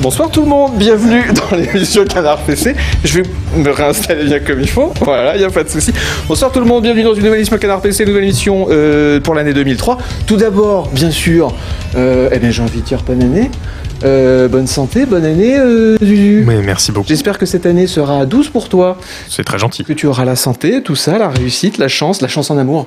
Bonsoir tout le monde, bienvenue dans l'émission Canard PC. Je vais me réinstaller bien comme il faut, voilà, il n'y a pas de souci. Bonsoir tout le monde, bienvenue dans une nouvelle émission Canard PC, nouvelle émission euh, pour l'année 2003. Tout d'abord, bien sûr, euh, eh bien j'ai envie de dire bonne année. Euh, bonne santé, bonne année euh, Zuzu. Mais merci beaucoup, J'espère que cette année sera douce pour toi, c'est très gentil. que tu auras la santé, tout ça, la réussite, la chance, la chance en amour.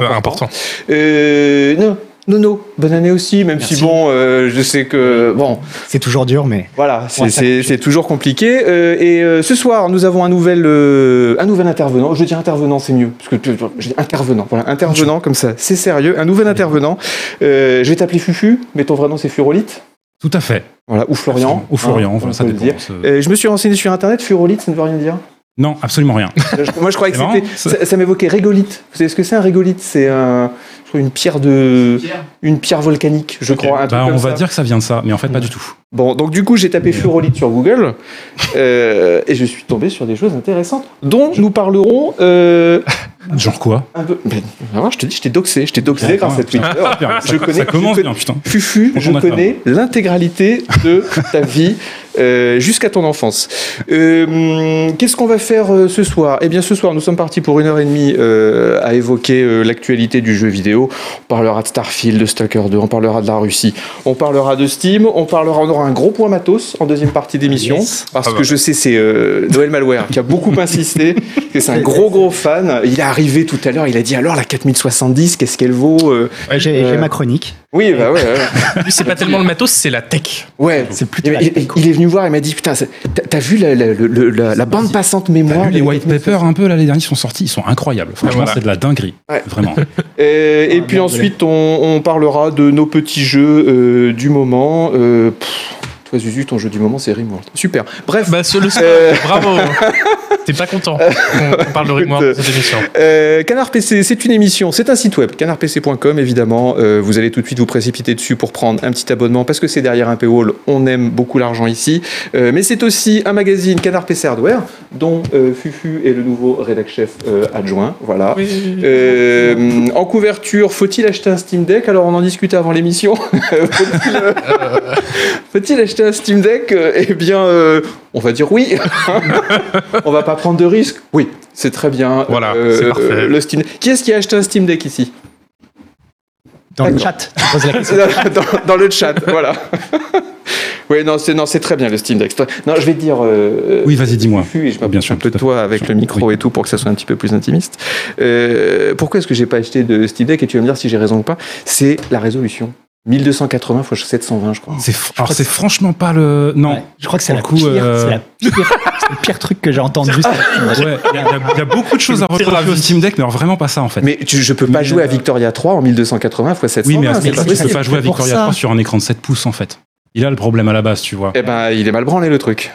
Euh, important. Euh, non, non, non, bonne année aussi, même Merci. si bon, euh, je sais que bon, C'est toujours dur, mais voilà, c'est- Ouais, ça- c'est c'est toujours compliqué. Euh, et euh, ce soir, nous avons un nouvel, euh, un nouvel intervenant. Je dis intervenant, c'est mieux, parce que tu- je dis intervenant. Voilà, intervenant comme ça, c'est sérieux. Un nouvel intervenant. Euh, je vais t'appeler Fufu, mais ton vrai nom c'est Furolite. Tout à fait. Voilà, ou Florian. Ou Florian, hein, on voilà, ça peut le dépend. dire. c'est- Euh, je me suis renseigné sur internet, Furolite, ça ne veut rien dire. Non, absolument rien. Je- moi, je croyais que C'est marrant, c'était. ça. Ça, ça m'évoquait régolithe. Vous savez ce que c'est un régolithe C'est un, je crois, une pierre de, une pierre volcanique, je crois. un truc Bah, on comme va ça. dire que ça vient de ça, mais en fait, Ouais. pas du tout. Bon, donc du coup, j'ai tapé furolite sur Google euh, et je suis tombé sur des choses intéressantes dont nous parlerons euh, Genre quoi un peu. Mais, vraiment, je te dis, je t'ai doxé, je t'ai doxé Ouais, grâce à ouais, putain. Twitter. Je Super, ça, connais- ça commence je bien, putain. Fufu, On je en a connais l'intégralité de ta vie euh, jusqu'à ton enfance. Euh, Qu'est-ce qu'on va faire euh, ce soir Eh bien, ce soir, nous sommes partis pour une heure et demie euh, à évoquer euh, l'actualité du jeu vidéo. On parlera de Starfield, de Stalker 2, on parlera de la Russie, on parlera de Steam, on parlera, on aura un gros point matos en deuxième partie d'émission. Parce Ah bah. que je sais, c'est euh, Noël Malware qui a beaucoup insisté, que c'est un gros gros fan. Il est arrivé tout à l'heure, il a dit alors la 4070, qu'est-ce qu'elle vaut Euh, j'ai Euh, j'ai ma chronique. Oui, bah ouais. ouais. Lui, c'est pas tellement le matos, c'est la tech. Ouais, C'est plutôt il, la il- il est venu voir et m'a dit Putain, c'est- t'as t'as vu la, la- le- le- la- la bande passante mémoire Vu les de- white papers un peu là les derniers sont sortis, ils sont incroyables. Franchement, Voilà. c'est de la dinguerie, Ouais. vraiment. Euh, Et Ah, puis merde, ensuite, on, on parlera de nos petits jeux euh, du moment. Euh, pff, toi, Zuzu, ton jeu du moment, c'est Rimworld. Super. Bref, Bah, ce, le, Euh. bravo. T'es pas content qu'on qu'on parle de Rick Moore dans cette émission. Euh, Canard PC, c'est une émission, c'est un site web, canardpc.com évidemment. Euh, vous allez tout de suite vous précipiter dessus pour prendre un petit abonnement parce que c'est derrière un paywall. On aime beaucoup l'argent ici. Euh, mais c'est aussi un magazine Canard PC Hardware dont euh, Fufu est le nouveau rédac chef euh, adjoint. Voilà. Euh, en couverture, faut-il acheter un Steam Deck Alors on en discutait avant l'émission. faut-il, euh, faut-il acheter un Steam Deck Euh, Eh bien, euh, on va dire oui. on va pas prendre de risques. Oui, c'est très bien. Euh, Voilà, c'est parfait. le Steam. Qui est-ce qui a acheté un Steam Deck ici Dans le D'accord. chat, tu poses la question. dans, dans le chat, voilà. Oui, non, c'est, non, c'est très bien le Steam Deck. Non, je vais te dire. euh, Oui, vas-y, dis-moi. Fufu, et je Bien m'approche sûr, un peu de tout à toi avec le micro et tout pour que ça soit un petit peu plus intimiste. Euh, pourquoi est-ce que j'ai pas acheté de Steam Deck et tu vas me dire si j'ai raison ou pas C'est la résolution. 1280 x 720, je crois. C'est fr- alors c'est franchement pas le non. Ouais, je crois que c'est Pour la, le coup, pire- euh, c'est la pire, c'est le pire truc que j'ai entendu. Ouais, Il y, a- il y a beaucoup de choses à reprocher au Steam Deck, mais alors vraiment pas ça en fait. Mais tu- je peux pas Mais, jouer à euh, Victoria 3 en 1280 x 720. oui, mais à ce c'est pas moment-là, moment-là, tu possible. peux pas jouer à C'est pour Victoria ça. 3 sur un écran de 7 pouces en fait. Il a le problème à la base, tu vois. Eh ben, il est mal branlé le truc.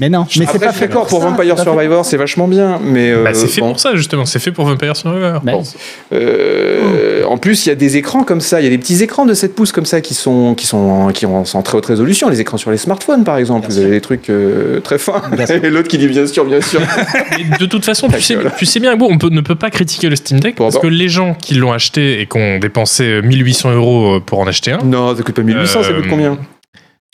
Mais non, mais Après, c'est pas je suis fait d'accord pour ça, Vampire c'est pas fait Survivor, c'est vachement bien, mais euh, Bah, c'est fait bon. pour ça, justement. C'est fait pour Vampire Survivor. Bah, Bon. Euh, en plus, il y a des écrans comme ça, il y a des petits écrans de 7 pouces comme ça qui sont qui sont en- qui ont- sont en très haute résolution. Les écrans sur les smartphones, par exemple, Bien vous avez sûr. des trucs euh, très fins. Bien sûr. Et l'autre qui dit bien sûr, bien sûr. Mais de toute façon, tu sais, tu sais bien que bon, on peut, ne peut pas critiquer le Steam Deck Bon, parce bon. que les gens qui l'ont acheté et qui ont dépensé euh, 1800 euros pour en acheter un, non, ça coûte pas 1800, ça Euh, coûte combien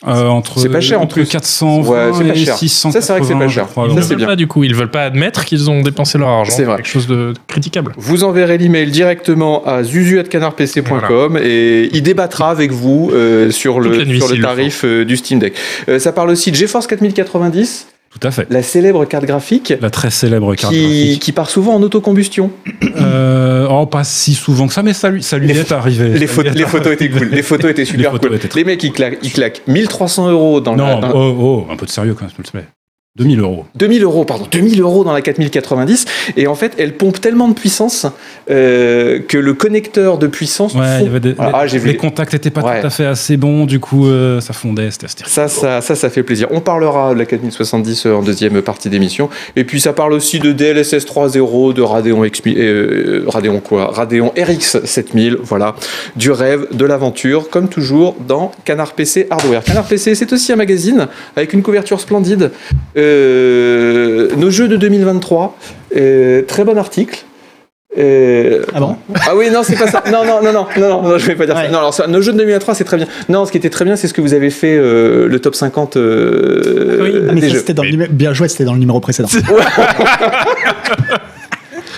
Euh, entre C'est pas cher, en entre plus. 420 Ouais, c'est pas et cher. 600. Ça, c'est vrai que c'est pas cher. Oh, ils ça, ne c'est veulent bien. pas du coup. Ils veulent pas admettre qu'ils ont dépensé leur argent. C'est vrai. Quelque chose de critiquable. Vous enverrez l'email directement à zuzu@canardpc.com et il débattra avec vous euh, sur Toute le la nuit, sur le s'il le tarif euh, du Steam Deck. Euh, ça parle aussi de GeForce 4090, Tout à fait. la célèbre carte graphique. La très célèbre carte Qui, graphique. qui part souvent en autocombustion. Euh, oh, pas si souvent que ça, mais ça lui, ça lui Les est arrivé. Ça Les, lui photos- est les photos étaient cool. Les photos étaient super photos cool. étaient très les mecs, ils claquent, ils claquent 1300 euros dans la. Non, dans- oh, oh, un peu de sérieux quand même, s'il te plaît. 2000 euros. 2000 euros, pardon, 2000 euros dans la 4090. Et en fait, elle pompe tellement de puissance euh, que le connecteur de puissance. Ouais, fond. il y avait des, Ah, ah, les, j'ai vu. les contacts n'étaient pas Ouais. tout à fait assez bons, du coup, euh, ça fondait, c'était c'était- Ça, ça, ça, ça fait plaisir. On parlera de la 4070 en deuxième partie d'émission. Et puis, ça parle aussi de DLSS 3.0, de Radeon, XP, euh, Radeon quoi Radeon RX 7000. Voilà. Du rêve, de l'aventure, comme toujours dans Canard PC Hardware. Canard PC, c'est aussi un magazine avec une couverture splendide. Euh, nos jeux de 2023. Euh, très bon article. Euh, Ah bon Ah oui, non, c'est pas ça. Non, non, non, non, non, non, non, je vais pas dire ça. Ouais. Non, alors, ça, nos jeux de 2003, c'est très bien. Non, ce qui était très bien, c'est ce que vous avez fait, euh, le top 50 euh, Ah, mais des ça, jeux. c'était dans le numé- Bien joué, c'était dans le numéro précédent.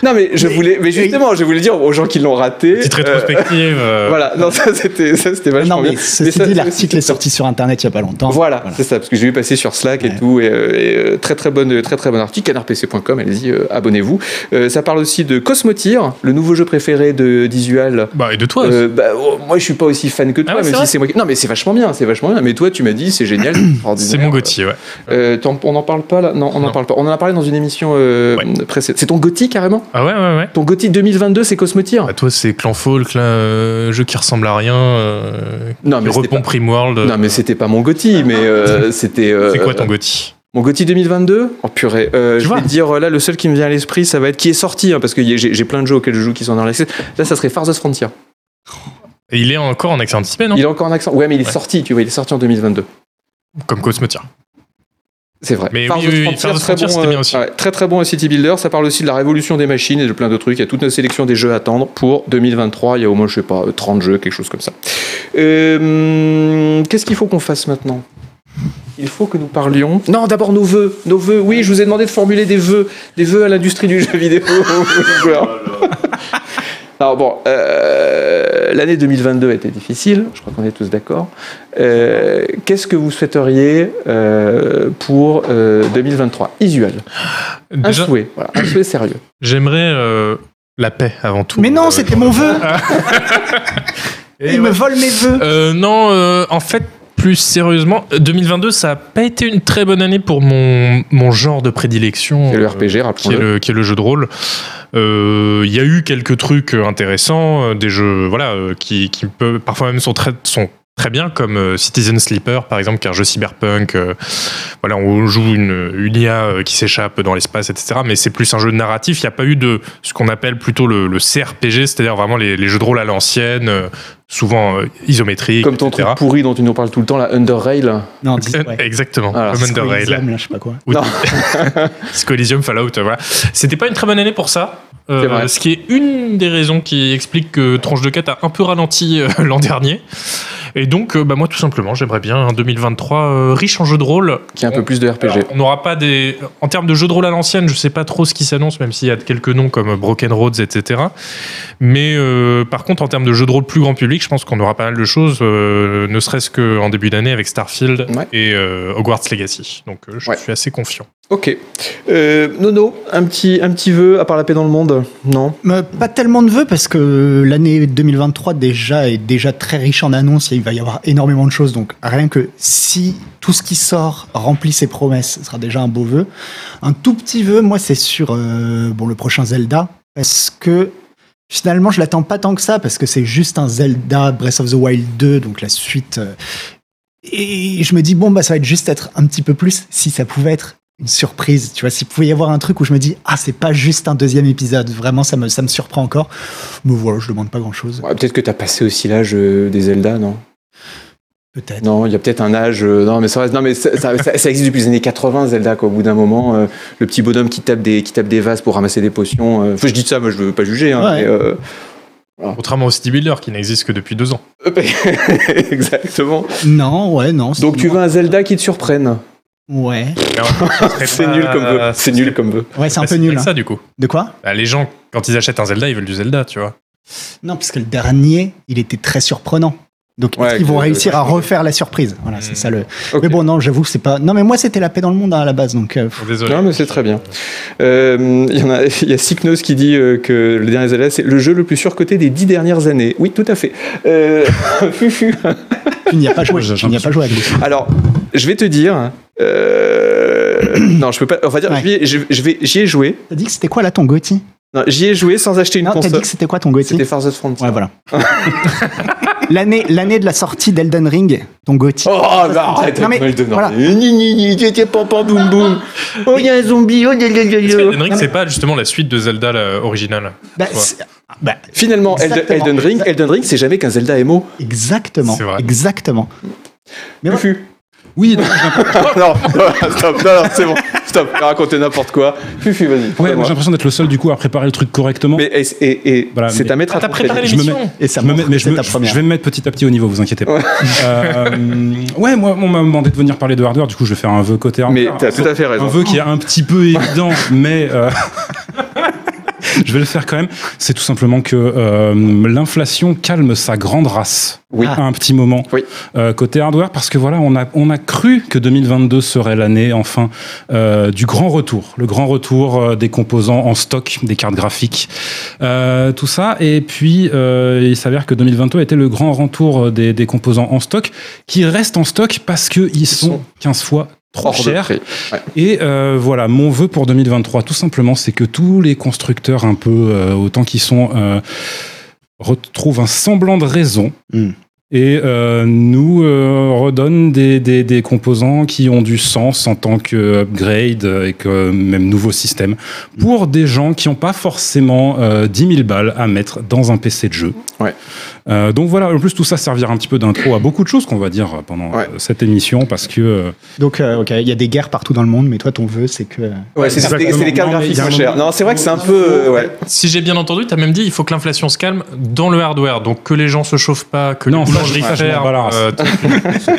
Non, mais je voulais, mais justement, je voulais dire aux gens qui l'ont raté. Petite euh, rétrospective. euh, voilà, non, ça c'était, ça c'était vachement non, mais bien. ceci ça, dit, c'est- l'article est sorti sur Internet il n'y a pas longtemps. Voilà, c'est ça, parce que j'ai vu passer sur Slack et Ouais. tout, et, euh, et, euh, très très bonne, très très bon article, canardpc.com, allez-y, euh, abonnez-vous. Euh, ça parle aussi de Cosmotir, le nouveau jeu préféré de d'Isual. Bah, et de toi. Euh, bah, oh, moi je suis pas aussi fan que toi, Ah ouais, même c'est si vrai c'est moi qui- Non mais c'est vachement bien, c'est vachement bien. Mais toi tu m'as dit c'est génial, c'est extraordinaire. C'est mon Gauthier, ouais. Euh, t'en- on n'en parle pas là Non, on n'en Non. parle pas. On en a parlé dans une émission euh, Ouais. précédente. C'est ton Gotti carrément Ah ouais, ouais, ouais. Ton Gotti 2022 c'est Cosmotir Bah, toi, c'est Clan Folk, là, euh, jeu qui ressemble à rien. Euh, Non Ah, mais c'était repompe pas... Primworld. Non mais c'était pas mon Gotti, mais euh, c'était... euh, euh, C'est quoi ton Gauthier Mon Gauthier 2022 Oh purée. Euh, Tu je vois. vais te dire, là, le seul qui me vient à l'esprit, ça va être qui est sorti, hein, parce que y a- j'ai j'ai plein de jeux auxquels je joue qui sont dans l'accès. Là, ça serait Far West Frontier. Et il est encore en accès anticipé, non Il a encore un accent. Ouais, mais il est Ouais. sorti, tu vois, il est sorti en 2022. Comme Cosmotir. C'est vrai. Mais Far oui, West oui, oui, Far West Frontier, c'était euh, bien aussi. ouais, très très bon à City Builder. Ça parle aussi de la révolution des machines et de plein de trucs. Il y a toute notre sélection des jeux à attendre pour 2023. Il y a au moins, je sais pas, euh, 30 jeux, quelque chose comme ça. Euh, Qu'est-ce qu'il faut qu'on fasse maintenant il faut que nous parlions. Non, d'abord nos vœux. Nos vœux. Oui, je vous ai demandé de formuler des vœux. Des vœux à l'industrie du jeu vidéo. Alors bon, euh, l'année 2022 a été difficile, je crois qu'on est tous d'accord. Euh, Qu'est-ce que vous souhaiteriez euh, pour euh, 2023 Isual. Un Déjà, souhait, voilà, un souhait sérieux. j'aimerais euh, la paix avant tout. Mais non, Euh, c'était mon vœu Et Il me ouais. vole mes vœux Euh, non, euh, en fait, plus sérieusement, euh, 2022, ça n'a pas été une très bonne année pour mon, mon genre de prédilection. C'est le euh, RPG, Qui est rappelons-le. le, qui est le jeu de rôle. Euh, Il y a eu quelques trucs euh, intéressants, euh, des jeux voilà, euh, qui, qui peuvent, parfois même sont très, sont très bien, comme euh, Citizen Sleeper, par exemple, qui est un jeu cyberpunk. euh, voilà, on joue une, une IA euh, qui s'échappe dans l'espace, etc. Mais c'est plus un jeu narratif. Il n'y a pas eu de ce qu'on appelle plutôt le, le CRPG, c'est-à-dire vraiment les, les jeux de rôle à l'ancienne, euh, souvent euh, isométriques. Comme ton etc. truc pourri dont tu nous parles tout le temps, la Under Rail. Non, dis Ex- ouais. Exactement. Voilà, Comme Under Rail. Squeezeum, là, je sais pas quoi. Ou- Non. Squelisium, Fallout, euh, voilà. C'était pas une très bonne année pour ça. Euh, C'est vrai. ce qui est une des raisons qui explique que Tranche de Quête a un peu ralenti euh, l'an dernier. Et donc, euh, bah, moi, tout simplement, j'aimerais bien hein, un 2023 euh, riche en jeux de rôle. Qui est un peu plus de RPG. Alors, on n'aura pas des. En termes de jeux de rôle à l'ancienne, je sais pas trop ce qui s'annonce, même s'il y a quelques noms comme Broken Roads, etc. Mais euh, par contre, en termes de jeux de rôle plus grand public, je pense qu'on aura pas mal de choses, euh, ne serait-ce qu'en début d'année avec Starfield Ouais. et euh, Hogwarts Legacy. Donc, euh, je Ouais. suis assez confiant. Ok. Euh, Nono, un petit, un petit vœu à part la paix dans le monde Non Mais pas tellement de vœux parce que l'année 2023 déjà est déjà très riche en annonces et il va y avoir énormément de choses. Donc rien que si tout ce qui sort remplit ses promesses, ce sera déjà un beau vœu. Un tout petit vœu, moi, c'est sur euh, bon, le prochain Zelda parce que finalement, je l'attends pas tant que ça parce que c'est juste un Zelda Breath of the Wild 2, donc la suite. euh, et je me dis, bon, bah, ça va être juste être un petit peu plus si ça pouvait être une surprise. Tu vois, s'il pouvait y avoir un truc où je me dis, ah, c'est pas juste un deuxième épisode. Vraiment, ça me, ça me surprend encore. Mais voilà, je demande pas grand chose. Ouais, Peut-être que t'as passé aussi l'âge euh, des Zelda, non Peut-être. Non, il y a peut-être un âge. euh, non, mais ça, reste- non, mais ça, ça- ça- ça existe depuis les années 80, Zelda. Quoi. Au bout d'un moment, euh, le petit bonhomme qui tape des, qui tape des vases pour ramasser des potions. euh, Enfin, je dis ça, moi, je veux pas juger. hein, Ouais. mais, euh, Contrairement au City Builder qui n'existe que depuis deux ans. Exactement. Non, ouais, non. c'est- Donc, tu veux un Zelda qui te surprenne Ouais. C'est nul comme vœu. C'est nul comme vœu. Ouais, c'est un peu nul. hein. Bah, ça du coup. De quoi Bah, les gens, quand ils achètent un Zelda, ils veulent du Zelda, tu vois. Non, parce que le dernier, il était très surprenant. Donc, Ouais, est-ce qu'ils vont que- Hmm. réussir à refaire la surprise Voilà, c'est ça le. Ok. Mais bon, non, j'avoue, que c'est pas. Non, mais moi, c'était la paix dans le monde hein, à la base, donc. euh, pff, Oh, Désolé. Non, mais c'est très bien. Euh, Il y en a- il y a Cycnos qui dit euh, que le dernier Zelda, c'est le jeu le plus surcoté des dix dernières années. Oui, tout à fait. Euh, Fufu. tu n'y as pas joué. Ouais, j'ai tu n'y as pas joué. Alex. Alors, je vais te dire. euh, non, je peux pas. On va dire, Ouais. j'y ai- je- je vais- j'y ai joué. T'as dit que c'était quoi là ton Gotti Non, J'y ai joué sans acheter une Non, t'as dit console. que c'était quoi ton Gotti C'était Far West Frontier. Ouais, voilà. l'année, l'année de la sortie d'Elden Ring, ton Gotti. Oh, bah, arrête, Non, mais, avec Elden Ring. voilà. Ni, ni, ni, tu étais pam, pam, boum, boum. Oh, il y a un zombie. Oh, yo, yo, yo, yo. Elden Ring, c'est pas justement la suite de Zelda la, originale. Bah, Ouais. c'est- bah, Finalement, Elden, Exactement. Elden Ring, Elden Ring, c'est jamais qu'un Zelda MO. exactement, C'est vrai. exactement. Mais Fufu. Oui, non, non, stop, non, non, c'est bon, stop, racontez n'importe quoi. Fufu, vas-y. ouais, prends-moi. moi, j'ai l'impression d'être le seul du coup à préparer le truc correctement. mais et, et- et Voilà, c'est mais- à mettre à t'as ton préparé crédit. je me mets- l'émission Et ça Je me montre mets- que mais je, c'est me- ta je- première. je vais me mettre petit à petit au niveau, vous inquiétez pas. Euh, ouais, moi, on m'a demandé de venir parler de hardware, du coup, je vais faire un vœu côté Mais hardware. t'as tout à fait un raison. vœu qui est un petit peu évident, mais euh, je vais le faire quand même. C'est tout simplement que euh, l'inflation calme sa grande race Oui. à un petit moment Oui. Euh, côté hardware, parce que voilà, on a, on a cru que 2022 serait l'année enfin euh, du grand retour, le grand retour euh, des composants en stock, des cartes graphiques, euh, tout ça. Et puis, euh, il s'avère que 2022 était le grand retour euh, des, des composants en stock, qui restent en stock parce qu'ils sont sont 15 fois trop Hors de chers. prix. Et euh, voilà, mon vœu pour 2023, tout simplement, c'est que tous les constructeurs, un peu euh, autant qu'ils sont, euh, retrouvent un semblant de raison. Hmm. Mm. Et euh, nous euh, redonnent des, des- des composants qui ont du sens en tant que upgrade et que même nouveau système pour des gens qui n'ont pas forcément euh, 10 000 balles à mettre dans un PC de jeu. Ouais. Euh, donc voilà, en plus tout ça servira un petit peu d'intro à beaucoup de choses qu'on va dire pendant Ouais. euh, cette émission parce que euh, Donc, euh, ok, il y a des guerres partout dans le monde, mais toi, ton vœu, c'est que. euh, Ouais, c'est c'est- Exactement. c'est les cartes Non, mais graphiques il y a moins un chères. moment- Non, c'est vrai que c'est un peu. euh, Ouais. Si j'ai bien entendu, t'as même dit il faut que l'inflation se calme dans le hardware, donc que les gens se chauffent pas, que Non, les ça, boulangeries je- ça, je m'en ferment. balance. euh, t-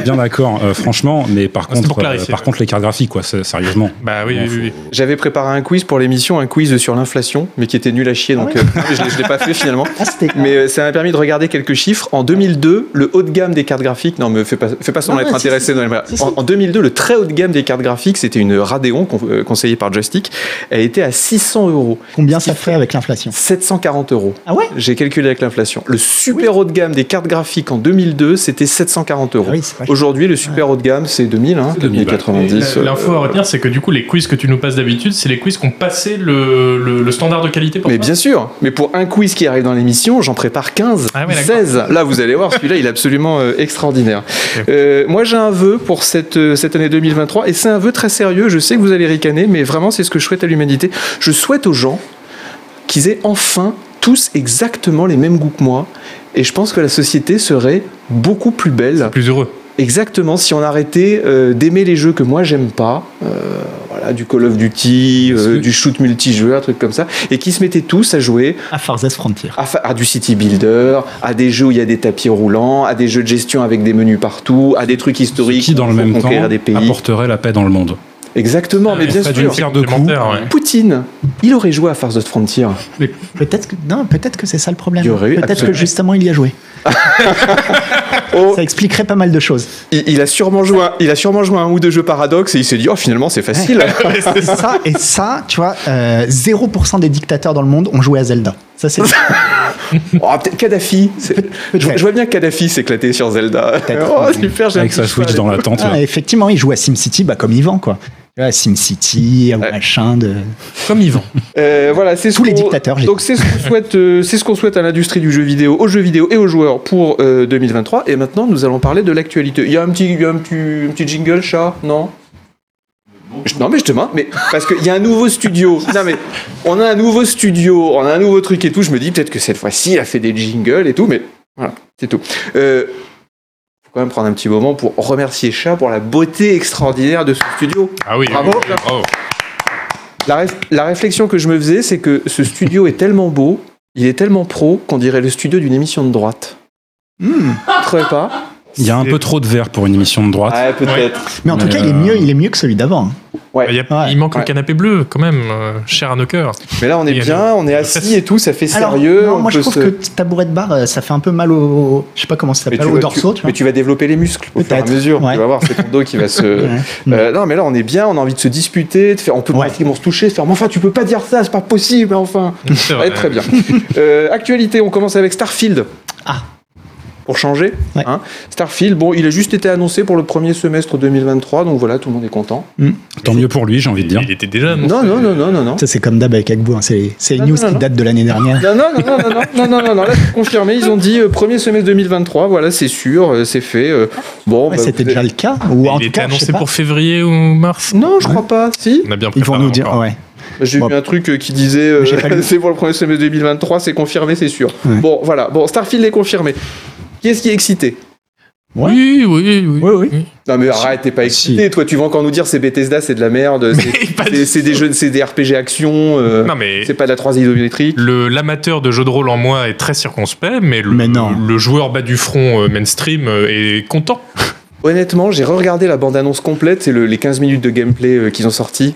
Bien d'accord, euh, franchement, mais par Ah, c'est contre, pour clarifier, euh, par ouais. contre les cartes graphiques, quoi, c'est- sérieusement. bah oui, oui, oui, oui. J'avais préparé un quiz pour l'émission, un quiz sur l'inflation, mais qui était nul à chier, donc Ah euh, je ne l'ai pas fait finalement. Ah, c'était. Mais euh, ça m'a permis de regarder quelques chiffres. En 2002, le haut de gamme des cartes graphiques, non, mais fais pas, fais pas semblant Non, d'être non, si, intéressé. Noël. Si, si. En, en 2002, le très haut de gamme des cartes graphiques, c'était une Radeon con- euh, conseillée par Joystick. Elle était à 600 euros, Combien ça fait avec l'inflation 740 euros. Ah ouais J'ai calculé avec l'inflation. Le super haut de gamme des cartes graphiques en 2002, c'était 740 euros. Ah oui, c'est pas cher. Aujourd'hui, le super haut de gamme, c'est 2000, hein, C'est 2000, 90. La- L'info à retenir, c'est que du coup, les quiz que tu nous passes d'habitude, c'est les quiz qui ont passé le, le- le standard de qualité pour Mais toi. bien sûr, mais pour un quiz qui arrive dans l'émission, j'en prépare 15, Ah ouais, d'accord. 16. Là, vous allez voir, celui-là, il est absolument euh, extraordinaire. Ok. Euh, moi, j'ai un vœu pour cette, euh, cette année 2023, et c'est un vœu très sérieux, je sais que vous allez ricaner, mais vraiment, c'est ce que je souhaite à l'humanité. Je souhaite aux gens qu'ils aient enfin tous exactement les mêmes goûts que moi, et je pense que la société serait beaucoup plus belle Plus heureux. Exactement, si on arrêtait euh, d'aimer les jeux que moi j'aime pas, euh, voilà, du Call of Duty, euh, Est-ce que- du shoot multijoueur, trucs comme ça, et qui se mettaient tous à jouer À Farzas Frontier. à, fa- à du city builder, à des jeux où il y a des tapis roulants, à des jeux de gestion avec des menus partout, à des trucs historiques qui, dans où le il faut même temps, conquérir des pays. apporterait la paix dans le monde. Exactement, mais Ah, bien pas sûr. d'une pierre deux coups. Complémentaire, ouais. Poutine, il aurait joué à Far the Frontier. Peut-être que non, peut-être que c'est ça le problème. Il y aurait eu Peut-être que absolument- justement il y a joué. Oh, Ça expliquerait pas mal de choses. il, il a sûrement joué un, il a sûrement joué à un ou deux jeux paradoxes et il s'est dit, oh finalement c'est facile. Et ça, et ça, tu vois, euh, 0% des dictateurs dans le monde ont joué à Zelda. Ça c'est Oh, peut-être Kadhafi. c'est- Je, vois- je vois bien Kadhafi s'éclaider sur Zelda. Peut-être. Oh, super, j'ai un Avec sa petit Switch cheval. dans la tente. Ah, là. effectivement, il joue à SimCity bah, comme Yvan, quoi. Tu vois, à SimCity, au machin de. Comme Yvan. Euh, voilà, c'est ce Tous les qu'on- dictateurs, j'ai Donc c'est ce qu'on souhaite, euh, c'est ce qu'on souhaite à l'industrie du jeu vidéo, aux jeux vidéo et aux joueurs pour euh, 2023. Et maintenant, nous allons parler de l'actualité. Il y a un petit, il y a un petit, un petit jingle, chat, non Je- non mais je te mens, mais parce qu'il y a un nouveau studio. Non mais on a un nouveau studio, on a un nouveau truc et tout. Je me dis peut-être que cette fois-ci, il a fait des jingles et tout, mais voilà, c'est tout. Euh, faut quand même prendre un petit moment pour remercier Chat pour la beauté extraordinaire de ce studio. Ah oui, Bravo. oui, oui, bravo. La, réf- la réflexion que je me faisais, c'est que ce studio est tellement beau, il est tellement pro qu'on dirait le studio d'une émission de droite. Hmm. Vous trouvez pas Il y a un peu trop de vert pour une émission de Ah, droite. Ouais, peut-être. Mais en tout Mais, cas, il est euh, mieux, il est mieux que celui d'avant. hein. Il, y a- Ouais. il manque Ouais. le canapé bleu, quand même, euh, cher à nos cœurs. Mais là, on est Il y a bien, on est assis et tout, ça fait Alors, sérieux. non, on moi je peut trouve se- que tabouret de bar, euh, ça fait un peu mal au. Je sais pas comment ça mais s'appelle, tu, au vas, dorsaux, tu- tu vois. mais tu vas développer les muscles au fur et à Peut-être, mesure. ouais. Tu vas voir, c'est ton dos qui va se. Ouais. Euh, non, mais là, on est bien, on a envie de se disputer, de faire, on peut Ouais. pratiquement se toucher, se faire. Mais enfin, tu peux pas dire ça, c'est pas possible, mais enfin. C'est Ouais, vrai. très bien. Euh, actualité, on commence avec Starfield. Ah. Pour changer. Ouais. hein. Starfield, bon, il a juste été annoncé pour le premier semestre 2023, donc voilà, tout le monde est content. Tant mieux pour lui, j'ai envie de dire. Il était déjà annoncé. Non, non, non, non, non, non. Ça, c'est comme d'hab avec Agbo, hein, c'est c'est les Non, news non, non, qui non. datent de l'année dernière. Non, non, non, non, non, non, non, non, non, là c'est confirmé, ils ont dit euh, premier semestre 2023, voilà, c'est sûr, euh, c'est fait. euh, bon, Ouais, bah, C'était vous déjà avez- le cas, ou en Il tout était cas, je sais annoncé pas. pour février ou mars. Non, je crois pas, si. On a bien Ils préparé. vont nous dire, encore. ouais. J'ai Bon. vu un truc euh, qui disait euh, J'ai pas lu. c'est pour le premier semestre 2023, c'est confirmé, c'est sûr. Ouais. Bon, voilà, bon, Starfield est confirmé. Qui est-ce qui est excité euh, Ouais. Oui, oui, oui. Oui, oui. Non mais arrête, t'es pas excité. Toi, tu vas encore nous dire c'est Bethesda, c'est de la merde, c'est- Mais pas c'est du c'est des jeux, c'est des RPG action, euh, Non, mais c'est pas de la 3 isométrique. le- l'amateur de jeux de rôle en moi est très circonspect, mais le, Mais non. le joueur bas du front euh, mainstream euh, est content. Honnêtement, j'ai re-regardé la bande-annonce complète, c'est le- les 15 minutes de gameplay euh, qu'ils ont sorti.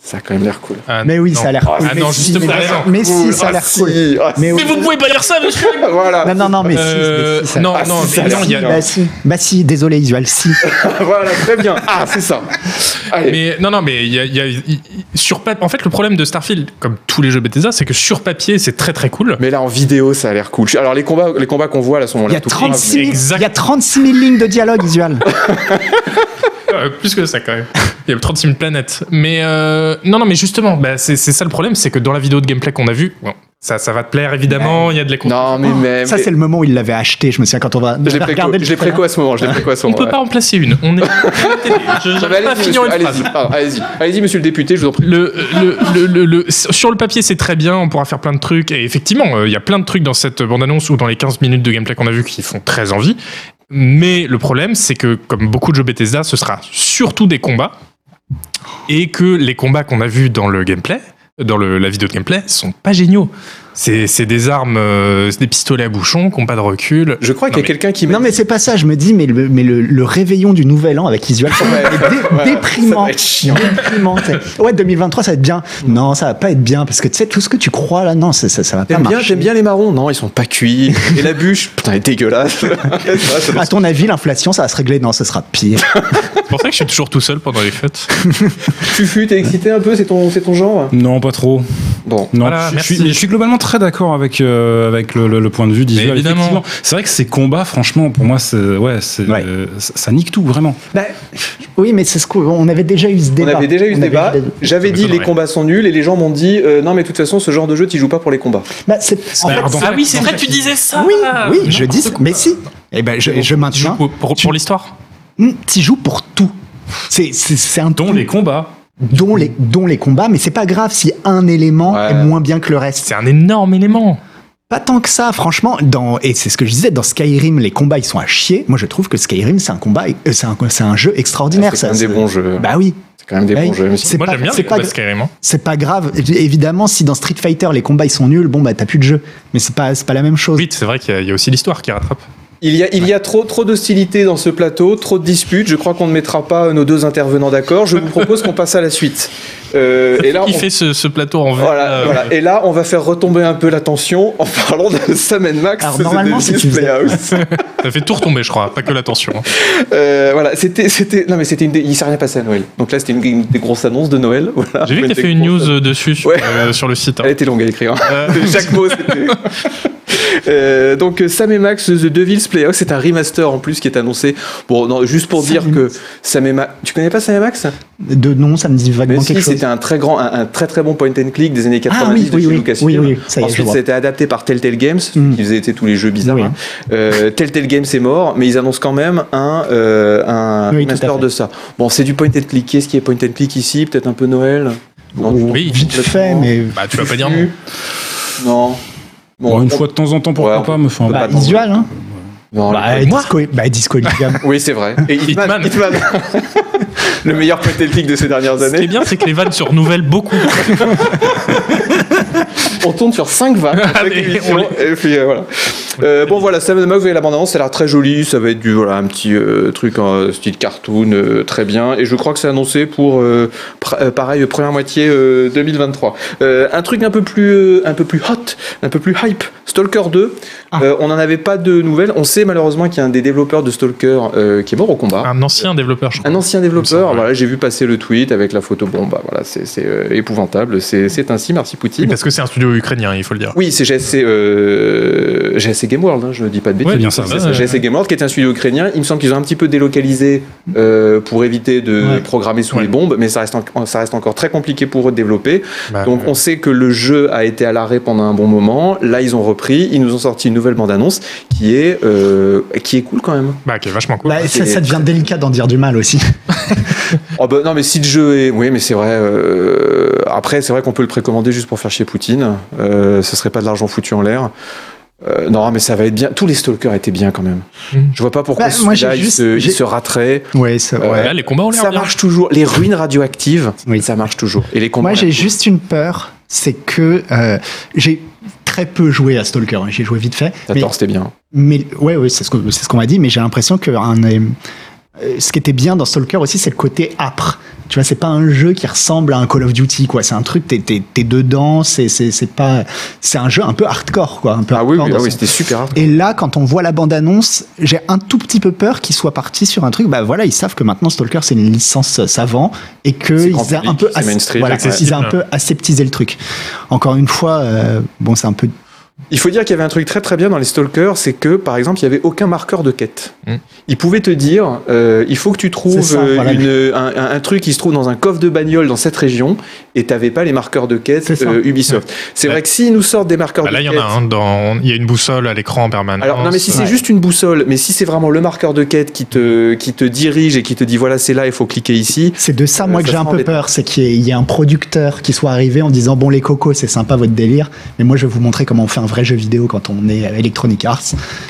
Ça a quand même l'air cool. Ah, Mais oui, non. ça a l'air cool. ah mais non, si, justement, mais- ça a l'air mais Oh, si, ça a ah, l'air cool. Mais oui. Mais vous ne pouvez pas dire ça, monsieur voilà. Non, non, non, mais si, Euh, mais si. ça- non, ah, non, si, ça a mais l'air non, il y a- bien. Bah si, bah si, désolé Isual, si. voilà, très bien. Ah, c'est ça. Allez. Mais non, non, mais il y a, il y a- il- il- sur pa- En fait, le problème de Starfield, comme tous les jeux Bethesda, c'est que sur papier, c'est très très cool. Mais là, en vidéo, ça a l'air cool. Alors, les combats, les combats qu'on voit, là, sont... ont Il y, a l'air tout graves, 36 000, Exact. il y a 36 000 lignes de dialogue, Isual. Euh, plus que ça quand même. Il y a 36 000 planètes. Mais euh, non, non, mais justement, bah, c'est c'est ça le problème, c'est que dans la vidéo de gameplay qu'on a vue, bon, ça, ça va te plaire évidemment, il y a de la mais- Non, mais même... Ça, c'est le moment où il l'avait acheté, je me souviens, quand on va on Je l'ai va préco, regarder le je l'ai trailer. préco à ce moment, je l'ai préco à ce On moment. peut pas en placer une. On est. je ouais. j'arrive Non, pas mais à finir Allez-y, monsieur, une allez-y, phrase. pardon, allez-y, allez-y, monsieur le député, je vous en prie. Le, le, le, le- le- sur le papier, c'est très bien, on pourra faire plein de trucs. Et effectivement, euh, il y a plein de trucs dans cette bande-annonce ou dans les 15 minutes de gameplay qu'on a vu qui font très envie. Mais le problème, c'est que, comme beaucoup de jeux Bethesda, ce sera surtout des combats. Et que les combats qu'on a vus dans le gameplay, dans le- la vidéo de gameplay, sont pas géniaux. C'est c'est des armes, euh, c'est des pistolets à bouchon qui n'ont pas de recul. Je crois Non, qu'il y a mais- quelqu'un qui... m'a- Non mais c'est pas ça, je me dis, mais le, mais le, le réveillon du nouvel an avec Isual, ça va être dé- ouais, ça déprimant. va être chiant. Déprimant, t'sais. ouais, 2023, ça va être bien. Non, ça va pas être bien, parce que tu sais, tout ce que tu crois là, non, ça, ça, ça va pas T'aimes bien, marcher. j'aime bien les marrons Non, ils sont pas cuits. Et la bûche Putain, elle est dégueulasse. Ça, ça doit- À ton avis, l'inflation, ça va se régler Non, ce sera pire. C'est pour ça que je suis toujours tout seul pendant les fêtes. Fufu, t'es excité un peu C'est ton, c'est ton genre Non, pas trop. Bon. Non, Voilà, je, merci. suis, mais je suis globalement très d'accord avec, euh, avec le, le- le point de vue Mais d'Isuel. évidemment. effectivement. C'est vrai que ces combats, franchement, pour moi, c'est, ouais, c'est, Ouais. euh, ça, ça nique tout, vraiment. Bah, oui, mais c'est ce qu'on avait déjà eu ce On débat. avait déjà eu ce On avait débat. déjà- J'avais Ça dit les m'étonnerait. combats sont nuls et les gens m'ont dit euh, non mais de toute façon ce genre de jeu tu joues pas pour les combats. Bah, c'est- en fait, Pardon. Ah oui, c'est vrai, tu disais ça oui, Ah, oui, je dis, mais si. Eh ben, je, je maintiens. Pour, pour- pour l'histoire Hmm, Tu joues pour tout. C'est c'est- c'est un Dont tout, les combats. dont les dont les combats, mais c'est pas grave si un élément Ouais. est moins bien que le reste. C'est un énorme élément. Pas tant que ça, franchement. Dans et c'est ce que je disais dans Skyrim, les combats ils sont à chier. Moi, je trouve que Skyrim c'est un combat, euh, c'est un c'est un jeu extraordinaire. Ah, c'est ça, quand même des c'est- bons jeux. Bah oui, C'est quand même des bons oui. jeux. même si- C'est Moi, pas- j'aime bien c'est les pas combats gra- Skyrim, hein. c'est pas grave. É- Évidemment, si dans Street Fighter les combats ils sont nuls, bon bah t'as plus de jeu. Mais c'est pas c'est pas la même chose. Oui, c'est vrai qu'il y a- il y, a aussi l'histoire qui rattrape. Il y a, il y a trop, trop d'hostilité dans ce plateau, trop de disputes. Je crois qu'on ne mettra pas nos deux intervenants d'accord. Je vous propose qu'on passe à la suite. Euh, et là, Qui on- fait ce, ce plateau en verre Voilà, là, voilà. euh, Et là, on va faire retomber un peu la tension en parlant de Sam Max. Alors, The normalement, si Devil's tu faisais- Playhouse. Ça fait tout retomber, je crois. Pas que l'attention. hein. Euh, voilà, c'était, c'était, non mais c'était une, dé- il s'est rien passé à Noël. Donc là, c'était une, une des grosses annonces de Noël. Voilà. J'ai vu que Une t'as des fait une grosses- news euh, dessus sur, Ouais. euh, sur le site. hein. Elle était longue à écrire. hein. Euh, Chaque mot, c'était. Euh, donc Sam et Max The Devil's Playhouse c'est un remaster en plus qui est annoncé bon non, juste pour Sam dire et que Sam et Max tu connais pas Sam et Max De nom, ça me dit mais vaguement si quelque chose. Ah c'était un très grand un, un très très bon point and click des années 90 oui, de oui, chez oui. Lucasfilm Oui, oui, ça y est, je ensuite vois. c'était adapté par Telltale Games Mm. qui faisait tu sais, tous les jeux bizarres Oui. hein. Euh, Telltale Games est mort mais ils annoncent quand même un euh, un Oui, tout à remaster fait. de ça bon c'est du point and click qu'est-ce qui est point and click ici peut-être un peu Noël Non, Ou- oui, vite fait, complètement. mais bah, tu vas pas dire non. Fufu non Bon, une on- fois de temps en temps, pourquoi Ouais, pas, me enfin, peut bon. pas bah, t'en vouloir. Isual, hein. non, le- Bah, Disco, bah, Disco Elysium. Oui, c'est vrai. Et Hitman. Hitman. Hitman. le meilleur point and click de ces dernières Ce qui est années. bien, c'est que les vannes se renouvellent beaucoup. On tourne sur 5 vannes. pour chaque Allez, émission. on les- Et puis euh, voilà. Euh, bon voilà, Sam Max, vous voyez la bande-annonce, ça a l'air très jolie, ça va être du voilà un petit euh, truc en euh, style cartoon, euh, très bien. Et je crois que c'est annoncé pour euh, pr- euh, pareil première moitié euh, 2023. Euh, un truc un peu plus euh, un peu plus hot, un peu plus hype, Stalker 2. Ah. Euh, on n'en avait pas de nouvelles. On sait malheureusement qu'il y a un des développeurs de Stalker euh, qui est mort au combat. Un ancien développeur, je crois. Un ancien Comme ça, développeur, ouais. voilà, j'ai vu passer le tweet avec la photo. Bon, bah voilà, c'est c'est, euh, épouvantable, c'est c'est ainsi, merci Oui, Poutine. parce que c'est un studio ukrainien, il faut le dire. Oui, c'est GSC, euh, GSC Game World, hein, je ne dis pas de bêtises. Ouais, bien ça. C'est ouais, ça, ouais. GSC Game World, qui est un studio ukrainien, il me semble qu'ils ont un petit peu délocalisé euh, pour éviter de Ouais. programmer sous Ouais. les bombes, mais ça reste, en- ça reste encore très compliqué pour eux de développer. Bah, Donc on sait que le jeu a été à l'arrêt pendant un bon moment. Là, ils ont repris, ils nous ont sorti une nouvelle bande-annonce qui est euh, qui est cool quand même. bah, qui est vachement cool. Bah, c'est ça, ça devient délicat d'en dire du mal aussi. Oh bah non mais si le jeu est oui mais c'est vrai euh, après c'est vrai qu'on peut le précommander juste pour faire chier Poutine euh, ce serait pas de l'argent foutu en l'air Euh, non, mais ça va être bien. Tous les stalkers étaient bien quand même. Je vois pas pourquoi Bah, moi, j'ai celui-là, il juste- se- il, j'ai- se raterait. Ouais, ça, Euh, ouais. Là, les combats ont l'air Ça bien. marche toujours. Les ruines radioactives, Oui. ça marche toujours. Et les combats. Moi, j'ai juste une peur, c'est que euh, j'ai très peu joué à Stalker, hein, j'ai joué vite fait. Mais, J'adore, c'était bien. mais ouais, ouais, c'est ce que- c'est ce qu'on m'a dit, mais j'ai l'impression que un, euh, euh, ce qui était bien dans Stalker aussi, c'est le côté âpre. Tu vois, c'est pas un jeu qui ressemble à un Call of Duty, quoi. C'est un truc, t'es es, dedans, c'est c'est- c'est pas, c'est un jeu un peu hardcore, quoi. Un peu Ah oui, hardcore oui, dans ah oui, son- c'était super. et là, quand on voit la bande-annonce, j'ai un tout petit peu peur qu'ils soient partis sur un truc. Bah voilà, ils savent que maintenant Stalker c'est une licence euh, savant et que C'est ils grand a public, un peu c'est mainstream, voilà, accessible. ils a un peu aseptisé le truc. Encore une fois, euh, bon c'est un peu Il faut dire qu'il y avait un truc très très bien dans les stalkers, c'est que par exemple, il y avait aucun marqueur de quête. Mm. Il pouvait te dire, euh, il faut que tu trouves ça, euh, voilà. une- un, un- un truc qui se trouve dans un coffre de bagnole dans cette région, et t'avais pas les marqueurs de quête C'est ça. euh, Ubisoft. C'est Ouais. vrai que s'ils nous sortent des marqueurs Bah, de là, il y en quête, a un. Dans... Il y a une boussole à l'écran en permanence. Alors non mais si c'est Ouais. juste une boussole, mais si c'est vraiment le marqueur de quête qui te qui te dirige et qui te dit voilà c'est là il faut cliquer ici. C'est de ça, moi, Euh, que ça j'ai un sera peu embêtant. peur, c'est qu'il y, ait- il y ait un producteur qui soit arrivé en disant Bon, les cocos, c'est sympa votre délire, mais moi, je vais vous montrer comment on fait un vrai jeu vidéo quand on est à Electronic Arts.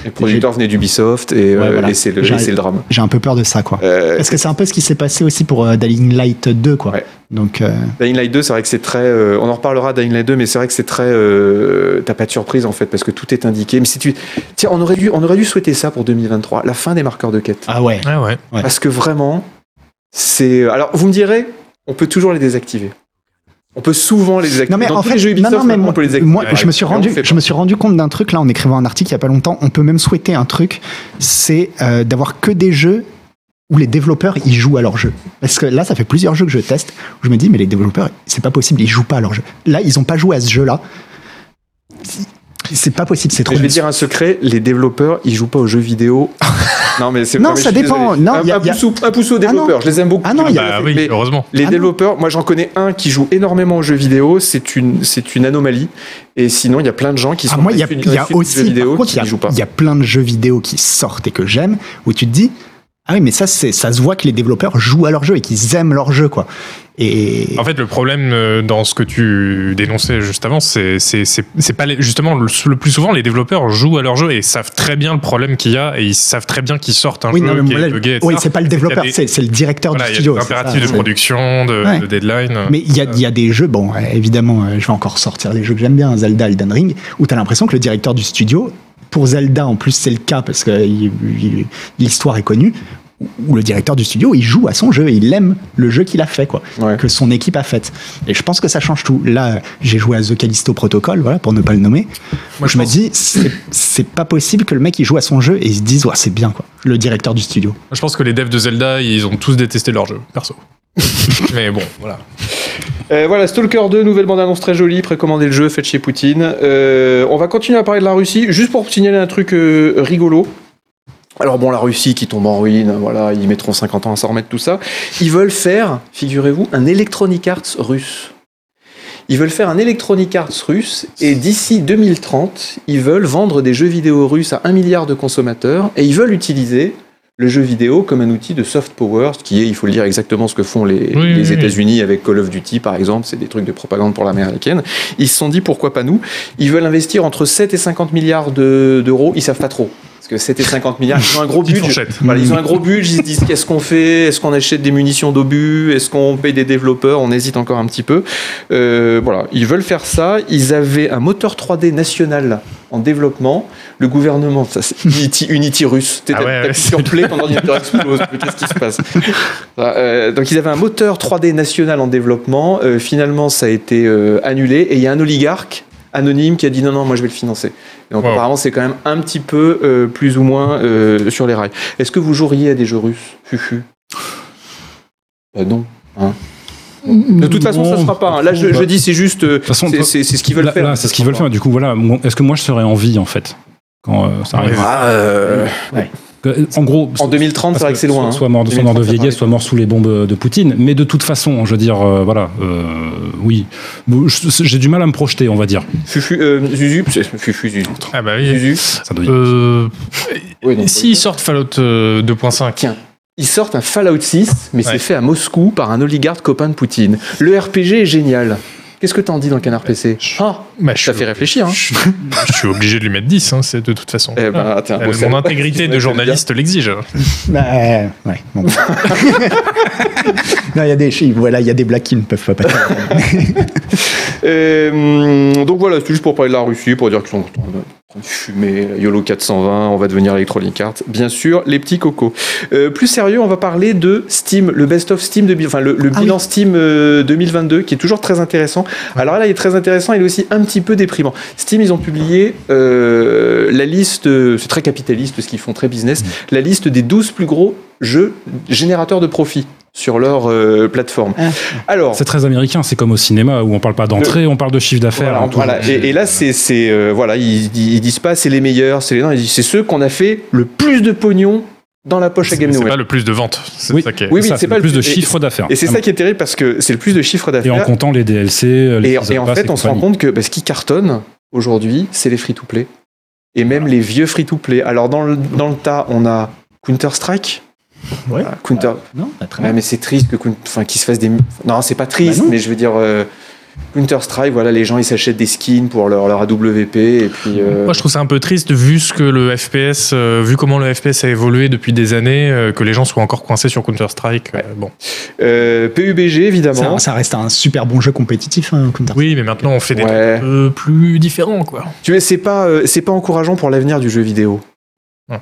Les producteurs venaient d'Ubisoft et Ouais, euh, voilà. laissez le J'ai- laissez le drame. J'ai un peu peur de ça, quoi. Euh, Parce que c'est un peu ce qui s'est passé aussi pour euh, Dying Light 2, quoi. Ouais. Donc, euh, Dying Light 2, c'est vrai que c'est très. euh, on en reparlera Dying Light 2, mais c'est vrai que c'est très. euh, T'as pas de surprise en fait parce que tout est indiqué. Mais si tu tiens, on aurait dû on aurait dû souhaiter ça pour 2023, la fin des marqueurs de quête, ah ouais. Ouais, ouais. ouais. parce que vraiment c'est. euh, Alors vous me direz, on peut toujours les désactiver. On peut souvent les désactiver. Non mais Dans en tous fait, les jeux Ubisoft, non, non, mais maintenant, moi, on peut les désactiver. moi, je me suis Et on le rendu, fait je me suis rendu compte d'un truc là en écrivant un article il y a pas longtemps. On peut même souhaiter un truc, c'est euh, d'avoir que des jeux où les développeurs ils jouent à leur jeu. Parce que là, ça fait plusieurs jeux que je teste où je me dis mais les développeurs c'est pas possible, ils jouent pas à leur jeu. Là, ils ont pas joué à ce jeu là. C'est pas possible, c'est trop. Mais je vais nul. dire un secret, les développeurs, ils jouent pas aux jeux vidéo. non, mais c'est Non, mais je ça suis dépend. désolé. Non, un, y a- un y a- pouce, au- un pouce aux développeurs, je les aime beaucoup. Ah non, y a- Bah oui, Mais heureusement. les Ah non. développeurs, moi j'en connais un qui joue énormément aux jeux vidéo, c'est une, c'est une anomalie. Et sinon, il y a plein de gens qui Ah, sont moi, il y a, dans les il y a films de aussi, jeux vidéo par contre, qui il y a- n'y jouent pas. il y a plein de jeux vidéo qui sortent et que j'aime, où tu te dis, ah oui, mais ça, c'est, ça se voit que les développeurs jouent à leur jeu et qu'ils aiment leur jeu, quoi. Et, En fait, le problème euh, dans ce que tu dénonçais juste avant, c'est c'est- c'est- c'est pas les- justement le, le plus souvent les développeurs jouent à leur jeu et savent très bien le problème qu'il y a et ils savent très bien qu'ils sortent un oui, jeu non, mais qui moi, est là, bugué. et oui, ça. c'est pas le développeur, Il y a des- c'est, c'est le directeur Voilà, du il y a studio. des c'est ça, impératifs de c'est- production, de, Ouais. de deadline. Mais il y a, il y a des jeux, bon, euh, évidemment, euh, je vais encore sortir des jeux que j'aime bien, hein, Zelda, Elden Ring, où t'as l'impression que le directeur du studio, pour Zelda en plus c'est le cas parce que il- il- l'histoire est connue, où- où le directeur du studio il joue à son jeu et il aime le jeu qu'il a fait, quoi, Ouais. que son équipe a fait. Et je pense que ça change tout. Là, euh, j'ai joué à The Callisto Protocol, voilà, pour ne pas le nommer. je me dis, c'est- c'est pas possible que le mec il joue à son jeu et il se dise, ouais, c'est bien, quoi, le directeur du studio. Je pense que les devs de Zelda, ils ont tous détesté leur jeu, perso. mais bon, voilà. Euh, voilà, Stalker 2, nouvelle bande-annonce très jolie, précommandez le jeu, faites chez Poutine. Euh, on va continuer à parler de la Russie, juste pour signaler un truc euh, rigolo. Alors bon, la Russie qui tombe en ruine, voilà, ils mettront 50 ans à s'en remettre, tout ça. Ils veulent faire, figurez-vous, un Electronic Arts russe. Ils veulent faire un Electronic Arts russe et d'ici 2030, ils veulent vendre des jeux vidéo russes à un milliard de consommateurs et ils veulent utiliser le jeu vidéo comme un outil de soft power, ce qui est, il faut le dire, exactement ce que font les, Oui, les oui, oui. États-Unis avec Call of Duty, par exemple, c'est des trucs de propagande pour l'américaine. Ils se sont dit, pourquoi pas nous Ils veulent investir entre 7 et 50 milliards de- d'euros, ils savent pas trop. Parce que 7 et 50 milliards, ils ont un gros Petite budget. fourchette. Mmh. Voilà, ils ont un gros budget, ils se disent qu'est-ce qu'on fait Est-ce qu'on achète des munitions d'obus Est-ce qu'on paye des développeurs On hésite encore un petit peu. Euh, voilà, ils veulent faire ça. Ils avaient un moteur 3D national en développement. Le gouvernement, ça c'est Unity, Unity russe. T'es Ah ouais, ouais, t'appuies sur play, ton ordinateur explose. Mais Qu'est-ce qui se passe Voilà, euh, Donc ils avaient un moteur 3D national en développement. Euh, finalement, ça a été euh, annulé. Et il y a un oligarque anonyme qui a dit non, non, moi je vais le financer. Donc Wow. apparemment, c'est quand même un petit peu euh, plus ou moins euh, sur les rails. Est-ce que vous joueriez à des jeux russes, Fufu Bah Non. Mmh, hein. De toute façon, ça ne sera pas. hein. Là, je, je dis, c'est juste. euh, façon, on c'est- peut- C'est c'est ce qu'ils veulent Là- faire. là, c'est ce qu'ils veulent faire. Du coup, voilà. mon- Est-ce que moi, je serais en vie en fait quand euh, ça arrive Ah, euh, Que- En gros, en 2030, c'est vrai que c'est loin. Soit, hein. soit mort, soit mort de 2030, vieillesse, soit mort sous les bombes de Poutine. Mais de toute façon, je veux dire, euh, voilà, euh, oui, Bon, je- j'ai du mal à me projeter, on va dire. Fufu, euh, Zuzu, c'est- Fufu, Zuzu. Ah bah oui. Zuzu. Ça doit y- Euh, Oui, donc, S'ils sortent Fallout euh, 2.5, Ils sortent un Fallout 6, mais Ouais. c'est fait à Moscou par un oligarque copain de Poutine. Le RPG est génial. Qu'est-ce que t'en dis dans Canard PC Ah, Bah, je ça suis- fait réfléchir. Hein. Je, je suis obligé de lui mettre 10, hein, c'est de toute façon. Eh ben, attends, Euh, moi, ça- mon intégrité de journaliste l'exige. Bah, euh, ouais, bon. Non, il y a des voilà, il y a des blagues qui ne peuvent pas passer. Et, hum, donc voilà, c'est juste pour parler de la Russie, pour dire qu'ils sont en train de- en train de fumer YOLO 420, on va devenir Electronic Arts. Bien sûr, les petits cocos. Euh, plus sérieux, on va parler de Steam, le best of Steam, de, bi- enfin le, le Ah bilan Steam euh, 2022, qui est toujours très intéressant. Alors là, il est très intéressant, il est aussi un petit peu déprimant. Steam, ils ont publié euh, la liste, c'est très capitaliste ce qu'ils font, très Mm. business, la liste des 12 plus gros jeux générateurs de profit sur leur euh, plateforme. Ah. Alors, C'est très américain, c'est comme au cinéma où on parle pas d'entrée, on parle de chiffre d'affaires. voilà, hein, toujours. voilà. Et, et là, c'est, c'est, euh, voilà, ils, ils- ils disent pas c'est les meilleurs, c'est les non, ils disent c'est ceux qu'on a fait le plus de pognon dans la poche à C'est Game c'est Nowhere. pas le plus de ventes. C'est Oui. ça qui est- Oui, oui, Ça, c'est pas le plus de plus- et- chiffre d'affaires. Et c'est ça qui est terrible parce que c'est le plus de chiffre Et en d'affaires. comptant les DLC, les Et, Season et en Pass fait, on se rend compagnie. compte que bah, ce qui cartonne aujourd'hui, c'est les free-to-play et même les vieux free-to-play. Alors dans le, dans le tas, on a Counter Strike. Ouais. Counter. non, pas très Ouais, bien. mais c'est triste que Coun- enfin qu'ils se fassent des non c'est pas triste Bah non. mais je veux dire euh, Counter Strike voilà les gens ils s'achètent des skins pour leur leur AWP et puis euh, Moi, je trouve ça un peu triste vu ce que le FPS, euh, vu comment le FPS a évolué depuis des années, euh, que les gens soient encore coincés sur Counter Strike. euh, bon. Euh, PUBG évidemment. Ça, ça reste un super bon jeu compétitif, hein, Counter. Oui, mais maintenant on fait des trucs Ouais. un peu plus différents, quoi. Tu vois, c'est pas euh, c'est pas encourageant pour l'avenir du jeu vidéo. Hum.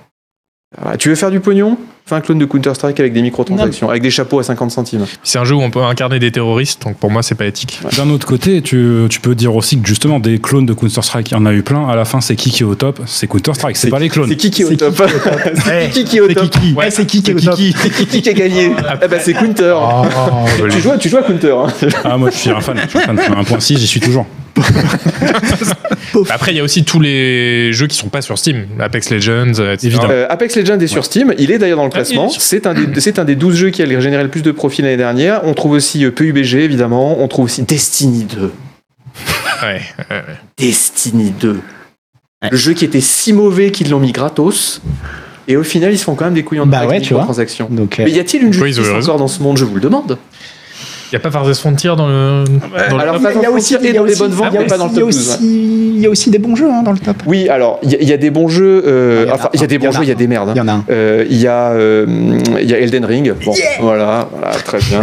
Ah, tu veux faire du pognon Fais un clone de Counter Strike avec des microtransactions, avec des chapeaux à 50 centimes. C'est un jeu où on peut incarner des terroristes, donc pour moi, c'est pas éthique. D'un autre côté, tu, tu peux dire aussi que justement des clones de Counter-Strike, il y en a eu plein. À la fin, c'est qui qui est au top C'est Counter-Strike, c'est pas les clones. C'est qui qui est au C'est top C'est qui qui est au top Kiki. Ouais. Eh, c'est qui qui est au C'est top C'est qui qui a gagné Ah bah c'est Counter. tu joues à- tu joues à Counter. hein. Ah, moi je suis un fan, je suis un fan. 1.6, j'y suis toujours. Après, il y a aussi tous les jeux qui sont pas sur Steam, Apex Legends, euh, etc. Évidemment. Euh, Apex Legends est sur Steam, il est d'ailleurs dans le Ah, il est classement. sur- C'est un, des- c'est un des 12 jeux qui a généré le plus de profits l'année dernière. On trouve aussi euh, PUBG évidemment, on trouve aussi Destiny 2. Ouais. Destiny 2. Le jeu qui était si mauvais qu'ils l'ont mis gratos. Et au final, ils se font quand même des couillons de Bah avec ouais, des tu vois. microtransactions. Donc, euh, Mais y a-t-il une Oui, ils ont eu justice raison. encore dans ce monde Je vous le demande. Il y a pas Farzest Frontier dans le. Dans Alors, le... pas dans le top et dans les bonnes ventes, il y a mais pas dans le aussi- il y a top 12, aussi- Il y a aussi des bons jeux hein, dans le top. Oui, alors, il y, a- y a des bons jeux. euh, Ah, Il y en a enfin, il y a un, des il y bons en a jeux, il y a un. des merdes. Il y en a un. Euh, Il y, a, euh, il y a Elden Ring. Bon, voilà, voilà, très bien.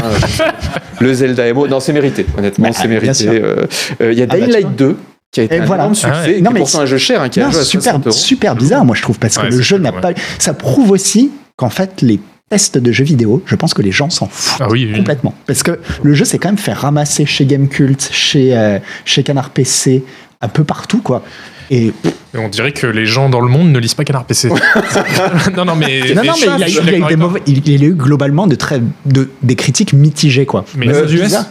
le Zelda MO. Non, c'est mérité, honnêtement, Bah, c'est bien mérité. sûr. Euh, euh, Il y a Ah bah, tu Daylight vois. 2 qui a été Et un voilà. énorme succès, Ah ouais. qui est Non, mais pourtant c'est- un jeu cher, hein, qui a Non, joué à 60 super, euros. Mmh. super bizarre, moi je trouve, parce Ouais, que le c'est jeu cool, n'a ouais. pas. Ça prouve aussi qu'en fait, les tests de jeux vidéo, je pense que les gens s'en foutent. Ah oui, oui. Complètement. Parce que le jeu s'est quand même fait ramasser chez Gamecult, chez, euh, chez Canard PC, un peu partout, quoi. Et Et on dirait que les gens dans le monde ne lisent pas Canard PC. non, non, non, non, mais. mais mais il y a, je il suis y a eu d'accord des avec toi. mauvais- il, il y a eu globalement de très, de, des critiques mitigées, quoi. Mais Mais euh, aux US bizarre.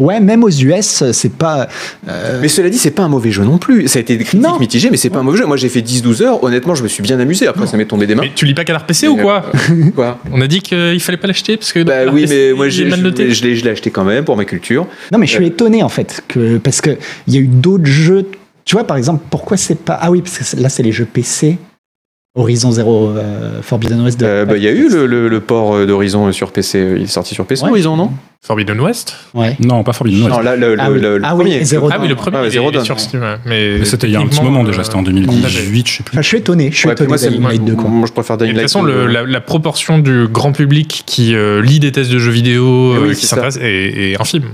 Ouais, même aux US, c'est pas. euh, Mais cela dit, c'est pas un mauvais jeu non plus. Ça a été des critiques Non. mitigées, mais c'est pas un mauvais jeu. Moi, j'ai fait 10-12 heures. Honnêtement, je me suis bien amusé. Après, ça m'est tombé des mains. mais tu lis pas Canard PC ou Mais, quoi euh, Quoi On a dit qu'il fallait pas l'acheter parce que. Bah Canard oui, PC, mais moi, il est j'ai- mal je noté. je l'ai je l'ai acheté quand même pour ma culture. Non, mais je suis étonné en fait, que, parce qu'il y a eu d'autres jeux. Tu vois, par exemple, pourquoi c'est pas. Ah oui, parce que c'est- là, c'est les jeux PC. Horizon Zero euh, Forbidden West. de- Euh, bah, Il y a eu le, le- le port euh, d'Horizon sur PC. Il est sorti sur PC, Ouais. Horizon, non Forbidden West Ouais. Non, pas Forbidden West. Non, là, le, le- ah oui, le- le ah oui, premier. Zero Ah oui, le premier, Ouais, il est- Zero il est Dawn. sur Steam. ouais. Mais Mais C'était il y a un petit techniquement, moment euh, déjà, c'était en on avait- 2018, je sais plus. Enfin, je suis étonné, je suis Ouais, puis étonné moi, c'est d'Alien Light 2, quoi. moi, je préfère Et Dying de toute Light. façon, deux. le- la, la proportion du grand public qui euh, lit des tests de jeux vidéo, Eh oui, euh, c'est qui ça. s'intéresse, est, est infime.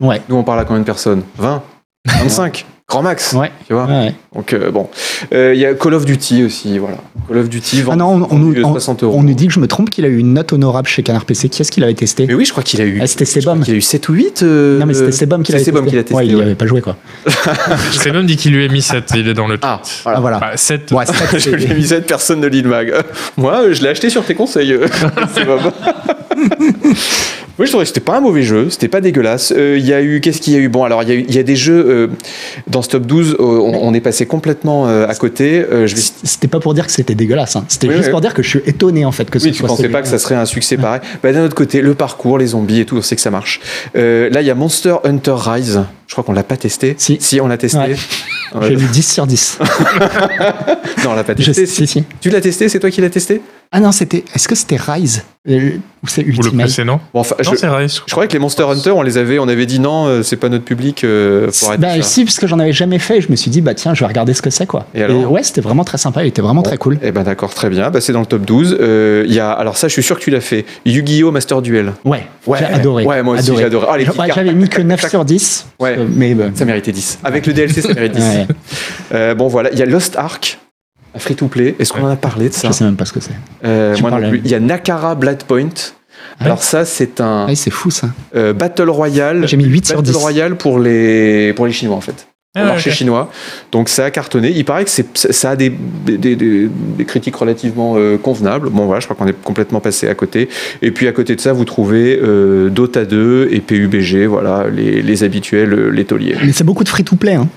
Ouais. Nous, on parle à combien de personnes 20 25 Grand max Ouais. Tu vois Ouais, ouais. Donc, euh, bon. Euh, Il y a Call of Duty aussi, voilà. Call of Duty vend Ah non, on, on vendu nous, à on- 60 euros. on nous dit que je me trompe qu'il a eu une note honorable chez Canard PC. Qui est-ce qu'il avait testé Mais oui, je crois qu'il a eu. Ah, c'était je crois Sebum. qu'il y a eu 7 ou 8. euh, Non, mais c'était Sebum qui c'est l'avait testé. Sebum qui l'a testé, Ouais, il ouais. avait pas joué, quoi. C'est même dit qu'il lui a mis 7, il est dans le Ah, chat. voilà. Ah, voilà. Bah, 7. Ouais, c'est pas- Je lui ai mis 7, personne ne lit le mag. Euh, Moi, euh, je l'ai acheté sur tes conseils. euh, Sebum. Oui, je trouvais que c'était pas un mauvais jeu, c'était pas dégueulasse. Euh, Il y a eu, qu'est-ce qu'il y a eu Bon, alors il y, a eu- il y a des jeux euh, dans ce top 12, euh, on, on est passé complètement euh, à côté. Euh, je vais C'était pas pour dire que c'était dégueulasse. hein. C'était Oui, juste oui. pour dire que je suis étonné, en fait, que ce Oui, tu soit pensais celui-là. pas que ça serait un succès pareil. Bah, D'un autre côté, le parcours, les zombies et tout, on sait que ça marche. Euh, là, il y a Monster Hunter Rise. Je Je crois qu'on l'a pas testé. Si. on l'a testé. Ouais. Euh, J'ai mis 10 sur 10. non, on l'a pas Je- testé. si, si. Tu l'as testé, c'est toi qui l'as testé Ah non, c'était. Est-ce que c'était Rise Euh, Ou c'est Ou le Ultimate précédent Bon, enfin, Non, Bah, je, c'est Rise. je croyais que les Monster Hunter, on les avait, on avait dit non, euh, c'est pas notre public euh, pour arrêter Bah ça. si, parce que j'en avais jamais fait. et Je me suis dit, bah tiens, je vais regarder ce que c'est quoi. Et alors ouais, c'était vraiment très sympa. Il était vraiment Bon. très cool. Eh ben d'accord, très bien. Bah, c'est dans le top 12. Euh, Il y a, alors ça, je suis sûr que tu l'as fait. Yu-Gi-Oh! Master Duel. Ouais, Ouais. j'ai adoré. Ouais, moi aussi, adoré. j'ai adoré. Ah, les petites Ouais, cartes. J'avais mis que 9 sur 10. Ouais. euh, mais bah, Ça méritait 10. Avec le DLC, ça mérite 10. ouais, Euh, bon, voilà. Il y a Lost Ark, un free-to-play. Est-ce qu'on en a parlé de ça je sais même pas ce que c'est. Euh, Tu Moi non parles. plus. Il y a Nakara Bladpoint. Ah Alors ça, c'est un Ouais, c'est fou ça. euh, Battle Royale. J'ai mis 8 sur Battle 10. Royale pour les, pour les Chinois, en fait. Au Ah, marché ok. chinois. Donc ça a cartonné. Il paraît que c'est- ça a des, des, des- des critiques relativement euh, convenables. Bon voilà, je crois qu'on est complètement passé à côté. Et puis à côté de ça, vous trouvez euh, Dota 2 et PUBG, voilà, les, les habituels, euh, les tauliers. Mais c'est beaucoup de free-to-play. Hein.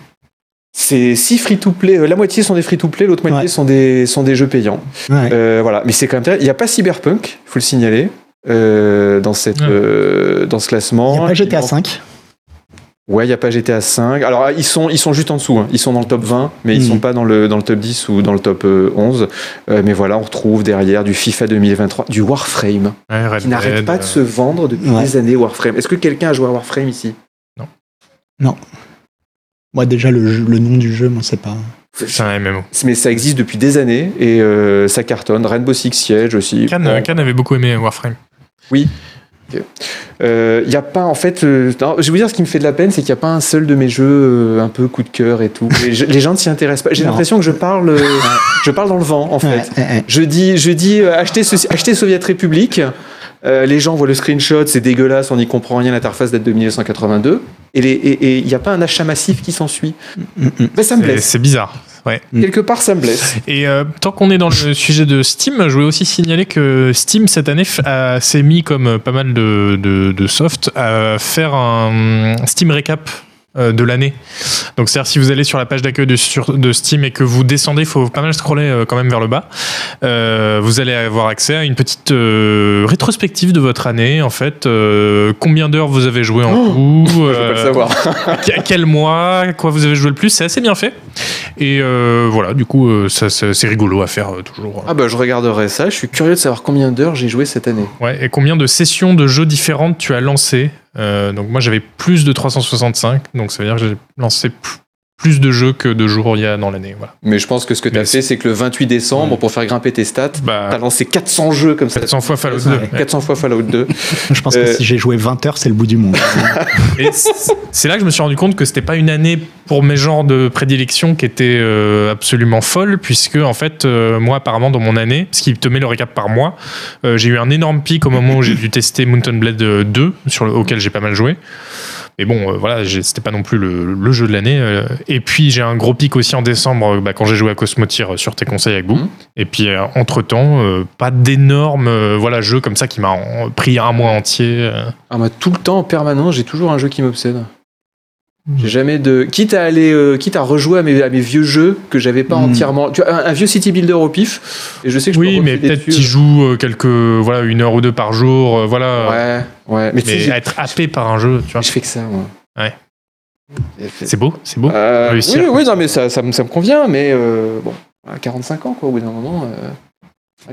C'est six free-to-play. euh, La moitié sont des free-to-play, l'autre moitié Ouais. sont, des, sont des jeux payants. Ouais. Euh, voilà, mais c'est quand même terrible. Il n'y a pas Cyberpunk, il faut le signaler, euh, dans, cette, Ouais. euh, dans ce Il classement. n'y a pas Il GTA manque- 5. Ouais, il n'y a pas GTA 5. Alors, ah, ils sont, ils sont juste en dessous. hein. Ils sont dans le top 20, mais ils Mhm. sont pas dans le, dans le top 10 ou dans le top euh, 11. Euh, mais voilà, on retrouve derrière du FIFA 2023, du Warframe, Ouais, Red qui n'arrête Dead, pas de euh, se vendre depuis Ouais. des années, Warframe. Est-ce que quelqu'un a joué à Warframe ici Moi déjà le, jeu- le nom du jeu, moi c'est pas. C'est un MMO. Mais ça existe depuis des années et euh, ça cartonne. Rainbow Six Siege aussi. Khan, Bon. euh, Khan avait beaucoup aimé Warframe. Euh, Il y a pas en fait. euh, non, je vais vous dire ce qui me fait de la peine, c'est qu'il n'y a pas un seul de mes jeux euh, un peu coup de cœur et tout. Les, je- les gens ne s'y intéressent pas. J'ai Non. l'impression que je parle, euh, je parle dans le vent en fait. Ouais, ouais, ouais. Je dis, je dis euh, achetez, ceci, achetez Soviet République. Euh, les gens voient le screenshot, c'est dégueulasse, on n'y comprend rien, l'interface date de 1982. Et il et, n'y a pas un achat massif qui s'ensuit. Mm, mm. Ben, ça me C'est blesse. c'est bizarre. Ouais. Mm. Quelque part, ça me blesse. Et euh, tant qu'on est dans le sujet de Steam, je voulais aussi signaler que Steam cette année f- a- s'est mis comme euh, pas mal de, de, de soft à faire un Steam récap euh, de l'année. Donc c'est-à-dire si vous allez sur la page d'accueil de, sur- de Steam et que vous descendez, il faut pas mal scroller euh, quand même vers le bas, euh, vous allez avoir accès à une petite euh, rétrospective de votre année en fait. Euh, combien d'heures vous avez joué en tout Oh Je veux pas le euh, savoir. Qu- quel mois, à quoi vous avez joué le plus, c'est assez bien fait. Et euh, voilà, du coup, euh, ça, ça- c'est rigolo à faire euh, toujours. Ah bah je regarderai ça, je suis curieux de savoir combien d'heures j'ai joué cette année. Ouais, et combien de sessions de jeux différentes tu as lancé Euh, Donc moi j'avais plus de 365, donc ça veut dire que j'ai lancé p- plus de jeux que de jours il y a dans l'année. Voilà. Mais je pense que ce que tu as Mais fait, c'est que le 28 décembre, pour faire grimper tes stats, t'as Bah, lancé 400 jeux comme ça. 400 fois Fallout 2. Ouais. 400 fois Fallout 2. Je pense que Euh, si j'ai joué 20 heures, c'est le bout du monde. Et c- c'est là que je me suis rendu compte que c'était pas une année pour mes genres de prédilection qui était euh, absolument folle, puisque en fait, euh, moi apparemment dans mon année, ce qui te met le récap par mois, euh, j'ai eu un énorme pic au moment où j'ai dû tester Mountain Blade euh, 2, sur le, auquel j'ai pas mal joué. Mais bon, euh, voilà, j'ai- c'était pas non plus le, le jeu de l'année. euh. et puis j'ai un gros pic aussi en décembre, euh, bah, quand j'ai joué à Cosmotir euh, sur tes conseils avec vous. Mhm. Et puis entre temps, pas d'énormes euh, voilà jeux comme ça qui m'a en- pris un mois entier. euh. Ah bah tout le temps, en permanence, j'ai toujours un jeu qui m'obsède. Hmm. J'ai jamais de. Quitte à aller, euh, quitte à rejouer à mes, à mes vieux jeux que j'avais pas Mm. entièrement. Tu vois, un, un vieux city builder au pif. Et je sais que je Hmm. Oui, peux mais refiler peut-être dessus. tu joues euh, quelques voilà une heure ou deux par jour, euh, voilà. Ouais, ouais. Mais, tu sais, Mais j'ai- être happé par un jeu, tu vois. je fais que ça, moi. Ouais. Et c'est- C'est beau, c'est beau. Euh, réussir. oui, oui, non, mais ça, ça, me, ça me convient, mais euh, bon, à 45 ans, quoi, au bout d'un moment. euh,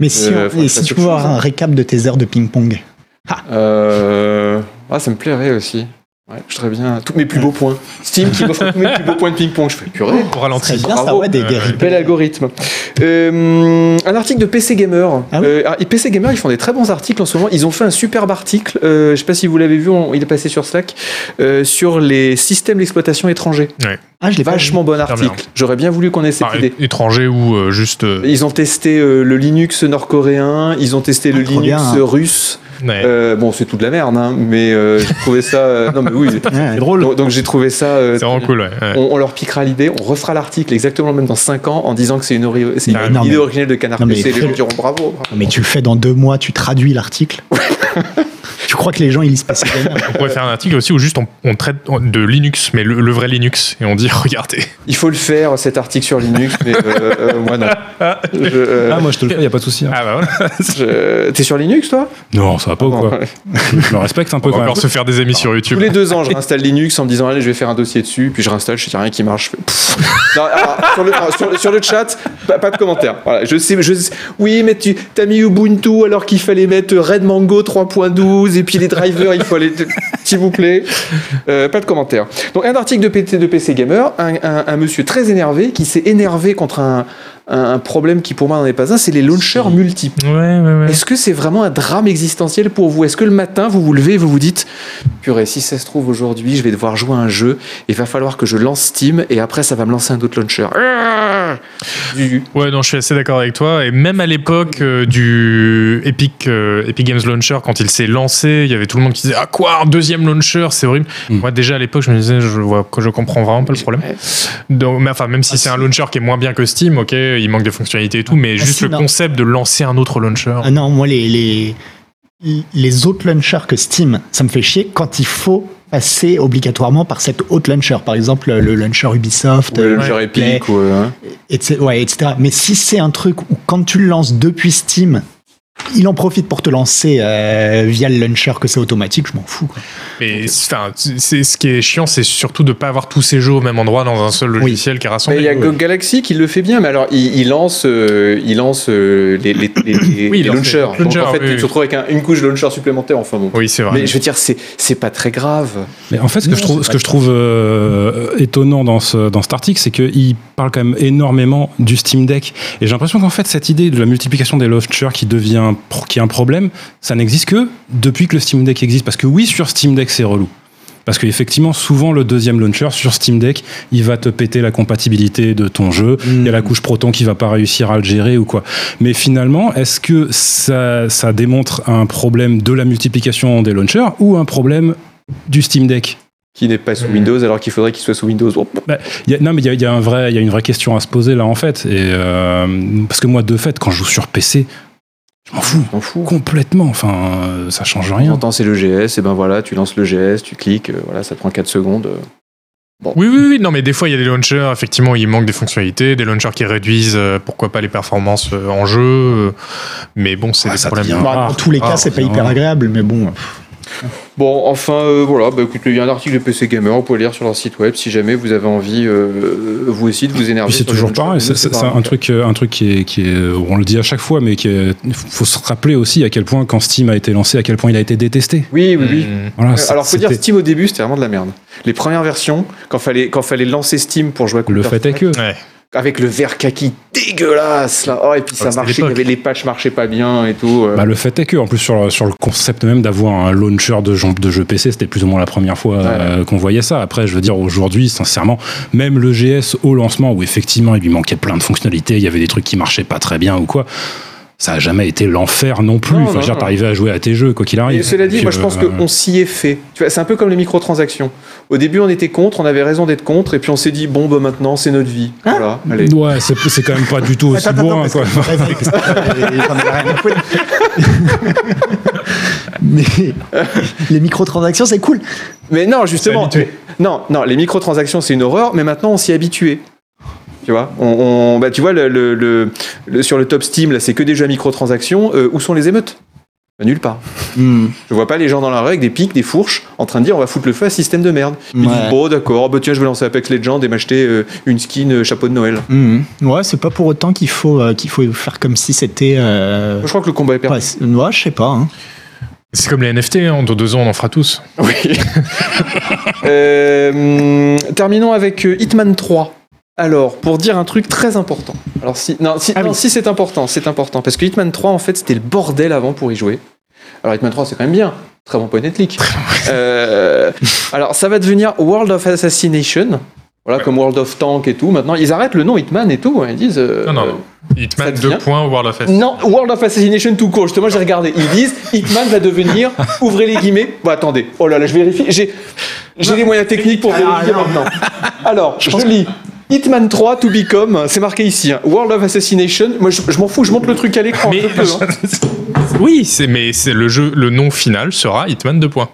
Mais si, euh, faut on- et que si ça tu se peux fasse. avoir un récap de tes heures de ping-pong. Euh, Ah, ça me plairait aussi. Ouais, je serais bien. Tous mes plus beaux points. Steam qui m'offre tous mes plus beaux points de ping-pong. Je fais purée. Pour ralentir. Très bien ça, bravo. ouais, des, des Euh, replays. Bel algorithme. Euh, un article de PC Gamer. Ah oui Euh, ah, et PC Gamer, ils font des très bons articles en ce moment. Ils ont fait un superbe article, euh, je sais pas si vous l'avez vu, on- il est passé sur Slack, euh, sur les systèmes d'exploitation étrangers. Ah, je l'ai pas Vachement bon Très bien. article. J'aurais bien voulu qu'on ait cette Par idée. étranger ou euh, juste. euh, Ils ont testé euh, le Linux nord-coréen, ils ont testé le Ah, trop Linux bien. Eh. euh, russe. ouais. Euh, bon, c'est tout de la merde, hein, mais euh, j'ai trouvé ça. euh, non, mais oui. vu. Ouais, drôle. Donc, donc j'ai trouvé ça. euh, c'est vraiment très- cool, ouais. ouais. on, on leur piquera l'idée, on refera l'article exactement le même dans 5 ans en disant que c'est une, ori- c'est une Ah, idée non, mais- originelle de Canard non, mais PC. Les faut- gens diront bravo. bravo. Mais tu le fais dans deux mois, tu traduis l'article. tu crois que les gens ils lisent pas ces gamins On pourrait faire un article aussi où juste on, on traite de Linux, mais le, le vrai Linux, et on dit regardez. Il faut le faire, cet article sur Linux, mais euh, euh, moi non. Je, euh, Ah, moi je te le fais, il n'y a pas de souci. hein. Ah bah voilà. je- T'es sur Linux, toi Non, ça va Ah, pas ou quoi Je le respecte un peu On va quand même. encore se faire des amis sur Tous YouTube. les deux ans, je réinstalle Linux en me disant allez, je vais faire un dossier dessus, puis je réinstalle, je sais qu'il y a rien qui marche. je fais, pfff. Non, alors, sur, le, alors, sur le- sur le chat, pas, pas de commentaire. Voilà, je sais, je sais- oui, mais tu as mis Ubuntu alors qu'il fallait mettre Red Mango 3.12 et puis les drivers, il faut aller, s'il vous plaît, Euh, pas de commentaire. Donc un article de PC, de PC Gamer, un, un- un monsieur très énervé qui s'est énervé contre un, un- un problème qui pour moi n'en est pas un, c'est les launchers multiples. Ouais, ouais, ouais. Est-ce que c'est vraiment un drame existentiel pour vous Est-ce que le matin, vous vous levez et vous vous dites Purée, si ça se trouve aujourd'hui, je vais devoir jouer à un jeu et va falloir que je lance Steam et après, ça va me lancer un autre launcher Ah Du- Ouais, non, je suis assez d'accord avec toi. Et même à l'époque euh, du Epic, euh, Epic Games Launcher, quand il s'est lancé, il y avait tout le monde qui disait Ah quoi, un deuxième launcher, c'est horrible. Mm. Moi, déjà à l'époque, je me disais Je vois que je comprends vraiment pas le problème. Ouais. Donc, mais enfin, Ah, même si c'est un launcher qui est moins bien que Steam, ok, il manque de fonctionnalités et tout, mais Ah, juste si, le non. concept de lancer un autre launcher. Ah non, moi, les, les, les autres launchers que Steam, ça me fait chier quand il faut passer obligatoirement par cet autre launcher. Par exemple, le launcher Ubisoft, Ou le euh, launcher Play, épique. ou, euh, hein. etc. Ouais, etc. Mais si c'est un truc où quand tu le lances depuis Steam, il en profite pour te lancer euh, via le launcher que c'est automatique, je m'en fous. quoi. Mais c'est- enfin, c'est c'est- ce qui est chiant, c'est surtout de pas avoir tous ces jeux au même endroit dans un seul logiciel qui est Mais rassemblé. il y a Go Galaxy qui le fait bien, mais alors il, il lance, euh, il lance euh, les, les- les- les- Oui, les il lance les launchers. Donc launchers, en fait, oui, tu oui. te retrouves avec un- une couche de launcher supplémentaire. Enfin bon. Oui, c'est vrai. Mais je veux dire, c'est c'est pas très grave. Mais en fait, ce que Non, je trouve, c'est ce que je trouve euh, étonnant dans, ce, dans cet article, c'est qu'il parle quand même énormément du Steam Deck. Et j'ai l'impression qu'en fait, cette idée de la multiplication des launchers qui devient pro- qui est un problème, ça n'existe que depuis que le Steam Deck existe. Parce que oui, sur Steam Deck, c'est relou. Parce qu'effectivement, souvent, le deuxième launcher sur Steam Deck, il va te péter la compatibilité de ton jeu. Il y Hmm. a la couche Proton qui va pas réussir à le gérer ou quoi. Mais finalement, est-ce que ça, ça démontre un problème de la multiplication des launchers ou un problème du Steam Deck Qui n'est pas sous Windows alors qu'il faudrait qu'il soit sous Windows. Oh, Il y a- non, mais il y a, il y a un vrai, il y a une vraie question à se poser là en fait. Et euh, parce que moi, de fait, quand je joue sur PC, je m'en fous on s'en fout. complètement. Enfin, euh, ça change De temps rien. en temps, c'est le GS, et ben voilà, tu lances le GS, tu cliques, euh, voilà, ça te prend 4 secondes. euh. Oui, oui, oui. Non, mais des fois, il y a des launchers, effectivement, il manque des fonctionnalités, des launchers qui réduisent, euh, pourquoi pas, les performances euh, en jeu. euh, Mais bon, c'est Ouais, des ça problèmes. devient- Bon, Ah, dans tous les ah, cas, c'est pas c'est hyper vrai. agréable, mais bon. Bon, enfin, euh, voilà, bah, écoutez, il y a un article de PC Gamer, vous pouvez lire sur leur site web si jamais vous avez envie, euh, vous aussi, de vous énerver. Puis c'est sur les toujours launchers. pareil, c'est c'est un truc, euh, un truc qui est, qui est, euh, on le dit à chaque fois, mais qui est- faut se rappeler aussi à quel point quand Steam a été lancé, à quel point il a été détesté. Oui, oui, oui. Mmh. Voilà, Euh, Alors, faut dire, Ah, c'était- Steam au début, c'était vraiment de la merde. Les premières versions, quand fallait, quand fallait lancer Steam pour jouer à le Counter fait est que Ouais. Avec le verre kaki dégueulasse, là. Oh, et puis Ah, ça Ouais, c'était marchait, il y l'époque. avait les patchs marchaient pas bien et tout. euh. Bah, le fait est que, en plus, sur, sur le concept même d'avoir un launcher de, jeu- de jeu PC, c'était plus ou moins la première fois euh, qu'on voyait ça. Après, je veux dire, aujourd'hui, sincèrement, même le GS au lancement, où effectivement, il lui manquait plein de fonctionnalités, il y avait des trucs qui marchaient pas très bien ou quoi. Ça a jamais été l'enfer non plus. Non, enfin, je veux non, dire, non. t'arrivais à jouer à tes jeux, quoi qu'il arrive. Et cela dit, Puis, moi je pense euh, qu'on s'y est fait. Tu vois, c'est un peu comme les microtransactions. Au début, on était contre, on avait raison d'être contre, et puis on s'est dit bon, bah maintenant c'est notre vie. Voilà, allez. Ouais, c'est c'est quand même pas du tout aussi bourrin, quoi. Mais les microtransactions, c'est cool. Mais non, justement. Non, non, les microtransactions c'est une horreur, mais maintenant on s'y est habitué. Tu vois, on, on- bah, tu vois le, le- le- le- sur le top Steam, là, c'est que des jeux à microtransactions. Euh, où sont les émeutes Bah, Nulle part. Hmm. Je vois pas les gens dans la rue avec des pics, des fourches, en train de dire on va foutre le feu à ce système de merde. Ils Ouais. disent bon, d'accord, bah, tiens, je vais lancer Apex Legends et m'acheter euh, une skin euh, chapeau de Noël. Mhm. Ouais, c'est pas pour autant qu'il faut, euh, qu'il faut faire comme si c'était. euh, Je crois que le combat est perdu. pas- ouais, je sais pas. hein. C'est comme les NFT, hein, dans deux ans, on en fera tous. Oui. Euh, terminons avec euh, Hitman 3. Alors, pour dire un truc très important. Alors si, non, si, Ah non, oui. si c'est important, c'est important. Parce que Hitman 3, en fait, c'était le bordel avant pour y jouer. Alors Hitman 3, c'est quand même bien. Très bon point Netflix. Euh, alors, ça va devenir World of Assassination. Voilà, comme World of Tank et tout. Maintenant, ils arrêtent le nom Hitman et tout. hein, Ils disent... euh, Non, non, non. Ça Hitman devient- 2 points, World of Assassin. non, World of Assassination tout court. Justement, j'ai regardé. Ils disent Hitman va devenir. Ouvrez les guillemets. Bon, attendez. Oh là là, je vérifie. J'ai, j'ai les moyens techniques pour Alors, vérifier Ah, non. maintenant. Alors, je, lis. Hitman 3 to become, c'est marqué ici. hein. World of Assassination. Moi, je, je m'en fous. Je monte le truc à l'écran. Mais- je peux, hein. Oui, c'est mais c'est le jeu, le nom final sera Hitman 2 points.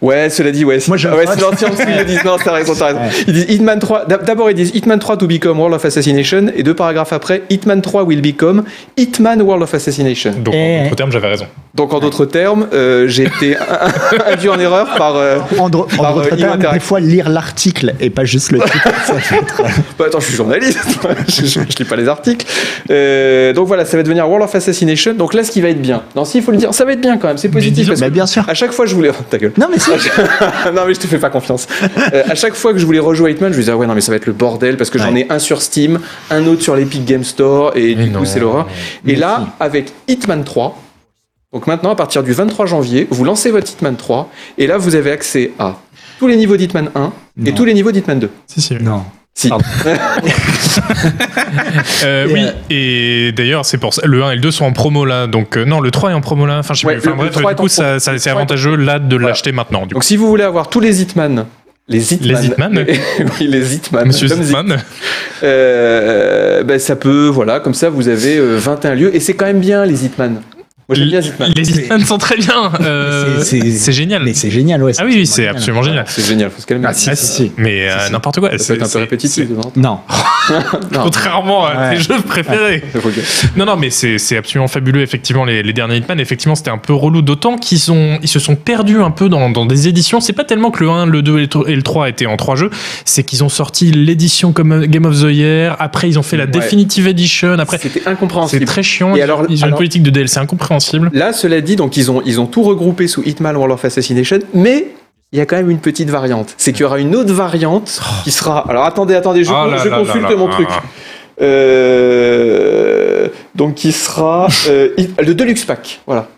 Ouais, cela dit, ouais. Moi, je- Ah ouais, c'est l'ancien aussi, ils le disent, non, t'as raison, t'as raison. Ouais. Ils disent Hitman 3, d'ab- d'abord ils disent Hitman 3 to become World of Assassination, et deux paragraphes après, Hitman 3 will become Hitman World of Assassination. Donc, Eh. en d'autres termes, j'avais raison. Donc en d'autres termes, euh, j'ai été induit en erreur par... euh, En dro- en Par, euh, d'autres termes, inintérêt. des fois lire l'article et pas juste le titre. ça fait être- Bah, attends, je suis journaliste, je, je- je lis pas les articles. Euh, donc voilà, ça va devenir World of Assassination. Donc là, ce qui va être bien. Non, si, il faut le dire, ça va être bien quand même, c'est positif. disons- Parce Bah, que bien sûr. à chaque fois, je voulais. Oh, ta gueule. Non, mais si. non, mais je te fais pas confiance. Euh, à chaque fois que je voulais rejouer à Hitman, je me disais, ah ouais, non, mais ça va être le bordel parce que j'en ai un sur Steam, un autre sur l'Epic Game Store, et Mais du coup, non. c'est l'horreur. Et là, avec Hitman 3, donc maintenant, à partir du 23 janvier, vous lancez votre Hitman 3, et là, vous avez accès à tous les niveaux d'Hitman 1 et Non. tous les niveaux d'Hitman 2. Si, si. Non. Si. Pardon. Euh, Eh, Et, oui, et d'ailleurs, c'est pour ça. Le 1 et le 2 sont en promo là. Donc, euh, non, le 3 est en promo là. Enfin, je sais Ouais, plus. Enfin, le- le bref, 3 est du en coup, ça, ça- c'est avantageux là de Voilà. l'acheter maintenant. Du coup. Donc si vous voulez avoir tous les Hitman, les Hitman, Les Hitman oui les Hitman, Monsieur comme Zit- Zitman, euh, ben, ça peut, voilà, comme ça vous avez euh, 21 lieux et c'est quand même bien les Hitman. Moi j'aime bien Hitman. les Zitman sont très bien. euh, Mais c'est- c'est- Bah, c'est génial. Mais c'est génial, ouais. Ah oui, oui, c'est absolument génial. C'est génial, faut se calmer. Ah, si, Ah, si, si, si. Mais euh, Si, si. n'importe quoi. Ça peut être un peu répétitif. de temps en temps. Non. Non. Contrairement à Ouais. tes jeux préférés. Faut que- Non, non, mais c'est c'est absolument fabuleux, effectivement, les, les derniers Hitman. Effectivement, c'était un peu relou, d'autant qu'ils sont- ils se sont perdus un peu dans, dans des éditions. C'est pas tellement que le 1, le 2 et le tro- et le 3 étaient en 3 jeux, c'est qu'ils ont sorti l'édition comme Game of the Year, après ils ont fait la Ouais. Definitive Edition, après C'était c'est incompréhensible. très chiant, Et ils- alors- ils ont alors- une politique de DLC incompréhensible. Là, cela dit, donc ils ont, ils ont tout regroupé sous Hitman World of Assassination, mais il y a quand même une petite variante. C'est qu'il y aura une autre variante qui sera. Alors attendez, attendez, je, Ah con- là je là consulte là là mon là truc. là. Euh, Donc qui sera euh, Hit- le Deluxe Pack, voilà.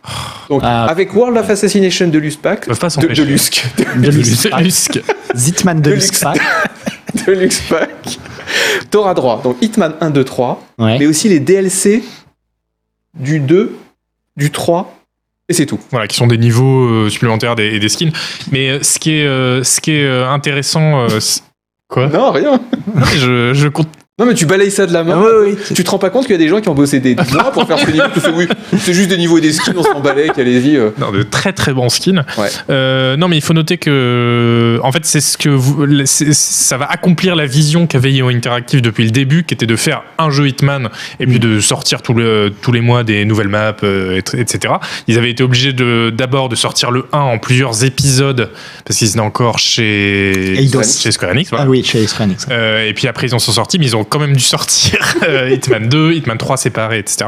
Donc Ah. avec World of Assassination Deluxe Pack, Ils peuvent pas de, s'empêcher. Deluxe, Deluxe Pack. Lusk. Zitman de Deluxe. Luxpack. Deluxe Pack, t'auras droit. Donc Hitman 1, 2, 3, mais Ouais. aussi les DLC du 2, du 3, et c'est tout. voilà, qui sont des niveaux euh, supplémentaires des- et des skins. Mais euh, ce qui est, euh, ce qui est euh, intéressant, euh, c'est- quoi Non, rien. je, je compte. Non, mais tu balayes ça de la main. Ah oui, Tu te rends pas compte qu'il y a des gens qui ont bossé des mois pour faire ce niveau tu fais, oui, c'est juste des niveaux et des skins, on s'en balèque, allez-y. euh. Non, de très très bons skins. Ouais. Euh, non, mais il faut noter que, en fait, c'est ce que vous, c'est- ça va accomplir la vision qu'avait IO Interactive depuis le début, qui était de faire un jeu Hitman et puis de sortir tout le- tous les mois des nouvelles maps, euh, et- etc. Ils avaient été obligés de d'abord de sortir le 1 en plusieurs épisodes parce qu'ils étaient encore chez Eidos. chez Square Enix. voilà. Ah oui, chez Square Enix. Euh, et puis après, ils en sont sortis, mais ils ont quand même dû sortir euh, Hitman 2, Hitman 3 séparés, etc.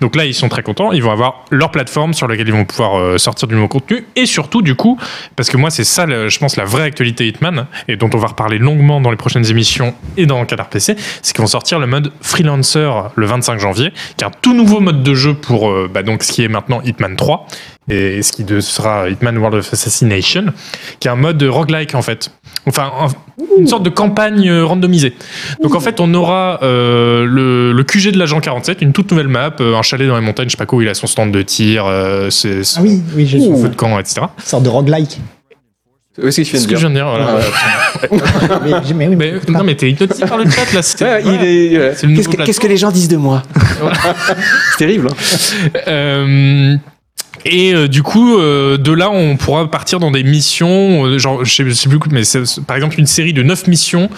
Donc là, ils sont très contents. Ils vont avoir leur plateforme sur laquelle ils vont pouvoir euh, sortir du nouveau contenu. Et surtout, du coup, parce que moi, c'est ça, le- je pense, la vraie actualité Hitman, et dont on va reparler longuement dans les prochaines émissions et dans Canard PC, c'est qu'ils vont sortir le mode Freelancer le 25 janvier, qui est un tout nouveau mode de jeu pour euh, bah, donc, ce qui est maintenant Hitman 3, et ce qui de- sera Hitman World of Assassination, qui est un mode roguelike, en fait. Enfin, en- une sorte de campagne euh, randomisée. Donc en fait, on aura euh, le, le QG de l'agent 47, une toute nouvelle map, euh, un chalet dans les montagnes, je sais pas quoi, où il a son stand de tir, euh, ses- Ah son oui, oui, j'ai feu une de camp, etc. sorte de roguelike. Oui, c'est ce que tu viens C'est de ce que je dire. viens de dire. voilà. Ouais. mais, j'ai- mais oui, Mais, euh, mais. non, mais t'es hypnotisé par le chat là. c'était- Ouais, il voilà. est- euh, C'est le Qu'est-ce nouveau que, qu'est-ce que les gens disent de moi C'est terrible. hein. Euh, et euh, du coup, euh, de là, on pourra partir dans des missions, euh, genre, je sais, je sais plus, mais c'est- c'est, par exemple, une série de 9 missions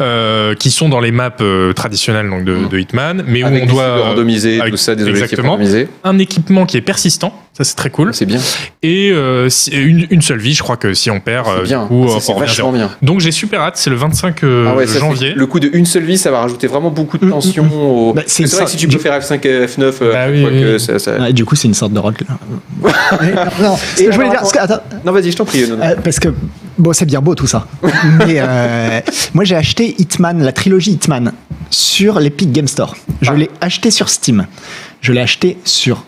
euh, qui sont dans les maps euh, traditionnelles donc de, de Hitman, mais où Ah. Avec on des doit cibles euh, randomiser, avec- tout ça, des objectifs exactement. randomisés. un équipement qui est persistant, ça c'est très cool, C'est bien. et euh, si- une, une seule vie, je crois que si on perd, euh, C'est du bien. coup, Ça, euh, c'est on revient à zéro. vachement bien. Donc j'ai super hâte, c'est le 25 euh, Ah ouais, ça, c'est- janvier. Le coup de une seule vie, ça va rajouter vraiment beaucoup de tension. au- Mm, Bah, c'est c'est vrai ça. que si tu peux faire F5 et F9, euh, Bah à chaque oui, fois oui, que oui. ça- ça- Ouais, du coup, c'est une sorte de roguelike. non, ce Et que je voulais alors, dire. ce que- attends, Non, vas-y, je t'en prie. Yonan. Euh, parce que bon, c'est bien beau tout ça. Mais euh, moi, j'ai acheté Hitman, la trilogie Hitman, sur l'Epic Game Store. Je Ah. l'ai acheté sur Steam. Je l'ai acheté sur.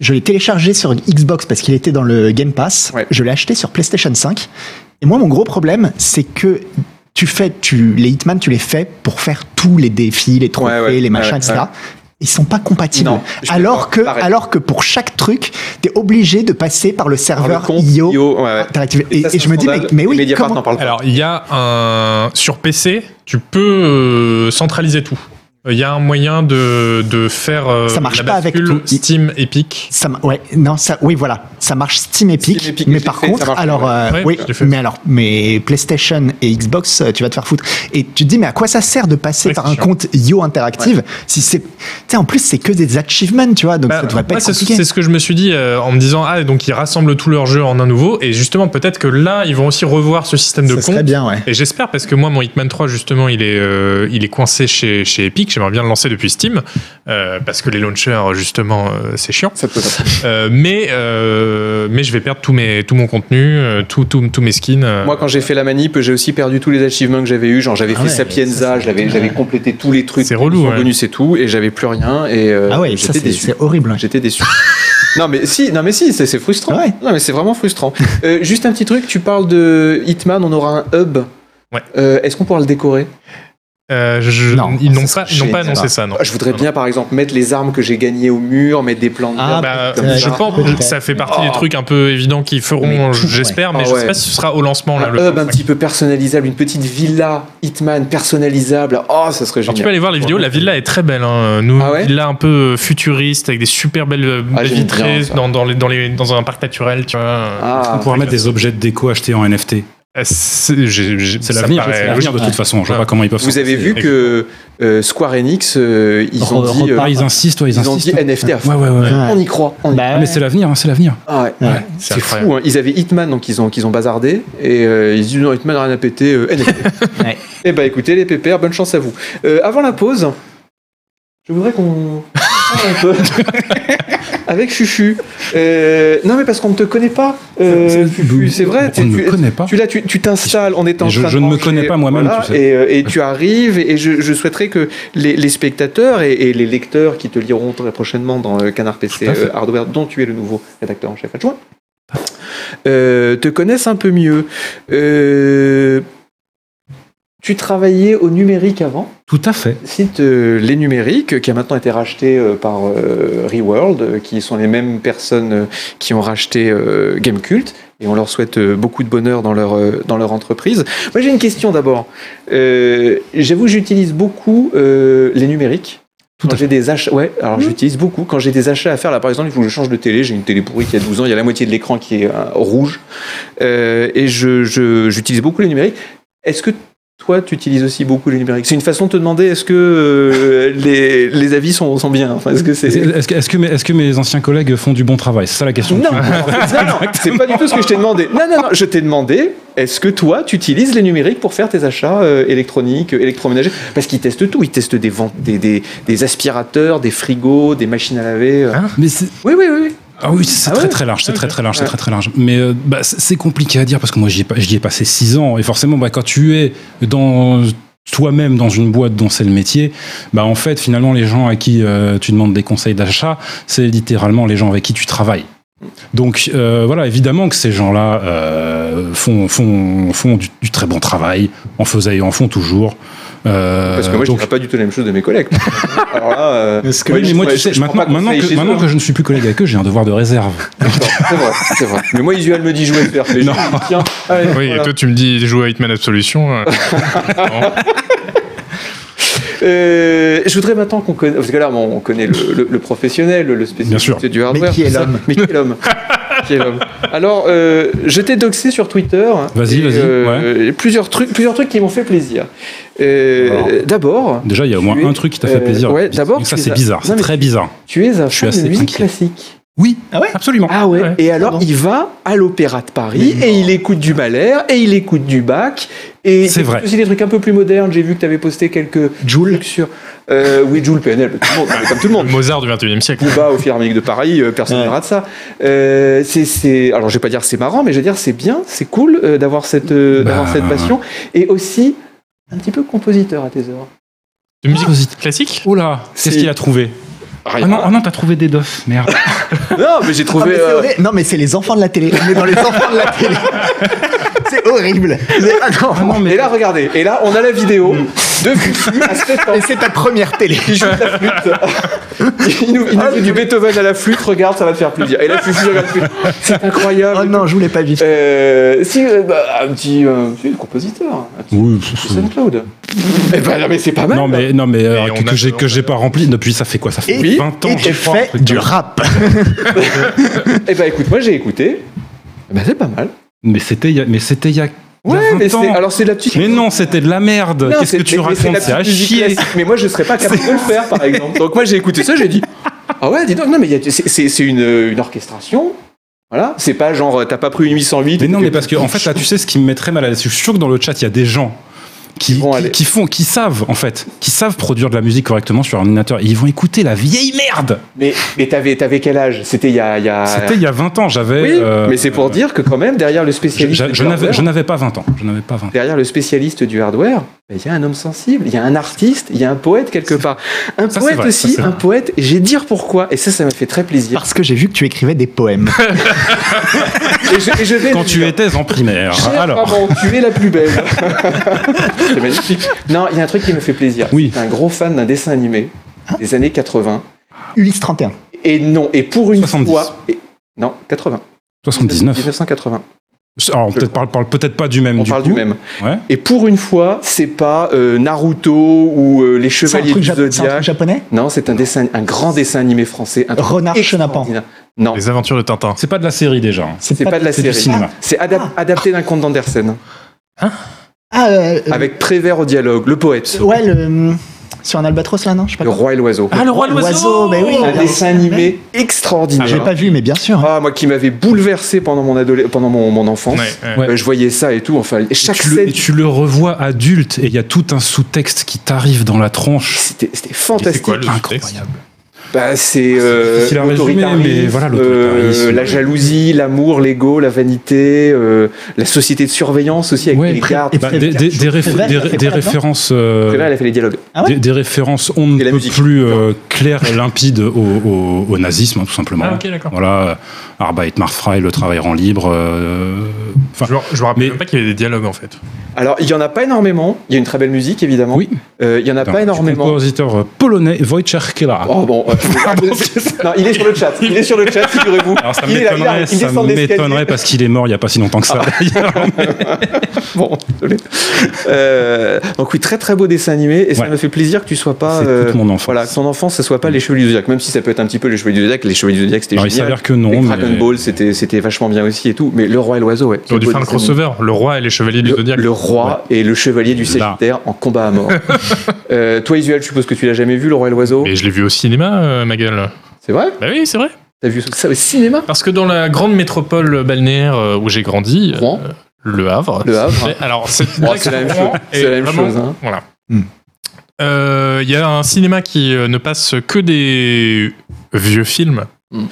Je l'ai téléchargé sur Xbox parce qu'il était dans le Game Pass. Ouais. Je l'ai acheté sur PlayStation 5. Et moi, mon gros problème, c'est que tu fais, tu les Hitman, tu les fais pour faire tous les défis, les trophées, Ouais, ouais, les machins, ouais, etc. ouais. Ils sont pas compatibles. Non, je suis d'accord. alors que, Arrête. alors que pour chaque truc, t'es obligé de passer par le serveur compte IO. IO, ouais, ouais. Interactive. Et Et, ça, et c'est je un me dis, mais, scandale. mais Et oui, Mediapart comment- n'en parle pas. Alors il y a un sur PC, tu peux euh, centraliser tout. Il y a un moyen de, de faire euh, Ça marche la pas avec tout. bascule Steam Epic. Ça, ma- ouais, non, ça, oui, voilà, ça marche Steam Epic, Steam Epic, mais je par l'ai fait, contre, ça marche alors, pas, ouais. euh, Ouais, oui, je l'ai fait. mais alors, mais PlayStation et Xbox, euh, tu vas te faire foutre. Et tu te dis, mais à quoi ça sert de passer Ouais, par c'est un chiant. compte Yo Interactive si c'est, tu sais, en plus, c'est que des achievements, tu vois, donc Bah, ça devrait pas moi, être c'est compliqué. c'est ce que je me suis dit euh, en me disant ah donc ils rassemblent tous leurs jeux en un nouveau et justement peut-être que là ils vont aussi revoir ce système de ça serait compte. bien, ouais. Et j'espère parce que moi mon Hitman 3 justement il est euh, il est coincé chez chez Epic. J'aimerais bien le lancer depuis Steam euh, parce que les launchers justement euh, c'est chiant. Ça peut pas. Euh, mais euh, mais je vais perdre tout mes tout mon contenu, euh, tout tout tous mes skins. euh. Moi, quand j'ai fait la manip, j'ai aussi perdu tous les achievements que j'avais eu. Genre, j'avais Ah fait ouais, Sapienza, j'avais j'avais complété tous les trucs. C'est relou, les ouais. bonus et tout, et j'avais plus rien. Et euh, ah ouais, ça, j'étais c'est, déçu. c'est horrible. ouais. J'étais déçu. non mais si, non mais si, c'est c'est frustrant. Ouais. Non mais c'est vraiment frustrant. Euh, juste un petit truc, tu parles de Hitman, on aura un hub. Ouais. Euh, Est-ce qu'on pourra le décorer Euh, je- Non, ils n'ont ça pas, serait ils n'ont pas génial. annoncé ça, non. Ah, Je voudrais Ah Non, bien, par exemple, mettre les armes que j'ai gagnées au mur, mettre des plans de verre. Ah, Bah, Comme je ça. pense que ça fait partie des trucs un peu évidents qu'ils Mais feront, tout, j'espère, mais Ah je Oh. ouais. sais pas si ce sera au lancement. Là, un le Ah, hub un petit peu personnalisable, une petite villa Hitman personnalisable. Oh, ça serait Alors, Ah, tu peux génial. aller voir les vidéos, la villa est très belle. Hein. Nous, Ah ouais villa un peu futuriste avec des super belles euh, Ah, j'aime vitrées bien ça. dans, dans, les, dans, les, dans un parc naturel, tu vois. On Ah, pourra mettre des objets de déco achetés en NFT. Euh, C'est j'ai- j'ai- C'est ça l'avenir, paraît c'est l'avenir de logique. toute façon. Je vois Ouais. pas comment ils peuvent. vous s'en avez passer. vu que euh, Square Enix, euh, ils Re- ont dit, euh, repart- Ah, ils insistent, ouais, ils, ils ont dit insistent. NFT à fond. Ouais, ouais, ouais. Ouais. On y croit. on y- Bah, Ah, mais c'est l'avenir, hein, c'est l'avenir. Ah ouais. ouais. C'est C'est incroyable. fou, hein. ils avaient Hitman donc ils ont, qu'ils ont bazardé et euh, ils disent non Hitman rien à péter, euh, NFT. Ouais. Et bah écoutez les pépères, bonne chance à vous. Euh, avant la pause, je voudrais qu'on parle un peu avec Chuchu. Euh, non mais parce qu'on ne te connaît pas, euh, Chuchu, c'est vrai. On t'es- ne me tu- connaît pas. tu là, tu tu t'installes en étant. Et je- en train je de ne me manger, connais pas moi-même, voilà, tu sais. Et, euh, et tu arrives, et je, je souhaiterais que les, les spectateurs et, et les lecteurs qui te liront très prochainement dans euh, Canard PC Tout à fait. euh, Hardware, dont tu es le nouveau rédacteur en chef adjoint, euh, te connaissent un peu mieux. Euh, tu travaillais au numérique avant, Tout à fait. site euh, Les Numériques, qui a maintenant été racheté euh, par euh, Reworld, euh, qui sont les mêmes personnes euh, qui ont racheté euh, Gamecult, et on leur souhaite euh, beaucoup de bonheur dans leur, euh, dans leur entreprise. Moi j'ai une question d'abord. Euh, J'avoue j'utilise beaucoup euh, les numériques. Quand j'ai des achats, ouais, alors j'utilise beaucoup. Quand j'ai des achats à faire, là par exemple, il faut que je change de télé. J'ai une télé pourrie qui a 12 ans, il y a la moitié de l'écran qui est euh, rouge. Euh, et je- je- j'utilise beaucoup les numériques. Est-ce que toi, tu utilises aussi beaucoup les numériques C'est une façon de te demander est-ce que euh, les, les avis sont, sont bien Enfin, Est-ce que c'est. Est-ce est-ce que, est-ce que mes, est-ce que mes anciens collègues font du bon travail C'est ça la question. Non, en fait, non, non, c'est pas du tout ce que je t'ai demandé. Non, non, non, je t'ai demandé, est-ce que toi, tu utilises les numériques pour faire tes achats euh, électroniques, euh, électroménagers Parce qu'ils testent tout, ils testent des, vent- des, des, des aspirateurs, des frigos, des machines à laver. euh. Hein Mais c'est- oui, oui, oui, oui. ah oui, c'est Ah très ouais très large, c'est très Ok. très large, c'est Ouais. très très large. Mais euh, bah, c'est c'est compliqué à dire parce que moi j'y ai, pas- j'y ai passé 6 ans et forcément bah, quand tu es dans toi-même dans une boîte dont c'est le métier, bah en fait finalement les gens à qui euh, tu demandes des conseils d'achat, c'est littéralement les gens avec qui tu travailles. Donc euh, voilà, évidemment que ces gens-là euh, font, font, font du, du très bon travail, en faisaient et en font toujours. Euh, Parce que moi, je donc- dirais pas du tout la même chose de mes collègues. Alors là, euh, Parce que ouais, Oui, mais moi, je- tu je- sais, je prends maintenant, pas maintenant conseil que, chez maintenant eux. hein. que je ne suis plus collègue avec eux, j'ai un devoir de réserve. C'est vrai, c'est vrai. Mais moi, Isu, elle me dit jouer faire. Mais je Non. dis, tiens, allez, Oui, voilà. et toi tu me dis jouer à Hitman Absolution. euh, non. Euh, je voudrais maintenant qu'on connaisse, parce que là, bon, on connaît le, le- le professionnel, le spécialiste du hardware. Mais qui est tout ça. l'homme Mais qui est l'homme Qui est l'homme Alors, euh, je t'ai doxé sur Twitter. Vas-y, Et, vas-y, euh, Plusieurs trucs, plusieurs trucs qui m'ont fait plaisir. Euh, Alors. D'abord, Déjà, il y a au Tu moins es- un truc qui t'a fait euh, plaisir. ouais, d'abord, Donc ça, tu c'est les as- bizarre, Non, c'est mais- très bizarre. tu es un Je suis fan de assez musique inquiet. classique. Oui, Ah ouais absolument. Ah ouais. Ouais. Et alors, Pardon il va à l'Opéra de Paris et il écoute du Mahler et il écoute du Bach. Et il C'est écoute vrai. aussi des trucs un peu plus modernes. J'ai vu que tu avais posté quelques Joule sur. Euh, oui, Joule PNL, tout le monde, comme tout le monde. Le Mozart du 21 e siècle. Booba au Philharmonique de Paris, euh, personne Ouais. ne rate ça. Euh, c'est, c'est, alors je vais pas dire c'est marrant, mais je vais dire c'est bien, c'est cool euh, d'avoir cette, euh, Bah. d'avoir cette passion et aussi un petit peu compositeur à tes heures. De musique classique Oh là, qu'est-ce C'est- qu'il a trouvé Ah Rien. non, ah non, t'as trouvé des dofs, merde. non, mais j'ai Ah, mais trouvé. c'est euh, vrai. Non, mais c'est les enfants de la télé. On est dans les enfants de la télé. C'est horrible. C'est- ah non. Ah non, mais- Et là, regardez, et là, on a la vidéo de Fufu à 7 ans. Et c'est ta première télé. Il joue de la flûte. Il nous, il nous Ah, joue du Beethoven à la flûte. Regarde, ça va te faire plaisir. Et là, Fufu regarde la flûte. C'est incroyable. Ah Oh non, je voulais pas vivre. Ah Euh, si, euh, bah, un petit, euh, si, le compositeur, un petit Oui, pff, pff. SoundCloud. Eh ben, non, mais c'est pas mal. non mais non mais euh, Et on que, a- que j'ai que j'ai pas rempli depuis ça fait quoi ça fait Et- 20 ans Et tu je crois, un fais truc du comme ça. rap. Eh ben, écoute, moi j'ai écouté. Eh Ben, c'est pas mal. mais c'était il y a- mais c'était il y a il y a Ouais, 20 mais c'est. ans. Alors, c'est de la petite. mais non c'était de la merde Non, qu'est-ce c'est- que tu mais- mais c'est de racontes la c'est à petite musique chier classique. Mais moi, je serais pas capable de le faire, par exemple. Donc, moi, j'ai écouté ça, j'ai dit Ah ouais, dis donc, non, mais il y a- c'est- c'est c'est une, une orchestration. Voilà. C'est pas genre, t'as pas pris une 808. Mais non, et- mais parce que en fait là, tu sais ce qui me mettrait mal à l'aise. Je suis sûr que dans le chat, il y a des gens qui, Ils vont qui- aller. qui font, qui savent en fait, qui savent produire de la musique correctement sur ordinateur. Et ils vont écouter la vieille merde. Mais, mais t'avais t'avais quel âge C'était il y a. il Y a... C'était il y a 20 ans. J'avais. Ah, Oui, euh, mais c'est pour dire que quand même derrière le Je, spécialiste, je- du je n'avais, hardware, je n'avais pas 20 ans. Je n'avais pas 20 ans. derrière le spécialiste du hardware, ben, il y a un homme sensible, il y a un artiste, il y a un poète quelque part, un ça, c'est poète vrai, ça, aussi, c'est un vrai. poète. Et j'ai dire pourquoi. Et ça, ça m'a fait très plaisir. Parce que j'ai vu que tu écrivais des poèmes. Et je, et je vais Ah, Quand le tu dire. étais en primaire. Chère Alors. maman, tu es la plus belle. c'est magnifique. Non, il y a un truc qui me fait plaisir. Oui. Ah. J'étais un gros fan d'un dessin animé des années 80. Ulysse 31. Et non, et pour une 70. fois, et- non, 80. 79. 1980. Alors, on peut-être parle, parle peut-être pas du même On du parle coup. du même. Ouais. Et pour une fois, c'est pas euh, Naruto ou euh, les C'est un, Chevaliers truc du japo- c'est un truc Zodiac. japonais Non, c'est un dessin, un grand dessin animé français. Un truc Renard Chenapan. extraordinaire. Non, Les aventures de Tintin. C'est pas de la série déjà. hein. c'est pas de la c'est du série. cinéma. Ah. C'est adap- adapté d'un conte d'Andersen, Ah, euh, euh, avec Prévert au dialogue, le poète, Ouais, le. euh, Sur un albatros là, non Je sais pas. le quoi. roi et l'oiseau. Ah, le roi L'oiseau, mais oui. un bien dessin sûr. animé Je l'ai extraordinaire. pas vu, mais bien sûr. Ah, moi qui m'avait bouleversé pendant mon, adole- pendant mon, mon enfance. Ouais, ouais. Ouais. Euh, je voyais ça et tout. Enfin, Et chaque tu, le, scène, et tu le revois adulte et il y a tout un sous-texte qui t'arrive dans la tranche. c'était c'était Et C'est fantastique. quoi le texte Incroyable. Bah, c'est euh, difficile à résumer, l'autoritarisme, mais voilà, l'autoritarisme. euh, la jalousie, l'amour, l'ego, la vanité, euh, la société de surveillance aussi avec Ouais, les après- gardes. et Bah, Prévert, des, des- je- des réf- Prévert, des- il a fait des quoi là-dedans références euh, C'est vrai, elle a fait les dialogues. Ah ouais des, des références on ne Et la peut musique. plus euh, claires et limpides au, au- au nazisme hein, tout simplement Ah, ok, d'accord. voilà euh, Arbeit macht frei le travail rend libre euh, enfin, Je me- je me rappelle Mais- même pas qu'il y avait des dialogues en fait. Alors, il y en a pas énormément. Il y a une très belle musique, évidemment. oui Euh, il y en a Attends, pas du énormément. compositeur euh, polonais Wojciech Kiela Oh bon. euh, non, il est sur le chat. Il est sur le chat, figurez-vous. alors ça Il est là, il m'étonnerait arrive, il ça descend de l'escalier. m'étonnerait parce qu'il est mort il y a pas si longtemps que ça d'ailleurs. Bon, désolé. Euh, donc oui, très très beau dessin animé et ça Ouais. me fait plaisir que tu sois pas. euh, C'est toute mon enfance. Voilà, que son enfance, ce soit pas les Chevaliers du Zodiac, même si ça peut être un petit peu les Chevaliers du Zodiac. Les Chevaliers du Zodiac, c'était Alors, il génial. s'avère que non Les mais- Dragon Ball, c'était c'était vachement bien aussi et tout. Mais le roi et l'oiseau, ouais. Ils ont dû Beau faire un dessin animé. crossover. Le roi et les chevaliers du Le, Zodiac. le roi et le chevalier du Là. Sagittaire en combat à mort. Euh, toi, Isuel, je suppose que tu l'as jamais vu, le roi et l'oiseau. Et je l'ai vu au cinéma, euh, ma gueule. C'est vrai Bah oui, c'est vrai. T'as vu ça au cinéma Parce que dans la grande métropole balnéaire euh, où j'ai grandi, euh, Rouen. le Havre. Le Havre. Mais Alors, c'est Oh, c'est la même chose. C'est la même chose, hein. Voilà. Hmm. Euh, Il y a un cinéma qui euh, ne passe que des vieux films, Hmm.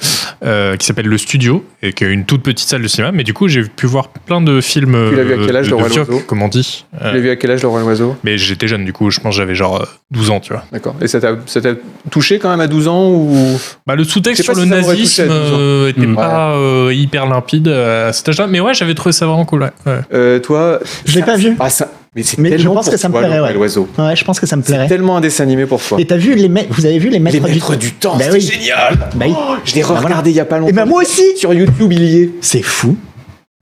euh, qui s'appelle Le Studio, et qui a une toute petite salle de cinéma. Mais du coup, j'ai pu voir plein de films. euh, Tu l'as vu à quel âge, de, Le de Roi vieux, Loiseau Comme on dit. Tu Euh, l'as vu à quel âge, le roi et l'oiseau mais j'étais jeune, du coup, je pense que j'avais genre euh, 12 ans, tu vois. D'accord. Et ça t'a ça t'a touché quand même à 12 ans ou Bah, le Je sous-texte sais pas sur le si ça m'aurait touché à nazisme 12 ans. euh, était Hmm. pas euh, hyper limpide euh, à cet âge-là. Mais ouais, j'avais trouvé ça vraiment cool. ouais. Ouais. Euh, Toi, Je l'ai pas vu. Ah, ça... Mais c'est Mais je tellement pense pour que ça me toi, le plairait, roi et ouais. l'oiseau. Ouais, je pense que ça me C'est plairait. tellement un dessin animé pour toi. Et t'as vu les ma- Vous avez vu les Les maîtres, maîtres du temps, Bah c'était oui. génial. Oh, Bah oui. Je l'ai Bah voilà. regardé il y a pas longtemps. Et bah moi aussi sur YouTube, il y est. C'est fou.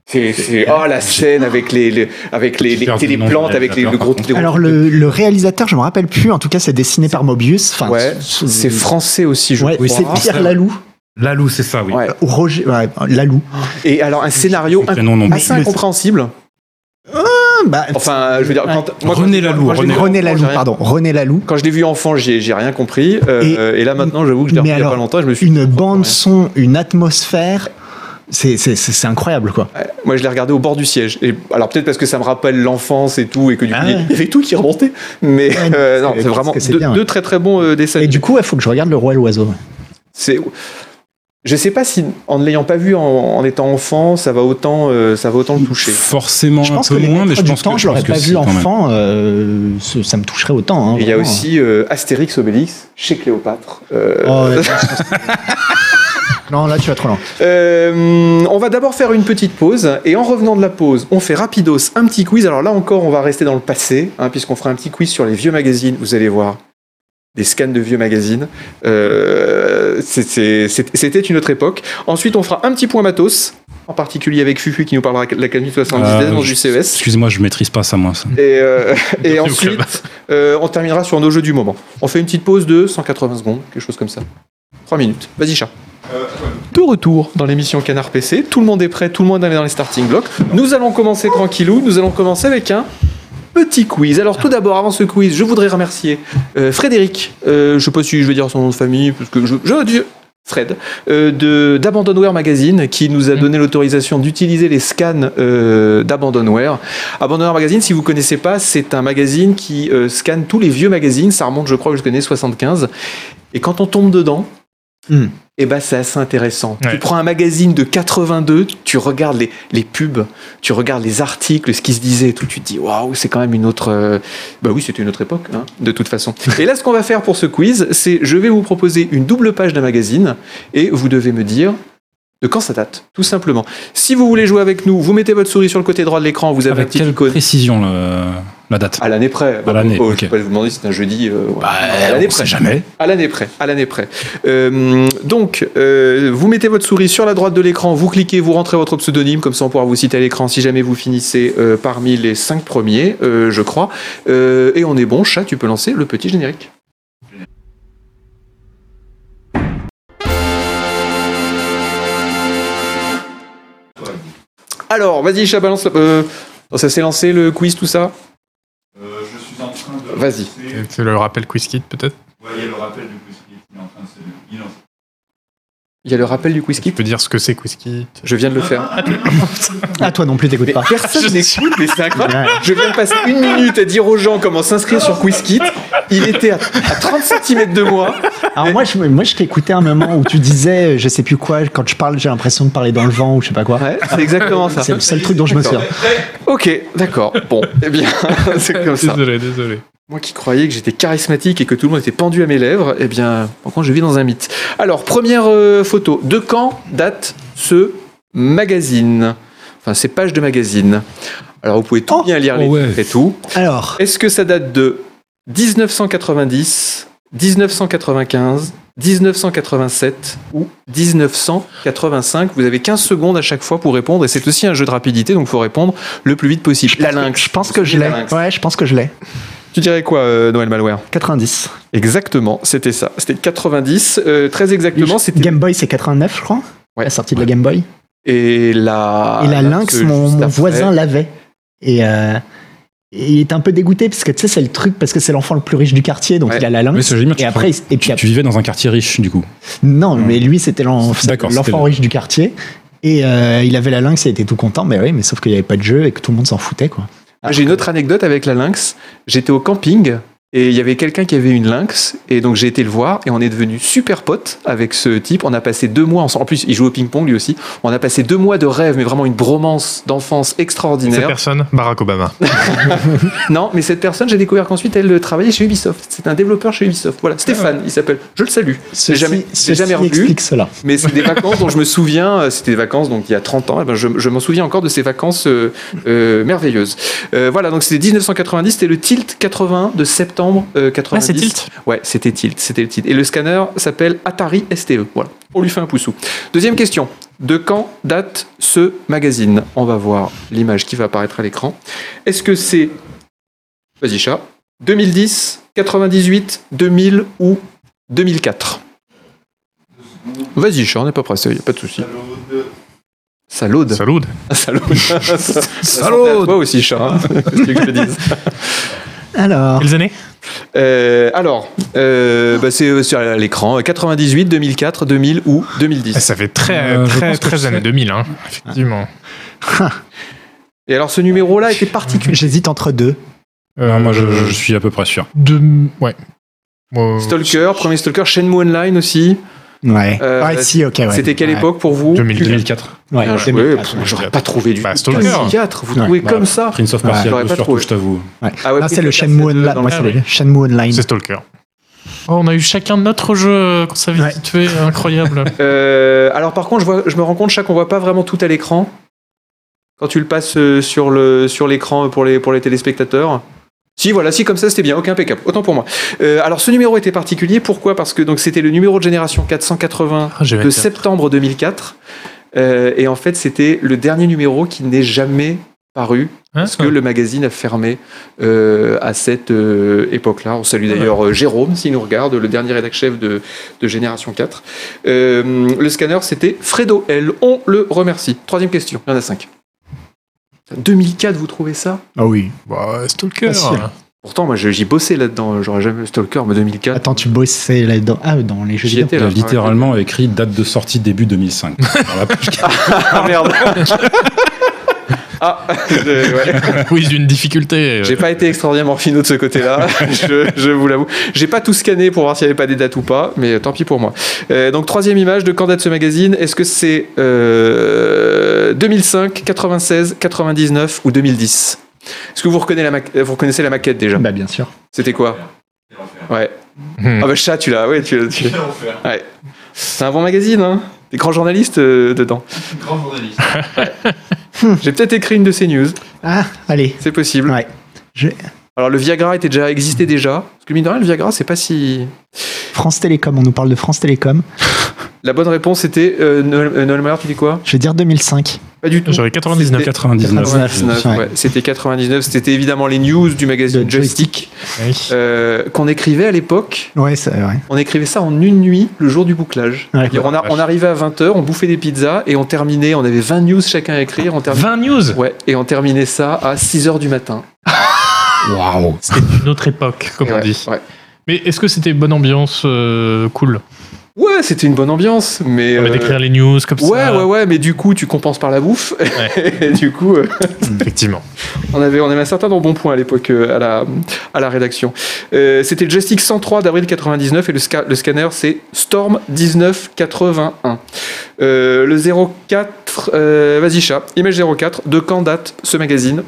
C'est, c'est- oh, la scène avec les, les- avec les, les J'ai perdu le nom téléplantes, du avec les, le réalisateur, gros. par le gros- Alors le, le réalisateur, je me rappelle plus. En tout cas, c'est dessiné par Mobius. Enfin, ouais, c'est français aussi, je Ouais, crois. c'est Pierre Lalou Lalou c'est ça oui Ouais. ou Euh, Roger ouais, Lalou. Et alors un scénario Son prénom non plus. assez incompréhensible. Ah, bah, Enfin, je veux dire, Ouais. quand, moi, René quand- Laloux, quand je l'ai René- vu René enfant, Lalou, j'ai rien- pardon, René Lalou. Quand je l'ai vu enfant, j'ai, j'ai rien compris. Euh, Et- euh, et, là maintenant, j'avoue que je l'ai mais revu il y a pas alors, longtemps, je me suis. Une bande son, une atmosphère, c'est c'est- c'est- c'est incroyable quoi. Ouais, Moi, je l'ai regardé au bord du siège. Et, alors peut-être parce que ça me rappelle l'enfance et tout, et que du coup, Ah il y- ouais. il y avait tout qui remontait. Mais Ouais, non, euh, c'est- non, c'est parce vraiment que c'est deux, bien, deux ouais. très très bons euh, dessins. Et du coup, il faut que je regarde Le Roi et l'Oiseau. C'est. Je sais pas si en ne l'ayant pas vu en, en étant enfant, ça va autant, euh, ça va autant me toucher. forcément Je un pense que peu les moins mais Maîtres je du pense temps, que je l'aurais pense que pas si, vu quand même. enfant, euh, ce- ça me toucherait autant. hein, Et il y a vraiment. aussi euh, Astérix Obélix chez Cléopâtre. Euh, Oh, ouais. Non, là, tu vas trop loin. Euh, on va d'abord faire une petite pause et en revenant de la pause, on fait rapidos un petit quiz. Alors là encore, on va rester dans le passé hein, puisqu'on fera un petit quiz sur les vieux magazines. Vous allez voir des scans de vieux magazines. Euh, c'est- c'est- c'est- C'était une autre époque. Ensuite, on fera un petit point matos, en particulier avec Fufu qui nous parlera de la 4079 Euh, dans du E CES. Excusez-moi, je maîtrise pas ça, moi. ça. Et, euh, et Bienvenue au club. ensuite, euh, on terminera sur nos jeux du moment. On fait une petite pause de 180 secondes, quelque chose comme ça. 3 minutes. Vas-y, chat. De retour dans l'émission Canard PC. Tout le monde est prêt, tout le monde est dans les starting blocks. Nous allons commencer tranquillou. Nous allons commencer avec un petit quiz. Alors, tout d'abord, avant ce quiz, je voudrais remercier euh, Frédéric. Euh, je ne sais pas si je vais dire son nom de famille, parce que je. je dis- Fred, euh, de- d'Abandonware Magazine, qui nous a donné l'autorisation d'utiliser les scans euh, d'Abandonware. Abandonware Magazine, si vous connaissez pas, c'est un magazine qui euh, scanne tous les vieux magazines. Ça remonte, je crois que je connais 75. Et quand on tombe dedans, Hmm. eh ben, c'est assez intéressant. Tu Ouais. prends un magazine de 82, tu regardes les, les pubs, tu regardes les articles, ce qui se disait et tout. Tu te dis, waouh, c'est quand même une autre. euh, Bah oui, c'était une autre époque, hein, de toute façon. et là, ce qu'on va faire pour ce quiz, c'est je vais vous proposer une double page d'un magazine et vous devez me dire. De quand ça date, tout simplement. Si vous voulez jouer avec nous, vous mettez votre souris sur le côté droit de l'écran, vous avez un Avec petit quelle icône. précision le- la date À l'année près. À l'année, Oh, ok. Bah, Je peux pas vous demander si c'est un jeudi. euh, ouais. à on l'année sait près. jamais. À l'année près. À l'année près. Euh, donc, euh, vous mettez votre souris sur la droite de l'écran, vous cliquez, vous rentrez votre pseudonyme, comme ça on pourra vous citer à l'écran si jamais vous finissez euh, parmi les cinq premiers, euh, je crois. Euh, et on est bon, chat, tu peux lancer le petit générique. Alors, vas-y, chat, balance. la- euh, ça s'est lancé le quiz, tout ça Euh, je suis en train de. Vas-y. lancer- C'est le rappel QuizKit peut-être Ouais, il y a le rappel du quiz kit, il est en train de se. il est en- Il y a le rappel du quiz Tu peux dire ce que c'est QuizKit Je viens de le faire. Ah, toi non plus, t'écoutes Mais pas. personne n'écoute, mais c'est incroyable. Ouais. Je viens de passer une minute à dire aux gens comment s'inscrire sur QuizKit. Il était à, à 30 cm de moi. Alors moi, je, moi, je t'écoutais un moment où tu disais, euh, je sais plus quoi, quand je parle, j'ai l'impression de parler dans le vent ou je sais pas quoi. Ouais, c'est exactement ça. C'est le seul truc dont je me souviens. Ok, d'accord. Bon, eh bien, c'est comme ça. Désolé, désolé. Moi qui croyais que j'étais charismatique et que tout le monde était pendu à mes lèvres, eh bien, par contre, je vis dans un mythe. Alors, première euh, photo. De quand date ce magazine Enfin, ces pages de magazine. Alors, vous pouvez tout Oh. bien lire les Oh ouais. titres et tout. Alors, Est-ce que ça date de 1990, 1995, 1987 ou 1985 Vous avez 15 secondes à chaque fois pour répondre et c'est aussi un jeu de rapidité donc il faut répondre le plus vite possible. La lynx. je pense que je l'ai. La lynx. Ouais, je pense que je l'ai. Tu dirais quoi, euh, Noël Malware 90. Exactement, c'était ça. C'était 90, euh, très exactement. C'était Game Boy, c'est 89, je crois. Ouais. Ah, La sortie de la Game Boy. et la et la lynx, ce- mon, juste mon après. voisin l'avait. Et, euh, et il était un peu dégoûté parce que tu sais, c'est le truc parce que c'est l'enfant le plus riche du quartier, donc Ouais. il a la lynx. Mais ce gémir, et tu, après, il- et puis tu, tu vivais dans un quartier riche, du coup. non, mais lui, c'était l'en- D'accord, c'était l'enfant le- riche du quartier. Et euh, il avait la lynx, il était tout content, mais oui, mais sauf qu'il n'y avait pas de jeu et que tout le monde s'en foutait, quoi. Moi, Ah, J'ai une autre anecdote avec la lynx. J'étais au camping et il y avait quelqu'un qui avait une lynx et donc j'ai été le voir et on est devenu super potes avec ce type. On a passé deux mois ensemble. En plus, il joue au ping-pong lui aussi. On a passé deux mois de rêve, mais vraiment une bromance d'enfance Cette extraordinaire. personne, Barack Obama. Non, mais cette personne, j'ai découvert qu'ensuite elle euh, travaillait chez Ubisoft. C'est un développeur chez Ubisoft. Voilà, Stéphane, il s'appelle. Je le salue. J'ai Ceci- jamais, j'ai ceci jamais revu. explique cela. Mais c'est des vacances dont je me souviens, euh, c'était des vacances donc il y a 30 ans, et ben je, je m'en souviens encore de ces vacances euh, euh, merveilleuses. Euh, voilà, donc c'était 1990, c'était le Tilt 81 de septembre euh, 90. c'est Tilt Ouais, c'était Tilt, c'était le Tilt. Et le scanner s'appelle Atari STE, voilà, on lui fait un poussou. Deuxième question, de quand date ce magazine On va voir l'image qui va apparaître à l'écran. Est-ce que c'est, vas-y chat, 2010, 98, 2000 ou 2004 Vas-y, chat, on n'est pas pressé, y a pas de souci. Ça laude. Salut. Ça laude. Ça- ça laude. Toi aussi, chat. hein. Qu'est-ce que tu veux que je te dise Alors, Quelles années Euh, Alors, euh, bah, c'est euh, sur l'écran. 98, 2004, 2000 ou 2010. Eh, Ah, Ça fait très, Euh, je très, pense que très c'est- années 2000, hein, effectivement. Et alors, ce numéro-là était particulier. j'hésite entre deux. Non, moi, je, je suis à peu près sûr. De... Euh, Ouais. Moi, Oh, Stalker, premier Stalker, Shenmue Online aussi. Ouais. Euh, Ouais, Ah, si, ok, ouais. C'était quelle Ouais. époque pour vous 2002. 2004. Ouais, Bien joué. 2004, Pff, ouais. J'aurais pas trouvé du Bah, tout. Stalker. 2004, vous Ouais. trouvez Bah, comme ça Prince of Ouais, Persia j'aurais 2, pas surtout, trouvé. je t'avoue. Ah ouais, Non, c'est le Prince of Shenmue Persia deux, Online. Moi, donc, c'est le Shenmue Online. C'est Stalker. Oh, on a eu chacun notre jeu qu'on savait Ouais. situer, incroyable. Euh, alors par contre, je, vois- je me rends compte chaque on voit pas vraiment tout à l'écran. Quand tu le passes euh, sur le sur l'écran euh, pour les pour les téléspectateurs. Si voilà, si comme ça c'était bien, ok impeccable, autant pour moi. Euh, alors ce numéro était particulier, pourquoi Parce que donc c'était le numéro de génération 480 Ah, j'ai de hâte. septembre 2004, Euh, et en fait c'était le dernier numéro qui n'est jamais paru Hein parce que le magazine a fermé euh, à cette euh, époque-là. On salue d'ailleurs euh, Jérôme, s'il nous regarde, le dernier rédacteur chef de, de Génération 4. Euh, le scanner, c'était Fredo L. On le remercie. Troisième question, il y en a cinq. 2004, vous trouvez ça Ah oui. Bah, Stalker. Ah, Facile. Pourtant, moi, j'ai- j'y bossais là-dedans. J'aurais jamais Stalker, mais 2004. Attends, tu bossais là-dedans. Ah, dans les jeux J'y vidéo. étais Il là. a littéralement écrit date de sortie début 2005. Dans la page qui- Ah merde Ah, je- ouais. Oui, d'une difficulté. euh, J'ai pas été extraordinairement finot de ce côté-là, je, je vous l'avoue. J'ai pas tout scanné pour voir s'il y avait pas des dates ou pas, mais tant pis pour moi. Euh, donc troisième image de quand date ce magazine, est-ce que c'est euh, 2005, 96, 99 ou 2010 Est-ce que vous, reconnaissez la maquette, vous reconnaissez la maquette déjà Bah, bien sûr. C'était quoi Quel enfer. Ouais. Hmm. Ah bah chat, tu l'as, ouais, tu l'as. tu l'as. Quel enfer. C'est un bon magazine, hein Des grands journalistes euh, dedans. Grand journaliste. J'ai peut-être écrit une de ces news, Ah, allez. c'est possible. Hmm. Ouais. Je- Alors le Viagra était déjà existé déjà, parce que mine de rien, le Viagra, c'est pas si... France Télécom, on nous parle de France Télécom. La bonne réponse était euh, Noël euh, Noël Maillard, tu dis quoi Je vais dire 2005. Pas du tout. J'aurais 99. 99. 99, ouais. ouais. C'était 99, c'était évidemment les news du magazine De Joystick euh, qu'on écrivait à l'époque. Ouais, c'est vrai. On écrivait ça en une nuit, le jour du bouclage. Ouais. C'est-à-dire, on, a- on arrivait à 20h, on bouffait des pizzas et on terminait, on avait 20 news chacun à écrire. On terminait, 20 news ouais, et on terminait ça à 6h du matin. Waouh. C'était une autre époque, comme on Ouais, dit. Ouais, Mais est-ce que c'était bonne ambiance, euh, cool Ouais, c'était une bonne ambiance, mais. On va euh, décrire les news comme Ouais, ça. ouais, ouais, mais du coup, tu compenses par la bouffe. et du coup, euh, Effectivement. On avait, on avait un certain nombre de bons points à l'époque euh, à la, à la rédaction. Euh, C'était le joystick 103 d'avril 99 et le, sca- le scanner c'est Storm 1981. Euh, le 04, euh, vas-y chat, image 04, de quand date ce magazine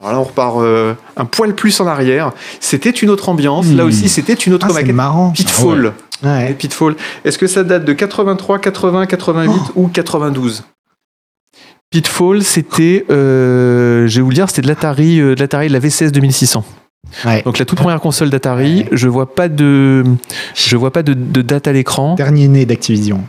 alors là, on repart euh, un poil plus en arrière. C'était une autre ambiance. Là Hmm. aussi, c'était une autre Ah, c'est maquette. marrant. Pitfall. Et Ouais. Pitfall. Est-ce que ça date de 83, 80, 88 ou 92 Oh. Pitfall, c'était, euh, je vais vous le dire, c'était de l'Atari, euh, de l'Atari de la VCS 2600. Ouais. Donc la toute première console d'Atari. Je vois pas de, je vois pas de, de date à l'écran. Dernier né d'Activision.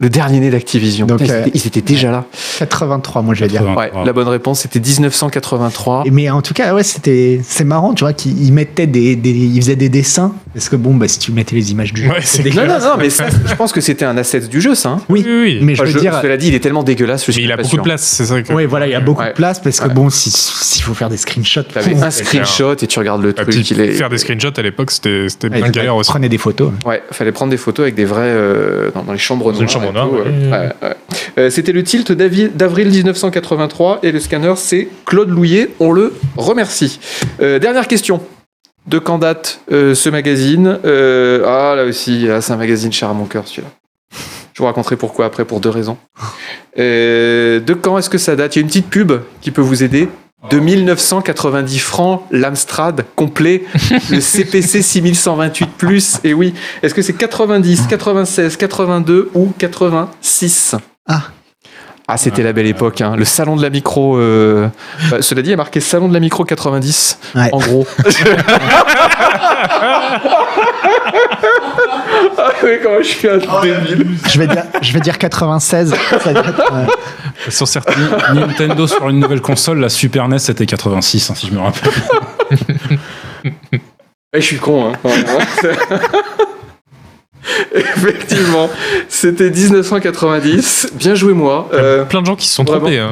Le dernier né d'Activision. Donc, Putain, euh, ils, étaient, ils étaient déjà là. 83, moi, je vais dire. Ouais, la bonne réponse, c'était 1983. Et Mais en tout cas, ouais, c'était, c'est marrant, tu vois, qu'ils mettaient des, des, ils faisaient des dessins. Parce que bon, bah, si tu mettais les images du, Ouais, c'est des- Non, non, non, mais ça, je pense que c'était un asset du jeu, ça. hein. Oui, oui, oui. Mais je Enfin, veux je- dire, cela dit, il est tellement dégueulasse. Je suis Mais il a pas beaucoup sûr. de place, c'est ça que. Hmm. ouais, voilà, il y a beaucoup Ouais. de place parce que Ouais. Ah, bon, si- s'il faut faire des screenshots, T'avais bon, un screenshot et tu regardes le Ah, truc. puis, il est... Faire des screenshots à l'époque, c'était c'était ouais, bien galère aussi. prenez des photos. Ouais, fallait prendre des photos avec des vrais euh, dans, dans les chambres noires. Dans une chambre et noire, tout, ouais. euh, ouais, ouais. Euh, C'était le tilt d'avi- d'avril 1983 et le scanner c'est Claude Louillet. On le remercie. Euh, dernière question. De quand date euh, ce magazine Euh, Ah là aussi, ah, c'est un magazine cher à mon cœur celui-là. Je vous raconterai pourquoi après pour deux raisons. Euh, de quand est-ce que ça date Il y a une petite pub qui peut vous aider. De 1990 francs, l'Amstrad complet, le CPC 6128 plus. Et oui, est-ce que c'est 90, 96, 82 ou 86 Ah. Ah, c'était la belle époque, hein. le salon de la micro. euh, bah, cela dit, il y a marqué salon de la micro 90, Ouais. en gros. ah, mais comment je suis un débile. Je vais dire, je vais dire 96. ça euh. date, ouais. Sur certains. Nintendo sur une nouvelle console, la Super NES c'était 86, hein, si je me rappelle. Eh, je suis con, hein. Effectivement, c'était 1990. Bien joué, moi. Euh, Plein de gens qui se sont Vraiment. trompés. hein.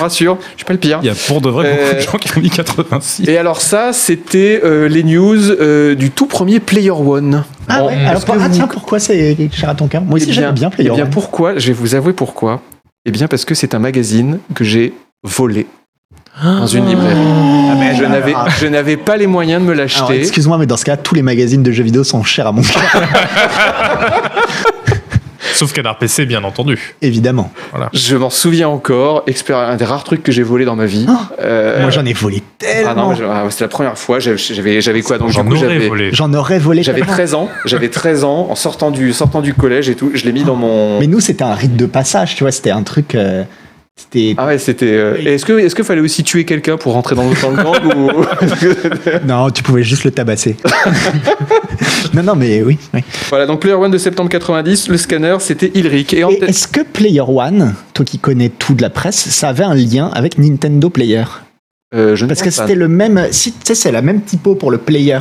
rassure, je suis pas le pire. Il y a pour de vrai beaucoup Euh, de gens qui ont mis 86. Et alors ça, c'était euh, les news euh, du tout premier Player One. Ah Bon, ouais. est-ce Alors, que ah, vous- tiens, pourquoi c'est cher à ton cœur Moi Eh aussi, j'aime bien eh Player. bien One. pourquoi Je vais vous avouer pourquoi. Eh bien parce que c'est un magazine que j'ai volé dans une Ah. librairie. mais Je alors- n'avais, je n'avais pas les moyens de me Alors, l'acheter. excuse-moi, mais dans ce cas, tous les magazines de jeux vidéo sont chers à mon cœur. Sauf Canard PC, bien entendu. Évidemment. Je m'en souviens encore, expéri- un des rares trucs que j'ai volé dans ma vie. Ah, Euh, Moi, j'en ai volé ah non, tellement. moi, je- ah, c'était la première fois, j'avais- j'avais j'avais quoi Ah, donc du J'en coup, aurais j'avais- volé. J'en aurais volé J'avais tellement. 13 ans, j'avais 13 ans en sortant du sortant du collège et tout, je l'ai mis dans mon Mais nous, c'était un rite de passage, tu vois, c'était un truc. euh, c'était. Ah ouais, c'était euh, et est-ce que est-ce que fallait aussi tuer quelqu'un pour rentrer dans, dans le gang ou Ah. Non, tu pouvais juste le tabasser. non, non, mais oui. oui. Voilà, donc Player One de septembre 90, le scanner, c'était Ilric et en Et est-ce que Player One, toi qui connais tout de la presse, ça avait un lien avec Nintendo Player Euh, je ne Parce que pense pas. c'était le même. Si, tu sais, c'est la même typo pour le Player.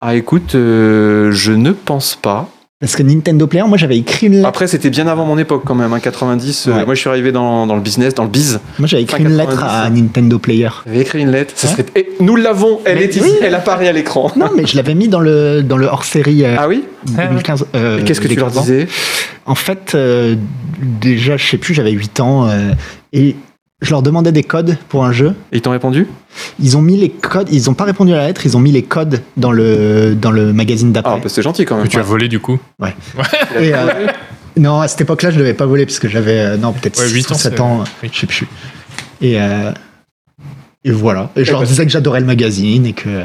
Ah écoute, euh, je ne pense pas. Parce que Nintendo Player, moi j'avais écrit une lettre, Après, c'était bien avant mon époque quand même, hein, 90. euh, Ouais. moi, je suis arrivé dans, dans le business, dans le biz. moi, j'avais écrit fin une lettre à 90. Nintendo Player. J'avais écrit une lettre. ça Ouais. serait- Eh, nous l'avons, elle Mais est ici, oui. elle apparaît à l'écran. Non, mais je l'avais mis dans le, dans le hors-série euh, Ah oui 2015. euh, Et Qu'est-ce que tu leur 2015. disais En fait, euh, déjà, je sais plus, j'avais 8 ans euh, et je leur demandais des codes pour un jeu. Ils t'ont répondu Ils ont mis les codes, ils ont pas répondu à la lettre, ils ont mis les codes dans le, dans le magazine Ah, d'après. bah, c'est gentil quand Que même. tu as volé du coup Et, euh, non, à cette époque-là, je devais pas voler parce que j'avais euh, non peut-être Ouais, 6 8 ou ans, 7 c'est- ans, oui. je sais plus. Et, euh, et voilà. Et je leur disais que j'adorais le magazine et que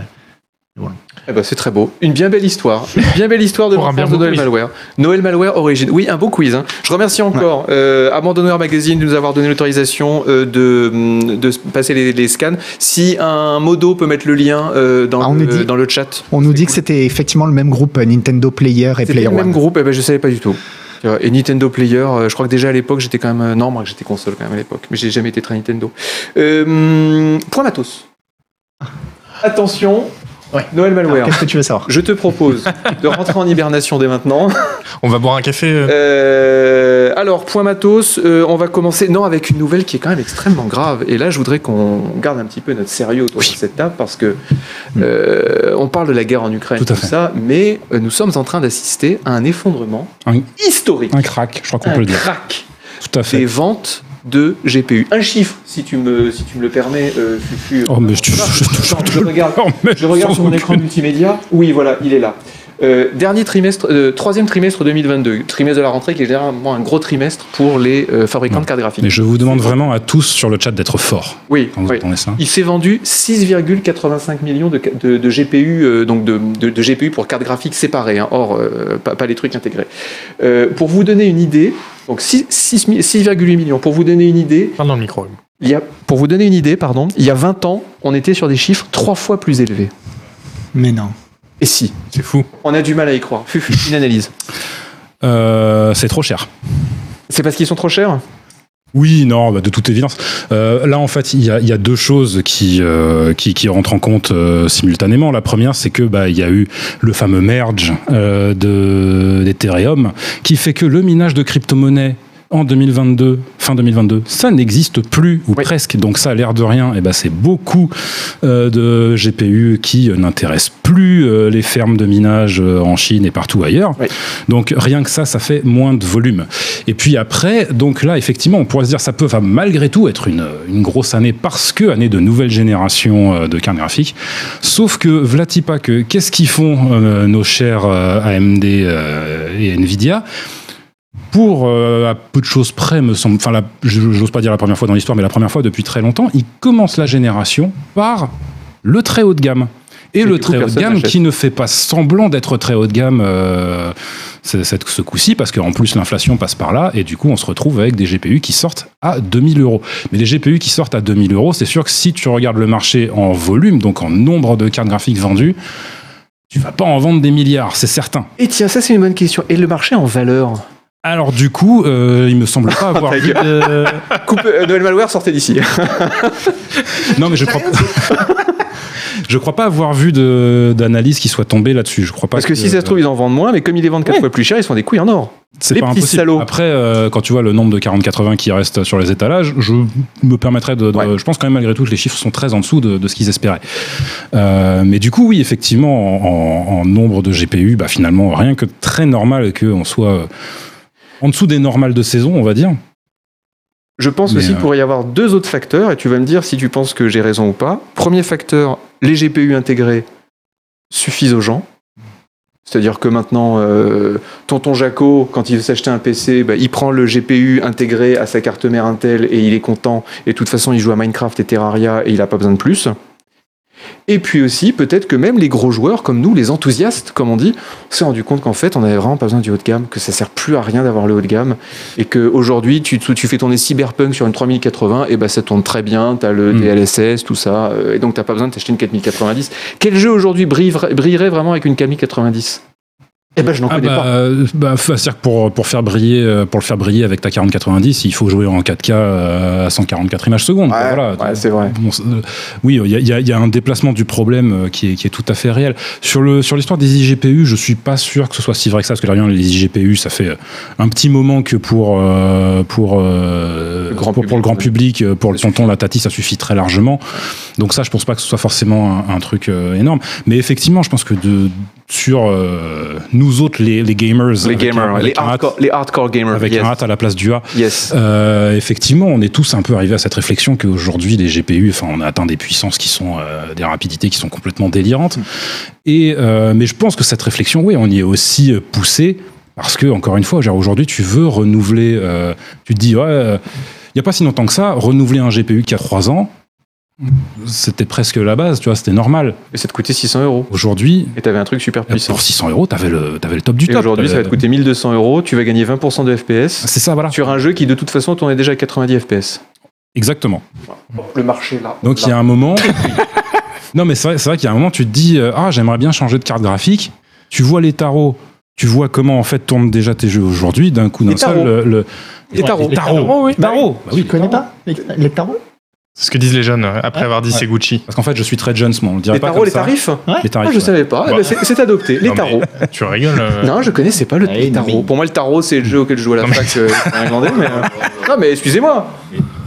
Eh ben, c'est très beau. Une bien belle histoire. Une bien belle histoire de Pour un l'enfance bien de beau Noël quiz. Malware. Noël Malware Origine. Oui, un beau quiz. hein. Je remercie encore euh, Abandonneur Magazine de nous avoir donné l'autorisation euh, de, de s- passer les, les scans. Si un modo peut mettre le lien euh, dans, Ah, on le, nous dit- dans le chat. on nous dit que cool. c'était effectivement le même groupe euh, Nintendo Player et C'était Player le même One. groupe, eh ben, je savais pas du tout. Tu vois, Et Nintendo Player, euh, je crois que déjà à l'époque, j'étais quand même. euh, non, moi j'étais console quand même à l'époque, mais j'ai jamais été très Nintendo. Euh, point matos. Attention, Ah. Ouais. Noël Alors, Malware. Qu'est-ce que tu veux savoir Je te propose de rentrer en hibernation dès maintenant. On va boire un café euh, Euh, alors, point matos, euh, on va commencer non avec une nouvelle qui est quand même extrêmement grave. Et là, je voudrais qu'on garde un petit peu notre sérieux autour de cette table parce que euh, on parle de la guerre en Ukraine, Mm. Tout à fait. ça, mais euh, nous sommes en train d'assister à un effondrement Un- historique, Un crack, je crois qu'on un peut le dire. crack Tout des à fait. ventes de GPU. Un chiffre, si tu me, si tu me le permets, euh, Fufu. Oh, mais je- je- je- Attends, je regarde. Oh, mais Je regarde sans sur mon aucune- écran multimédia. Oui, voilà, il est là. Euh, dernier trimestre, euh, troisième trimestre 2022, trimestre de la rentrée qui est généralement un gros trimestre pour les euh, fabricants de cartes graphiques. Mais je vous demande vraiment à tous sur le chat d'être forts Oui, quand vous oui. entendez ça. Il s'est vendu 6,85 millions de, de, de GPU, euh, donc de, de- de GPU pour cartes graphiques séparées, hein, hors, euh, pas, pas les trucs intégrés. Euh, pour vous donner une idée, donc six- six mi- 6,8 millions, pour vous donner une idée, Parle dans le micro. il y a, pour vous donner une idée, pardon, il y a 20 ans, on était sur des chiffres trois fois plus élevés. Mais non. Et si C'est fou. On a du mal à y croire. Fufu, une analyse. Euh, c'est trop cher. C'est parce qu'ils sont trop chers Oui, non, bah, de toute évidence. Euh, là, en fait, il y a, il y a deux choses qui, euh, qui, qui rentrent en compte euh, simultanément. La première, c'est que bah, il y a eu le fameux merge euh, de- d'Ethereum, qui fait que le minage de crypto-monnaies en 2022, fin 2022, ça n'existe plus, ou Oui. presque. Donc ça a l'air de rien. Et ben c'est beaucoup euh, de GPU qui euh, n'intéressent plus euh, les fermes de minage euh, en Chine et partout ailleurs. Oui. Donc rien que ça, ça fait moins de volume. Et puis après, donc là, effectivement, on pourrait se dire ça peut enfin, malgré tout être une, une grosse année parce que année de nouvelle génération euh, de cartes graphiques. Sauf que Vlatipa, que qu'est-ce qu'ils font euh, nos chers euh, AMD euh, et Nvidia pour euh, à peu de choses près, me semble. Enfin, la- je- j'ose pas dire la première fois dans l'histoire, mais la première fois depuis très longtemps, ils commencent la génération par le très haut de gamme. Et, Et le du coup, très haut de personne gamme n'achète. qui ne fait pas semblant d'être très haut de gamme euh, ce- cette- ce coup-ci, parce qu'en plus l'inflation passe par là, et du coup on se retrouve avec des GPU qui sortent à 2000 euros. Mais des GPU qui sortent à 2000 euros, c'est sûr que si tu regardes le marché en volume, donc en nombre de cartes graphiques vendues, tu vas pas en vendre des milliards, c'est certain. Et Eh tiens, ça c'est une bonne question. Et le marché en valeur Alors du coup, euh, il me semble pas avoir Ta vu de- Coupe, euh, Noël Malware, sortez d'ici. Non, mais je crois. je crois pas avoir vu de- d'analyse qui soit tombée là-dessus. Je crois pas. Parce que si ça se trouve, ils en vendent moins, mais comme ils les vendent quatre Ouais. fois plus cher, ils se font des couilles en or. c'est les pas petits impossible. salauds. Après, euh, quand tu vois le nombre de 40-80 qui restent sur les étalages, je me permettrais de. de- Ouais. Je pense quand même malgré tout que les chiffres sont très en dessous de, de ce qu'ils espéraient. Euh, mais du coup, oui, effectivement, en, en- en nombre de GPU, bah, finalement, rien que très normal qu'on soit euh, en dessous des normales de saison, on va dire. Je pense Mais, aussi qu'il euh, pourrait y avoir deux autres facteurs, et tu vas me dire si tu penses que j'ai raison ou pas. Premier facteur, les GPU intégrés suffisent aux gens. C'est-à-dire que maintenant, euh, tonton Jaco, quand il veut s'acheter un PC, bah, il prend le GPU intégré à sa carte mère Intel et il est content. Et de toute façon, il joue à Minecraft et Terraria et il n'a pas besoin de plus. Et puis aussi, peut-être que même les gros joueurs comme nous, les enthousiastes, comme on dit, on s'est rendu compte qu'en fait, on n'avait vraiment pas besoin du haut de gamme, que ça sert plus à rien d'avoir le haut de gamme, et qu'aujourd'hui, tu, tu fais tourner Cyberpunk sur une 3080, et bah ça tourne très bien, t'as le Mm. DLSS, tout ça, euh, et donc t'as pas besoin de t'acheter une 4090. Quel jeu aujourd'hui brille- brillerait vraiment avec une 4090 Eh ben, je n'en Ah connais bah, pas. euh, bah, f- c'est-à-dire que pour, pour, faire briller, euh, pour le faire briller avec ta 4090, il faut jouer en 4K euh, à 144 images secondes. quoi, Ouais, voilà. ouais, c'est vrai. Bon, c'est- euh, oui, il y a, il y a- il y a un déplacement du problème euh, qui est, qui est tout à fait réel. Sur le sur l'histoire des IGPU, je suis pas sûr que ce soit si vrai que ça, parce que là, les IGPU, ça fait euh, un petit moment que pour euh, pour euh, Le grand pour, pour le public, grand ouais. public, euh, pour le tonton, la tati, ça suffit très largement. Donc ça, je pense pas que ce soit forcément un, un truc euh, énorme. Mais effectivement, je pense que de sur euh, nous autres les, les gamers, Les avec un- gamers, les avec un hardcore, hat- les hardcore gamers. avec yes. un hat à la place du A. yes. Euh, effectivement, on est tous un peu arrivés à cette réflexion qu'aujourd'hui, les GPU, enfin, on a atteint des puissances qui sont, euh, des rapidités qui sont complètement délirantes. Mm. Et, euh, mais je pense que cette réflexion, oui, on y est aussi euh, poussé parce que, encore une fois, genre, aujourd'hui, tu veux renouveler, euh, tu te dis, ouais, euh, il n'y a pas si longtemps que ça, renouveler un GPU qui a 3 ans, c'était presque la base, tu vois, c'était normal. Et ça te coûtait 600 euros. Aujourd'hui, Et t'avais un truc super puissant. pour 600 euros, t'avais le, t'avais le top du Et top. aujourd'hui, ça va te coûter 1200 euros. Tu vas gagner 20% de FPS. Ah, C'est ça, voilà. sur un jeu qui de toute façon tournait déjà à 90 FPS. Exactement. Le marché là. Donc il y a un moment. non, mais c'est vrai, c'est vrai qu'il y a un moment, tu te dis euh, Ah, j'aimerais bien changer de carte graphique. Tu vois les tarots, tu vois comment en fait tournent déjà tes jeux aujourd'hui. D'un coup, d'un Les seul, tarots. le. le- Les tarots. Les tarots. Oh, oui. Tarots. Bah oui. Tu connais pas les, les tarots C'est ce que disent les jeunes euh, après Ah, Ouais. avoir dit Ouais. c'est Gucci. Parce qu'en fait, je suis très jeune, ce moment, on le dirait Les pas tarots, comme les ça. tarifs Les tarifs, Ah, je ouais. savais pas. Eh ben, c'est c'est adopté. Les Non, tarots. Tu rigoles euh, Non, je connaissais pas le Ah oui, les tarots. mais- Pour moi, le tarot, c'est le jeu auquel je joue à la Non, fac euh, irlandais. Mais... euh, Non, mais excusez-moi.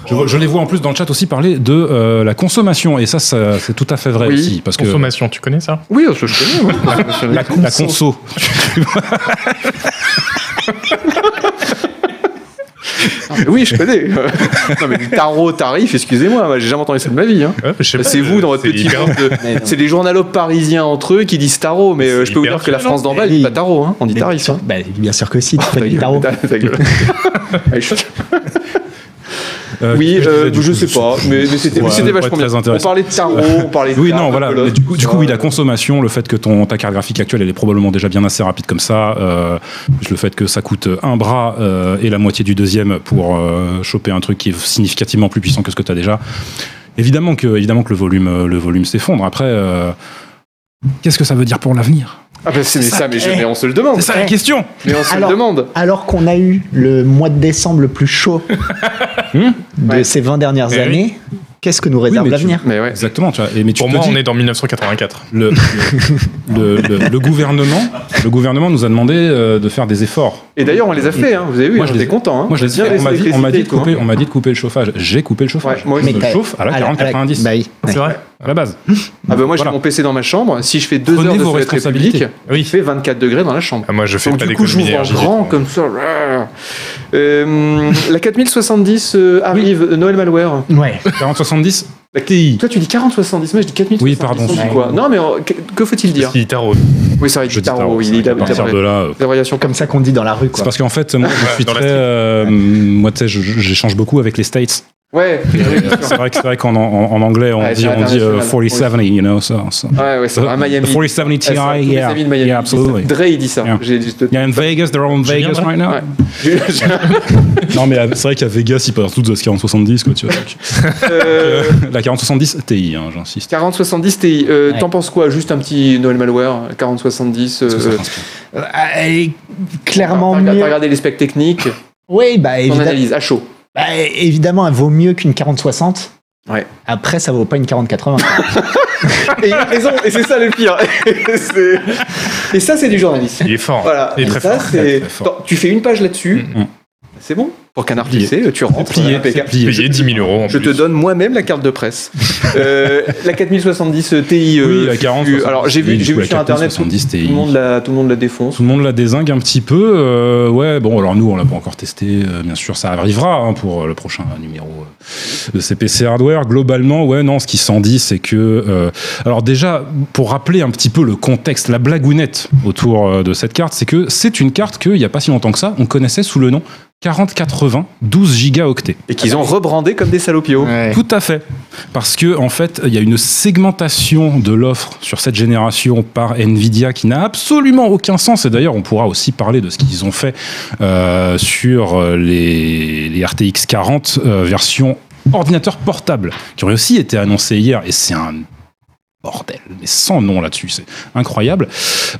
Je, vois- je les vois en plus dans le chat aussi parler de euh, la consommation. Et ça, ça, c'est tout à fait vrai Oui. aussi. Parce que. Consommation, tu connais ça Oui, parce que je connais. oui. La, la conso. Oui, je connais. non, mais du tarot tarif, excusez-moi. moi, J'ai jamais entendu ça de ma vie. hein. Ouais, je sais pas, C'est vous euh, dans votre c'est petit hyper- monde. de- Mais non. C'est les journalopes parisiens entre eux qui disent tarot. Mais euh, je peux vous hyper dire que la France d'en bas, elle Oui. dit pas tarot. hein. On dit tarif. hein. Bah, bien sûr que si, tu Ta fais des gueule, tarots. ta- ta gueule. Ouais, je- Euh, oui, qu'est-ce que euh, disais, du je coup, sais pas, mais, mais c'était mais Ouais, c'était ouais, vachement très bien. On intéressant. parlait de tarot, euh, on parlait de Oui, cartes, non, voilà. de Mais colonnes, du coup, du tout coup, ça. oui, la consommation, le fait que ton, ta carte graphique actuelle, elle est probablement déjà bien assez rapide comme ça, euh, plus le fait que ça coûte un bras euh, et la moitié du deuxième pour euh, choper un truc qui est significativement plus puissant que ce que tu as déjà. Évidemment que, évidemment que le volume, euh, le volume s'effondre. Après, euh, qu'est-ce que ça veut dire pour l'avenir Ah, bah, c'est mais ça, mais, je- mais on se le demande. C'est ça la Ouais. question Mais on se Alors- le demande. Alors qu'on a eu le mois de décembre le plus chaud de Ouais. ces 20 dernières Eh oui. années, qu'est-ce que nous réserve mais tu- l'avenir Mais ouais. Exactement, tu vois. Et, mais tu Pour te moi, dis- on est dans 1984. le, le, le- le- le gouvernement, le gouvernement nous a demandé euh, de faire des efforts. Et d'ailleurs, on les a fait, hein, vous avez vu, Moi, je les ai- j'étais content. Hein. Moi, je l'ai dit, Bien on m'a dit, on m'a l'électricité dit et de tout, hein. couper, on m'a dit de couper le chauffage. J'ai coupé le chauffage. Ouais, moi aussi. je me t'as- chauffe à la 40-90 bah oui. C'est vrai à la base. Ah, bah, moi, j'ai Voilà. mon PC dans ma chambre. Si je fais deux Prenez heures de vos soleil responsabilités. république, il Oui. fait 24 degrés dans la chambre. Ah, moi, je fais Donc, pas hein. du coup, d'économie j'ouvre en d'énergie. grand comme ça. Euh, la 4070 euh, arrive, euh, Noël Malware. Ouais. 40-70 TI. Toi, tu dis 4070, moi je dis 4070. Oui, pardon, on dit c'est- quoi Non, mais euh, que, que faut-il dire Petit tarot. Oui, c'est vrai, Je dis tarot, tarot. oui, c'est il vrai a qu'à partir de là. euh, des variations Comme ça qu'on dit dans la rue, C'est quoi. parce qu'en fait, moi, je suis dans la très. street. euh, moi, tu sais, je- je- j'échange beaucoup avec les States. Ouais, C'est vrai que- c'est vrai qu'en en, en anglais, on Ouais, dit, c'est on dit euh, international. 47, you know, ça. ça. ouais, ouais, c'est vrai, à Miami. The 47 TI, Ah, ça, tous les yeah. amis de Miami Yeah, disent ça. absolutely. Dre, il dit ça. Yeah. J'ai juste. Yeah, in Vegas, they're all in Julien, Vegas là right now. Ouais. Je- Non, mais euh, c'est vrai qu'à Vegas, ils passent tous de 40-70, quoi, tu vois. Donc, euh, La 40-70 TI, hein, j'insiste. 4070 Ti, euh, Ouais. t'en penses quoi Juste un petit Noël Malware, 4070. Parce que ça euh, t'inspire. Euh, elle est T'as clairement t'as mieux. regardé les specs techniques, Oui, bah, ton évidemment, analyse à chaud. bah, évidemment, elle vaut mieux qu'une 40-60. Ouais. Après, ça vaut pas une 40-80. Et il a raison, et c'est ça le pire. Et c'est- et ça, c'est du journalisme. Il est fort. Voilà. Il est Et très ça, fort. c'est- Très, très fort. T'en- Tu fais une page là-dessus. Mm. C'est bon. Pour Canard PC, tu rentres, euh, Plié, impeccable. c'est plié. Payer 10 000 euros en Je plus. te donne moi-même la carte de presse. Euh, la 4070 Ti. euh, Oui, la 40. fut- Alors j'ai vu, du j'ai coup, vu la sur internet, tout, 4070 tout le monde la, tout le monde la défonce. Tout le monde la désingue un petit peu. euh, ouais, bon, alors nous, on l'a pas encore testé. euh, bien sûr, ça arrivera hein, pour euh, le prochain numéro euh, de CPC Hardware. Globalement, ouais, non, ce qui s'en dit, c'est que. euh, alors, déjà, pour rappeler un petit peu le contexte, la blagounette autour euh, de cette carte, c'est que c'est une carte qu'il n'y a pas si longtemps que ça, on connaissait sous le nom 4080 12 gigaoctets. Et qu'ils ont rebrandé comme des salopios. Tout à fait. Parce que en fait, il y a une segmentation de l'offre sur cette génération par Nvidia qui n'a absolument aucun sens. Et d'ailleurs, on pourra aussi parler de ce qu'ils ont fait euh, sur euh, les, les RTX 40 euh, version ordinateur portable, qui aurait aussi été annoncé hier. Et c'est un bordel, mais sans nom là-dessus, c'est incroyable.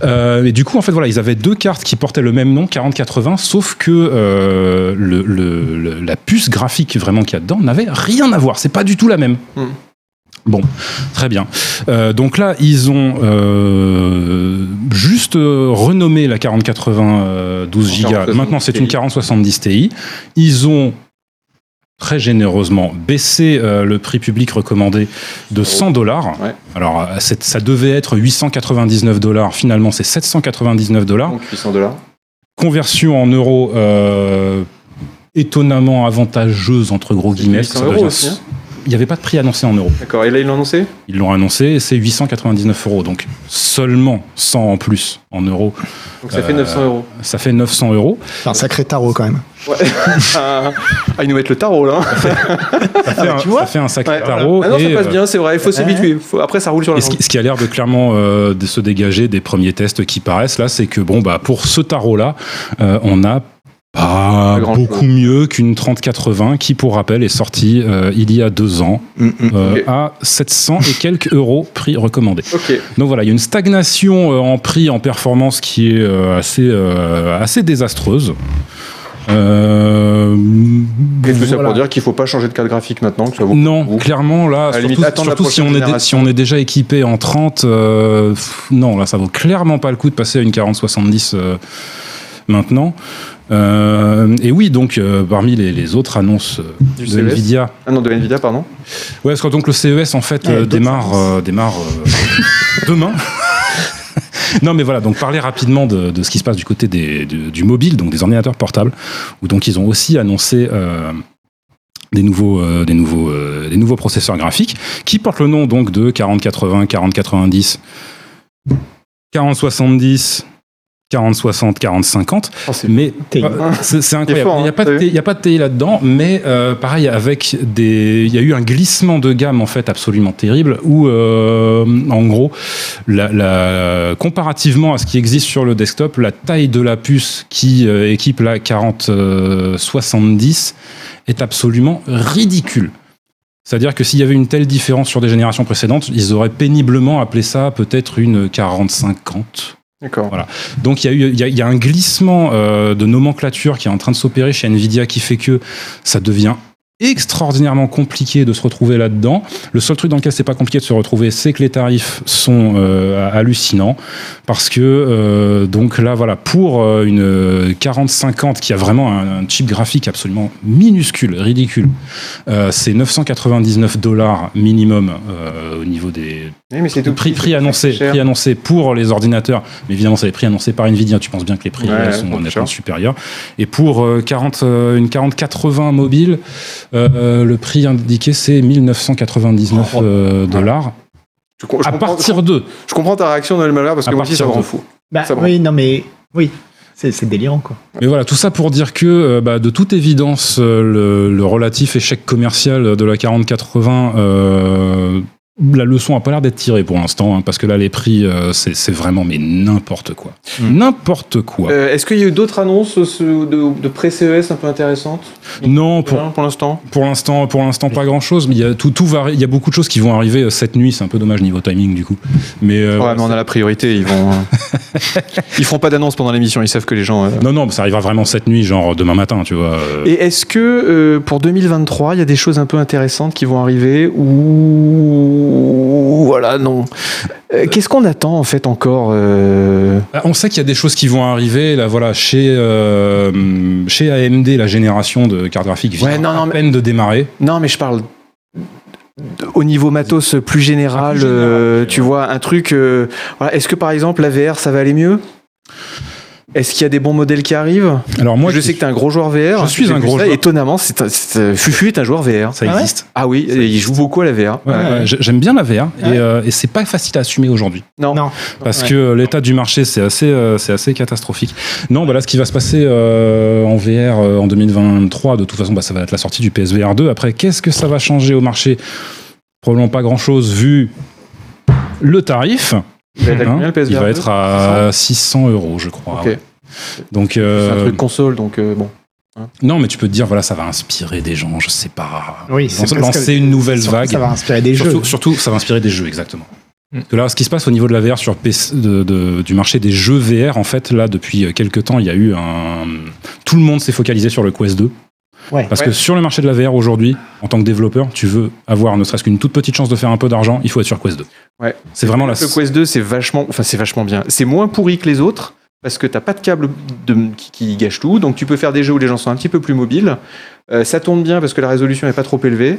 Euh, et du coup, en fait, voilà, ils avaient deux cartes qui portaient le même nom, 4080, sauf que euh, le, le- le- la puce graphique vraiment qu'il y a dedans n'avait rien à voir. C'est pas du tout la même. Hmm. Bon, très bien. Euh, donc là, ils ont euh, juste euh, renommé la 4080 euh, 12 En Go. 4070 Maintenant, c'est Ti. une 4070 Ti. Ils ont très généreusement baissé euh, le prix public recommandé de 100 dollars. Oh. Ouais. Alors, euh, c'est- ça devait être 899 dollars. Finalement, c'est 799 dollars. Donc 800 dollars. Conversion en euros euh, étonnamment avantageuse, entre gros guillemets. 800 Ça euros devient- aussi, hein. Il n'y avait pas de prix annoncé en euros. D'accord. Et là ils l'ont annoncé Ils l'ont annoncé et c'est 899 euros. Donc, seulement 100 en plus en euros. Donc ça fait Euh, 900 euros. Ça fait 900 euros. C'est un sacré tarot quand même. Ouais. ah, ils nous mettent le tarot là. Ça, fait, un, tu vois ça fait un sacré Ouais. tarot. Ah non, et, ça passe euh, bien, c'est vrai. Il faut s'habituer. Faut- Après ça roule sur la Et ce langue. qui, ce qui a l'air de clairement euh, de se dégager des premiers tests qui paraissent là, c'est que bon bah pour ce tarot là, on a pas Pas grand beaucoup chose. mieux qu'une 3080 qui pour rappel est sortie euh, il y a deux ans euh, Mm, Ok. à 700 et quelques euros prix recommandé. Ok. Donc voilà, il y a une stagnation euh, en prix, en performance qui est euh, assez, euh, assez désastreuse. Euh, Et tout ça voilà. pour dire qu'il faut pas changer de carte graphique maintenant, que ça vaut. Non, Vous. clairement, là, la surtout, limite, attendre la surtout si, prochaine on est dé- si génération. on est déjà équipé en 30, euh, pff, non, là, ça vaut clairement pas le coup de passer à une 40-70 euh, maintenant. Euh, et oui, donc, euh, parmi les, les autres annonces euh, Du de CES. Nvidia. Ah non, de Nvidia, pardon. Ouais, parce que donc le CES, en fait, Ouais, euh, d'autres démarre, annonces. euh, démarre euh, demain. Non mais voilà, donc parler rapidement de, de ce qui se passe du côté des, du, du mobile, donc des ordinateurs portables, où donc ils ont aussi annoncé euh, des nouveaux, euh, des, nouveaux, euh, des nouveaux processeurs graphiques qui portent le nom donc de 4080, 4090, 4070, 4060, 4050. Oh, c'est- Mais TI. euh, c'est c'est incroyable. fort, il n'y hein, a, pas t'as de vu TI il y a pas de TI là-dedans, mais euh, pareil, avec des. Il y a eu un glissement de gamme en fait absolument terrible où, euh, en gros, la, la- comparativement à ce qui existe sur le desktop, la taille de la puce qui euh, équipe la 4070 est absolument ridicule. C'est-à-dire que s'il y avait une telle différence sur des générations précédentes, ils auraient péniblement appelé ça peut-être une 4050. D'accord. Donc il y, a eu- il y a, il y a un glissement euh, de nomenclature qui est en train de s'opérer chez Nvidia qui fait que ça devient extraordinairement compliqué de se retrouver là-dedans. Le seul truc dans lequel c'est pas compliqué de se retrouver, c'est que les tarifs sont euh, hallucinants parce que euh, donc là voilà pour euh, une 4050 qui a vraiment un, un chip graphique absolument minuscule, ridicule, euh, c'est 999 dollars minimum euh, au niveau des Oui, mais c'est tout prix, petit, prix c'est annoncé, cher. prix annoncé pour les ordinateurs, mais évidemment c'est les prix annoncés par Nvidia. Tu penses bien que les prix Ouais, euh, ouais, sont bien nettement sûr. supérieurs. Et pour euh, 40, euh, une 4080 mobile, euh, euh, le prix indiqué c'est 1999 Oh, euh, dollars. Je, com- je À comprends, partir de je comprends ta réaction, Noël Malheur, parce À que moi aussi, ça partir me rend de- fou. Bah Ça va. oui, non mais oui, c'est c'est délirant quoi. Mais voilà, tout ça pour dire que, euh, bah, de toute évidence, euh, le, le relatif échec commercial de la 4080, euh, la leçon a pas l'air d'être tirée pour l'instant, hein, parce que là, les prix, euh, c'est c'est vraiment mais n'importe quoi. N'importe quoi. Hmm. Euh, Est-ce qu'il y a eu d'autres annonces euh, ce- de, de pré-CES un peu intéressantes non, pour, Rien pour l'instant Pour l'instant, pour l'instant, pas grand chose. Mais il y a tout, tout va, il y a beaucoup de choses qui vont arriver euh, cette nuit. C'est un peu dommage niveau timing du coup. Mais, euh, Ouais, mais on a la priorité. Ils vont. euh, ils feront pas d'annonce pendant l'émission. Ils savent que les gens. euh, non, non, ça arrivera vraiment cette nuit, genre demain matin, tu vois. euh. Et est-ce que euh, pour 2023, il y a des choses un peu intéressantes qui vont arriver ou ouh, voilà, non. Euh, Qu'est-ce qu'on attend en fait encore euh, Bah, On sait qu'il y a des choses qui vont arriver. Là, voilà, chez, euh, hum, chez AMD, la génération de cartes graphiques vient Ouais, non, non, à mais- peine de démarrer. Non, mais je parle de- au niveau matos plus général, Ah, plus général, euh, ok, tu ouais. vois, un truc. euh, voilà. Est-ce que par exemple la VR ça va aller mieux Est-ce qu'il y a des bons modèles qui arrivent Alors moi, Moi, je sais que t'es un gros joueur VR. Je suis J'ai un vu gros ça, joueur. Étonnamment, c'est un- c'est un- Fufu est un joueur VR. ça Ah ouais existe. Ah oui, et il joue beaucoup à la VR. Ouais, Ouais, ouais, ouais. j'ai- J'aime bien la VR et, euh, et c'est pas facile à assumer aujourd'hui Non. Non. parce Ouais. que euh, l'état du marché c'est assez euh, c'est assez catastrophique. Non, voilà ce qui va se passer euh, en VR euh, en 2023 de toute façon bah, ça va être la sortie du PSVR 2. Après qu'est-ce que ça va changer au marché Probablement pas grand-chose vu le tarif. Il va être à Hein, combien, le il PSVR va être à 600 euros je crois. Ok. ouais. Donc C'est un euh, truc console, donc euh, bon. non mais tu peux te dire voilà ça va inspirer des gens je sais pas. Oui, Lan- c'est parce que- lancer une nouvelle Surtout, vague. Ça va inspirer des jeux. Surtout, surtout, ça va inspirer des jeux, exactement. Mm. Parce que là, ce qui se passe au niveau de la VR sur PC, de- de- du marché des jeux VR, en fait, là, depuis euh, quelques temps, il y a eu un. Tout le monde s'est focalisé sur le Quest 2. Ouais. Parce que sur le marché de la VR aujourd'hui, en tant que développeur, tu veux avoir ne serait-ce qu'une toute petite chance de faire un peu d'argent, il faut être sur Quest 2. Ouais. C'est vraiment la. Le Quest 2, c'est vachement, enfin, c'est vachement bien. C'est moins pourri que les autres parce que t'as pas de câble de- qui, qui gâche tout, donc tu peux faire des jeux où les gens sont un petit peu plus mobiles. Euh, ça tourne bien parce que la résolution est pas trop élevée.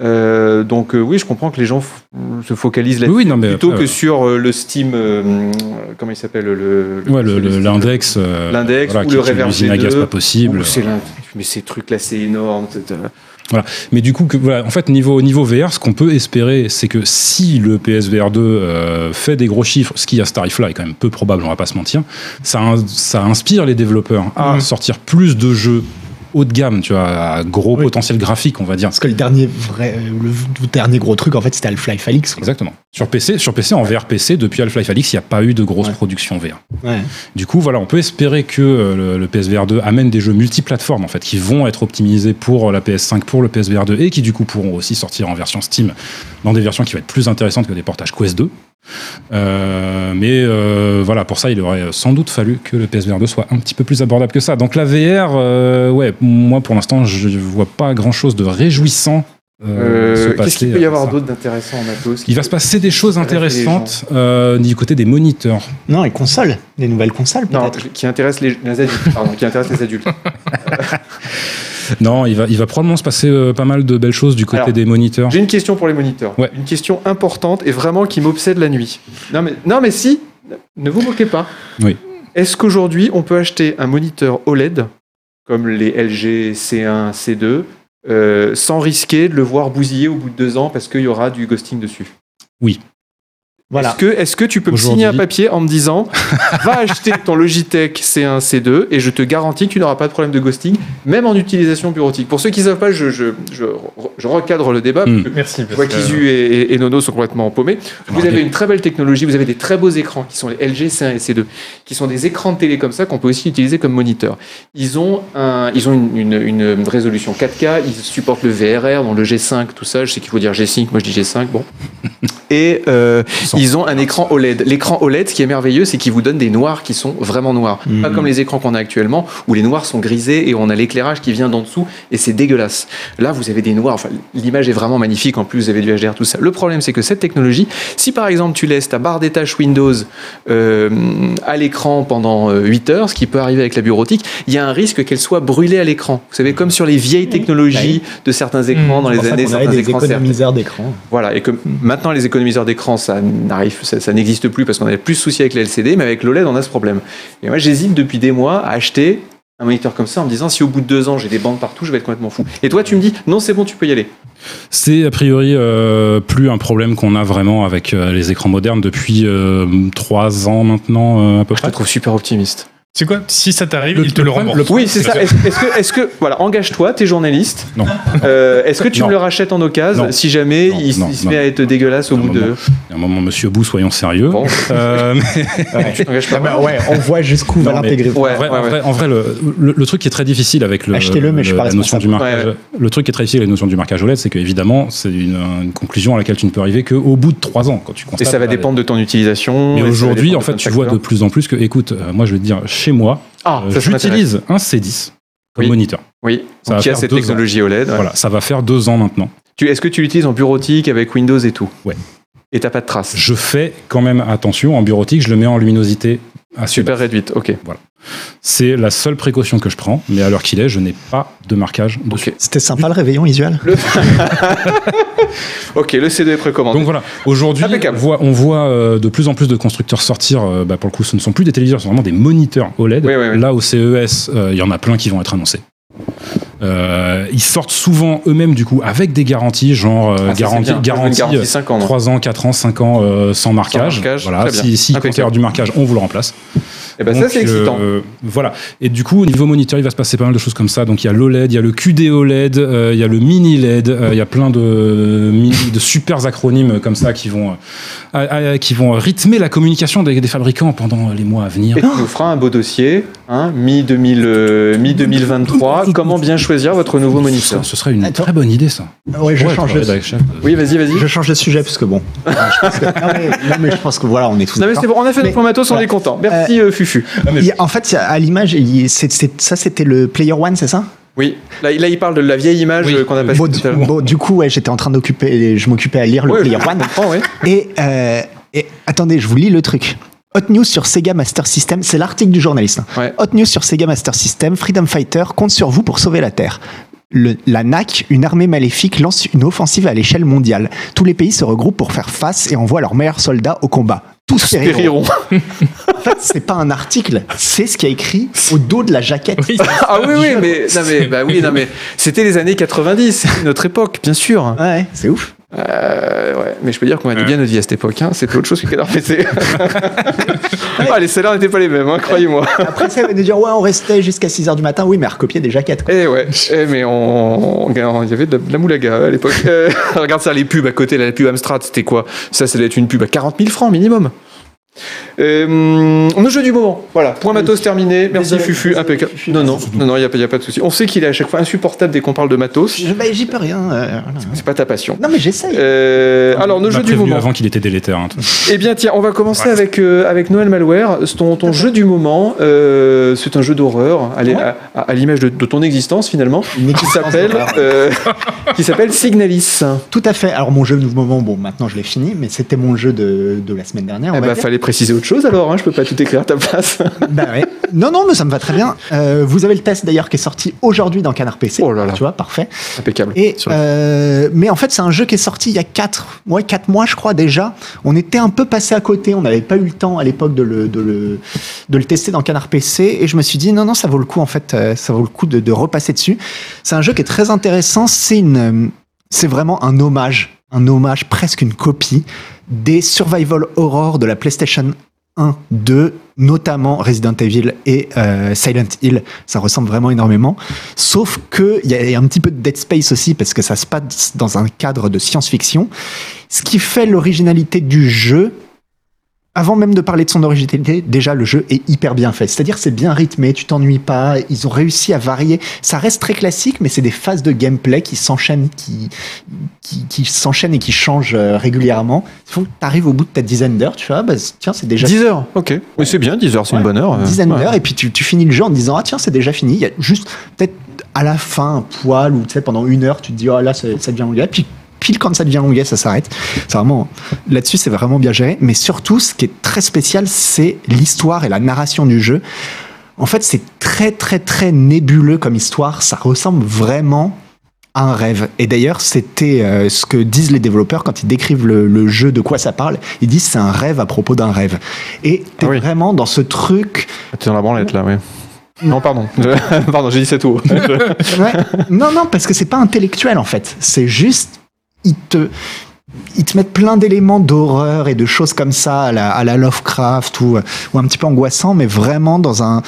Euh, donc euh, oui, je comprends que les gens f- se focalisent Oui, là-dessus oui, non, mais. plutôt après, que sur euh, le Steam, euh, hum, comment il s'appelle le, ouais, le- le- Steam- l'index. euh, L'index ou qui- le qui est une Reverse usine à gaz G2. pas possible. Ouh, Oh, c'est l'in- mais ces trucs là, c'est euh, énorme. t'as- t'as- Mais du coup, que, voilà, en fait, niveau, niveau VR, ce qu'on peut espérer, c'est que si le PSVR 2 euh, fait des gros chiffres, ce qui à ce tarif-là est quand même peu probable, on va pas se mentir, ça, in- ça inspire les développeurs à Mmh. Mhm. sortir plus de jeux haut de gamme, tu vois, à gros Oui. potentiel graphique, on va dire. Parce que le dernier vrai, euh, le v- dernier gros truc, en fait, c'était Half-Life Alix. quoi. Exactement. Sur PC, sur PC en VR PC, depuis Half-Life Alix, il n'y a pas eu de grosse Ouais. production VR. Ouais. Du coup, voilà, on peut espérer que euh, le, le PSVR 2 amène des jeux multiplateformes, en fait, qui vont être optimisés pour euh, la PS5, pour le PSVR 2, et qui du coup pourront aussi sortir en version Steam, dans des versions qui vont être plus intéressantes que des portages Quest 2. Euh, mais euh, voilà, pour ça, il aurait sans doute fallu que le PSVR 2 soit un petit peu plus abordable que ça. Donc la VR, euh, ouais, moi pour l'instant, je vois pas grand-chose de réjouissant. euh, se Euh, Qu'est-ce passer qu'il peut y à avoir ça. d'autre d'intéressant en matos Il va se passer des choses Ça intéresse les intéressantes euh, du côté des moniteurs. Non, les consoles, les nouvelles consoles, Non, peut-être. qui intéresse les, les adultes. Pardon, qui intéresse les adultes. Non, il va, il va probablement se passer euh, pas mal de belles choses du côté Alors, des moniteurs. J'ai une question pour les moniteurs. Ouais. Une question importante et vraiment qui m'obsède la nuit. Non mais, non mais si, ne vous moquez pas. Oui. Est-ce qu'aujourd'hui on peut acheter un moniteur OLED comme les LG C1, C2 euh, sans risquer de le voir bousiller au bout de deux ans parce qu'il y aura du ghosting dessus Voilà. Est-ce que, est-ce que tu peux me signer un Aujourd'hui- papier en me disant va acheter ton Logitech C1, C2 et je te garantis que tu n'auras pas de problème de ghosting, même en utilisation bureautique. Pour ceux qui ne savent pas, je, je- je- je recadre le débat. parce Mm. que Merci. Je vois qu'Isu et, et- et Nono sont complètement paumés. Vous avez une très belle technologie, vous avez des très beaux écrans qui sont les LG C1 et C2, qui sont des écrans de télé comme ça qu'on peut aussi utiliser comme moniteur. Ils ont, un, ils ont une, une- une résolution 4K, ils supportent le VRR, dans le G5, tout ça. Je sais qu'il faut dire G5, moi je dis G5, bon. Et euh, Sans- ils ont un écran OLED. L'écran OLED, ce qui est merveilleux, c'est qu'il vous donne des noirs qui sont vraiment noirs. Mhm. Pas comme les écrans qu'on a actuellement, où les noirs sont grisés et on a l'éclairage qui vient d'en dessous, et c'est dégueulasse. Là, vous avez des noirs. Enfin, l'image est vraiment magnifique. En plus, vous avez du HDR, tout ça. Le problème, c'est que cette technologie, si par exemple tu laisses ta barre des tâches Windows euh, à l'écran pendant euh, 8 heures, ce qui peut arriver avec la bureautique, il y a un risque qu'elle soit brûlée à l'écran. Vous savez, comme sur les vieilles technologies de certains écrans dans Bah Mm. C'est les pour ça années, qu'on avait certains des écrans CRT. économiseurs d'écran. Voilà, et que maintenant les économiseurs d'écran, ça n'arrive, ça, ça n'existe plus parce qu'on avait plus de soucis avec les LCD, mais avec l'OLED, on a ce problème. Et moi, j'hésite depuis des mois à acheter un moniteur comme ça en me disant si au bout de deux ans j'ai des bandes partout, je vais être complètement fou. Et toi, tu me dis non, c'est bon, tu peux y aller. C'est a priori euh, plus un problème qu'on a vraiment avec euh, les écrans modernes depuis euh, trois ans maintenant euh, à peu Je te près. trouve super optimiste. C'est quoi Si ça t'arrive, Le- il te le le problème- rembourse. Oui, c'est ça. Est-ce est-ce que, est-ce que, voilà, engage-toi, t'es journaliste. Non. Euh, est-ce que tu Non. me le rachètes en occasion Non. si jamais Non, il, non, il se non. met à être dégueulasse au Non, bout non, de. Il y a un moment, Monsieur Bou, soyons sérieux. Bon, Euh, mais tu t'engages pas. Ah bah ouais, on voit jusqu'où va Non, mais- l'intégrer. Ouais, en vrai, ouais, en ouais. vrai- en vrai, le, le- le truc qui est très difficile avec le, Achetez-le, mais le- je suis pas la notion responsable. du marquage, Ouais, le truc qui est très difficile avec la notion du marquage OLED, c'est qu'évidemment, c'est une, une conclusion à laquelle tu ne peux arriver qu'au bout de trois ans quand tu Et constates. ça va voilà, les- dépendre de ton utilisation. et Mais ça va aujourd'hui, dépendre en de fait, plein tu vois de facteurs. plus en plus que, écoute, euh, moi je vais te dire, chez moi, Ah, euh, ça, ça m'intéresse. j'utilise un C10 comme Oui. moniteur. Oui, Ça donc il va y a faire cette deux ans. technologie OLED. ouais. Voilà, ça va faire deux ans maintenant. Tu- Est-ce que tu l'utilises en bureautique avec Windows et tout et t'as pas de traces. Je fais quand même attention en bureautique, je le mets en luminosité assez Super basse. réduite, ok. C'est la seule précaution que je prends, mais à l'heure qu'il est, je n'ai pas de marquage dessus. Ok. C'était sympa le réveillon visuel. Ok, le CD est précommandé. Donc voilà, aujourd'hui, on Impeccable. voit, on voit, euh, de plus en plus de constructeurs sortir. euh, bah, pour le coup, ce ne sont plus des téléviseurs, ce sont vraiment des moniteurs OLED. Oui, oui, oui. Là, au CES, euh, il y en a plein qui vont être annoncés. Euh, ils sortent souvent eux-mêmes, du coup, avec des garanties, genre euh, Ah, ça, c'est garantie, bien. Une garantie, euh, garantie 5 ans. moi. 3 ans, 4 ans, 5 ans euh, sans marquage. marquage, Voilà, très bien. si, si il Impeccable. considère du marquage, on vous le remplace. Eh ben, ça, Donc, c'est euh, excitant. voilà. Et du coup, au niveau moniteur, il va se passer pas mal de choses comme ça. Donc, il y a l'OLED, il y a le QD OLED, euh, il y a le mini LED, euh, il y a plein de, mini- de super acronymes comme ça qui vont, euh, à- à- qui vont rythmer la communication des, des fabricants pendant les mois à venir. Et tu nous feras un beau dossier, hein, mi-2000, euh, mi-2023. comment bien choisir votre nouveau moniteur Ça, ce serait une Attends. très bonne idée, ça. Ouais, je Ouais, change. travailler de- avec chef. Oui, vas-y, vas-y. Je change de sujet parce que bon. je pense que- non, mais, non, mais je pense que voilà, on est tous. Non, mais d'accord. c'est bon, on a fait Mais- notre point matos, on voilà. est content. Merci, euh, Fufu. Il y a- en fait, il y a- à l'image, il- c'est- c'est- ça c'était le Player One, c'est ça Oui, là, là, il parle de la vieille image Oui. euh, qu'on a passée bon, tout du, à l'heure. bon, du coup, ouais, j'étais en train d'occuper, je m'occupais à lire le Ouais, je Player One. comprends, ouais. Et, euh, et attendez, je vous lis le truc. Hot news sur Sega Master System, c'est l'article du journaliste. hein. Ouais. Hot news sur Sega Master System, Freedom Fighter compte sur vous pour sauver la Terre. Le- la NAC, une armée maléfique, lance une offensive à l'échelle mondiale. Tous les pays se regroupent pour faire face et envoient leurs meilleurs soldats au combat. Tous périront. Oh. Périront. En fait, c'est pas un article, c'est ce qui a écrit au dos de la jaquette. Ah oui, oui, mais, non, mais, bah, oui, non, mais c'était les années 90, c'était notre époque, bien sûr. Ouais, c'est ouf. Euh, ouais, mais je peux dire qu'on a été bien notre vie à cette époque. Hein. C'était autre chose que Canard PC. ah, les salaires n'étaient pas les mêmes, hein, croyez-moi. Après ça, il va nous dire ouais, on restait jusqu'à 6h du matin. Oui, mais à recopier des jaquettes. quoi. Eh ouais, eh, mais on, on- il y avait de la, de la moulaga à l'époque. Euh, regarde ça, les pubs à côté, là, la pub Amstrad, c'était quoi Ça, ça doit être une pub à 40 000 francs minimum. Euh, nos jeux du moment, voilà. Point matos terminé. Merci Désolé. Fufu, Désolé, impeccable. Fufu. Non, non, non, non, il n'y a, pas- y a pas de souci. On sait qu'il est à chaque fois insupportable dès qu'on parle de matos. Je- bah, J'y peux rien. euh, voilà. C'est pas ta passion. Non, mais j'essaye. Euh, alors, On nos m'a jeux du prévenu moment. avant qu'il était délétère. hein, tout. Eh bien, tiens, on va commencer Ouais. avec, euh, avec Noël Malware. C'est Ton, ton jeu du moment, euh, c'est un jeu d'horreur, à l'é- à, à- à l'image de, de ton existence finalement, Une qui existence s'appelle d'horreur. euh, qui s'appelle Signalis. Tout à fait. Alors mon jeu du moment, bon, maintenant je l'ai fini, mais c'était mon jeu de, de la semaine dernière. on Eh va ben, dire. fallait préciser autre chose alors. Hein, je peux pas tout écrire à ta place. Bah ouais. Non, non, mais ça me va très bien. Euh, vous avez le test d'ailleurs qui est sorti aujourd'hui dans Canard PC. Oh là là. Tu vois, parfait. Impeccable. Et euh, mais en fait, c'est un jeu qui est sorti il y a 4 ouais, quatre mois, je crois déjà. On était un peu passé à côté. On n'avait pas eu le temps à l'époque de le, de, le, de le tester dans Canard PC. Et je me suis dit, non, non, ça vaut le coup, en fait, euh, ça vaut le coup de, de repasser dessus. C'est un jeu qui est très intéressant. C'est une, euh, c'est vraiment un hommage, un hommage, presque une copie des Survival Horror de la PlayStation 1, 2, notamment Resident Evil et euh, Silent Hill. Ça ressemble vraiment énormément. Sauf que il y a un petit peu de Dead Space aussi parce que ça se passe dans un cadre de science-fiction. Ce qui fait l'originalité du jeu. Avant même de parler de son originalité, déjà le jeu est hyper bien fait. C'est-à-dire c'est bien rythmé, tu t'ennuies pas. Ils ont réussi à varier. Ça reste très classique, mais c'est des phases de gameplay qui s'enchaînent, qui qui, qui s'enchaînent et qui changent euh, régulièrement. Ils font que t'arrives au bout de ta dizaine d'heures, tu vois, bah, tiens c'est déjà 10 heures, ok. Mais c'est bien, 10 heures, c'est une Ouais, bonne heure. une euh, dizaine ouais. d'heures, et puis tu, tu finis le jeu en te disant Ah, tiens, c'est déjà fini. Il y a juste peut-être à la fin un poil, ou tu sais, pendant une heure, tu te dis Ah, là, ça, ça devient longuet. Puis pile quand ça devient longuet, ça s'arrête. C'est vraiment. Là-dessus, c'est vraiment bien géré. Mais surtout, ce qui est très spécial, c'est l'histoire et la narration du jeu. En fait, c'est très, très, très nébuleux comme histoire. Ça ressemble vraiment à un rêve. Et d'ailleurs, c'était euh, ce que disent les développeurs quand ils décrivent le, le jeu, de quoi ça parle. Ils disent c'est un rêve à propos d'un rêve. Et t'es Ah oui. vraiment dans ce truc. Ah, T'es dans la branlette là, ouais. Non, pardon. Je- pardon, j'ai dit ça tout. haut. Je- Ouais. non, non, parce que c'est pas intellectuel en fait. C'est juste, ils te, ils te mettent plein d'éléments d'horreur et de choses comme ça à la, à la Lovecraft ou, ou un petit peu angoissant, mais vraiment dans, un,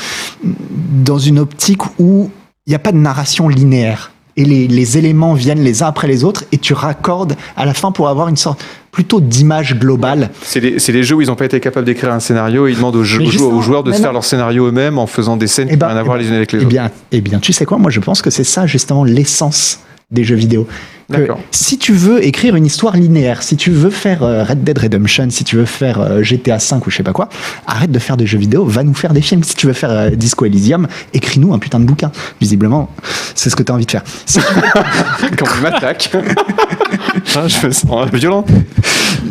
dans une optique où il n'y a pas de narration linéaire. Et les, les éléments viennent les uns après les autres et tu raccordes à la fin pour avoir une sorte plutôt d'image globale. C'est des, c'est des jeux où ils n'ont pas été capables d'écrire un scénario. Ils demandent aux, jeux- Mais aux joueurs, justement, aux joueurs de mais se non. faire leur scénario eux-mêmes en faisant des scènes Eh qui n'ont ben, rien à voir eh ben, les unes avec les Eh autres. bien, eh bien, tu sais quoi, moi je pense que c'est ça justement l'essence des jeux vidéo. Que D'accord. si tu veux écrire une histoire linéaire, si tu veux faire euh, Red Dead Redemption, si tu veux faire euh, GTA V ou je sais pas quoi, arrête de faire des jeux vidéo, va nous faire des films. Si tu veux faire euh, Disco Elysium, écris-nous un putain de bouquin. Visiblement, c'est ce que tu as envie de faire. Si tu veux- Quand on m'attaque. Ah, je me sens violent.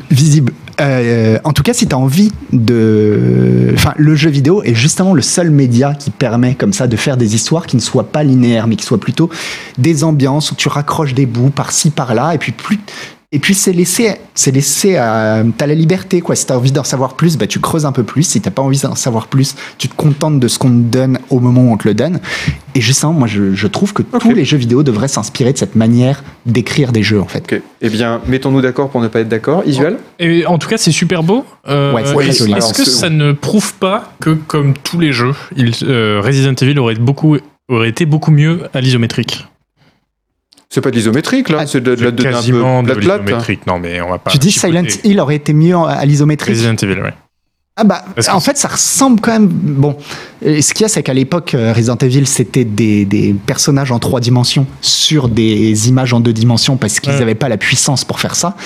Visible. Euh, en tout cas, si tu as envie de. Enfin, le jeu vidéo est justement le seul média qui permet, comme ça, de faire des histoires qui ne soient pas linéaires, mais qui soient plutôt des ambiances où tu raccroches des bouts par-ci, par-là, et puis plus. Et puis c'est laissé, c'est laissé à t'as la liberté quoi. Si t'as envie d'en savoir plus, bah tu creuses un peu plus. Si t'as pas envie d'en savoir plus, tu te contentes de ce qu'on te donne au moment où on te le donne. Et justement, moi je, je trouve que tous les jeux vidéo devraient s'inspirer de cette manière d'écrire des jeux en fait. Ok. Eh bien, mettons-nous d'accord pour ne pas être d'accord. Isuel Et en tout cas, c'est super beau. Euh, Ouais, c'est très est-ce joli. est-ce que Alors, ce- ça ne prouve pas que, comme tous les jeux, il- euh, Resident Evil aurait, beaucoup, aurait été beaucoup mieux à l'isométrique C'est pas de l'isométrique, là. C'est de, de, la- de- un peu- Ah, Quasiment de de la plate. l'isométrique. Non, mais on va pas. tu dis chipoter. Silent Hill aurait été mieux en- à l'isométrique Resident Evil, ouais. Ah bah, Parce que en fait, ça ressemble quand même. Bon, euh, ce qu'il y a, c'est qu'à l'époque, euh, Resident Evil, c'était des, des personnages en trois dimensions sur des images en deux dimensions parce qu'ils Ouais. n'avaient pas la puissance pour faire ça.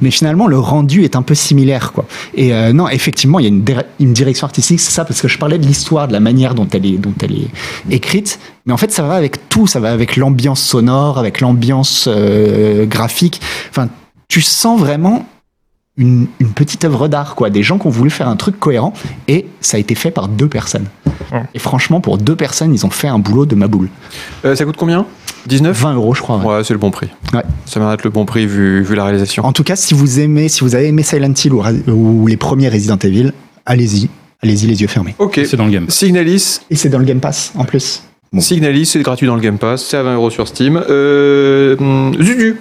Mais finalement, le rendu est un peu similaire, quoi. Et euh, non, effectivement, il y a une, dir- une direction artistique, c'est ça, parce que je parlais de l'histoire, de la manière dont elle est, dont elle est écrite. Mais en fait, ça va avec tout, ça va avec l'ambiance sonore, avec l'ambiance euh, graphique. Enfin, tu sens vraiment une, une petite œuvre d'art, quoi. Des gens qui ont voulu faire un truc cohérent et ça a été fait par deux personnes. Ouais. Et franchement, pour deux personnes, ils ont fait un boulot de ma boule. Euh, ça coûte combien 19 20 euros, je crois. ouais. Ouais, c'est le bon prix. Ouais. Ça mérite le bon prix vu, vu la réalisation. En tout cas, si vous aimez, si vous avez aimé Silent Hill ou, ou les premiers Resident Evil, allez-y, allez-y les yeux fermés. Ok. C'est dans le game. Signalis, Et c'est dans le Game Pass en plus. Bon. Signalis, c'est gratuit dans le Game Pass, c'est à 20 euros sur Steam. Euh, hum, Zuzu,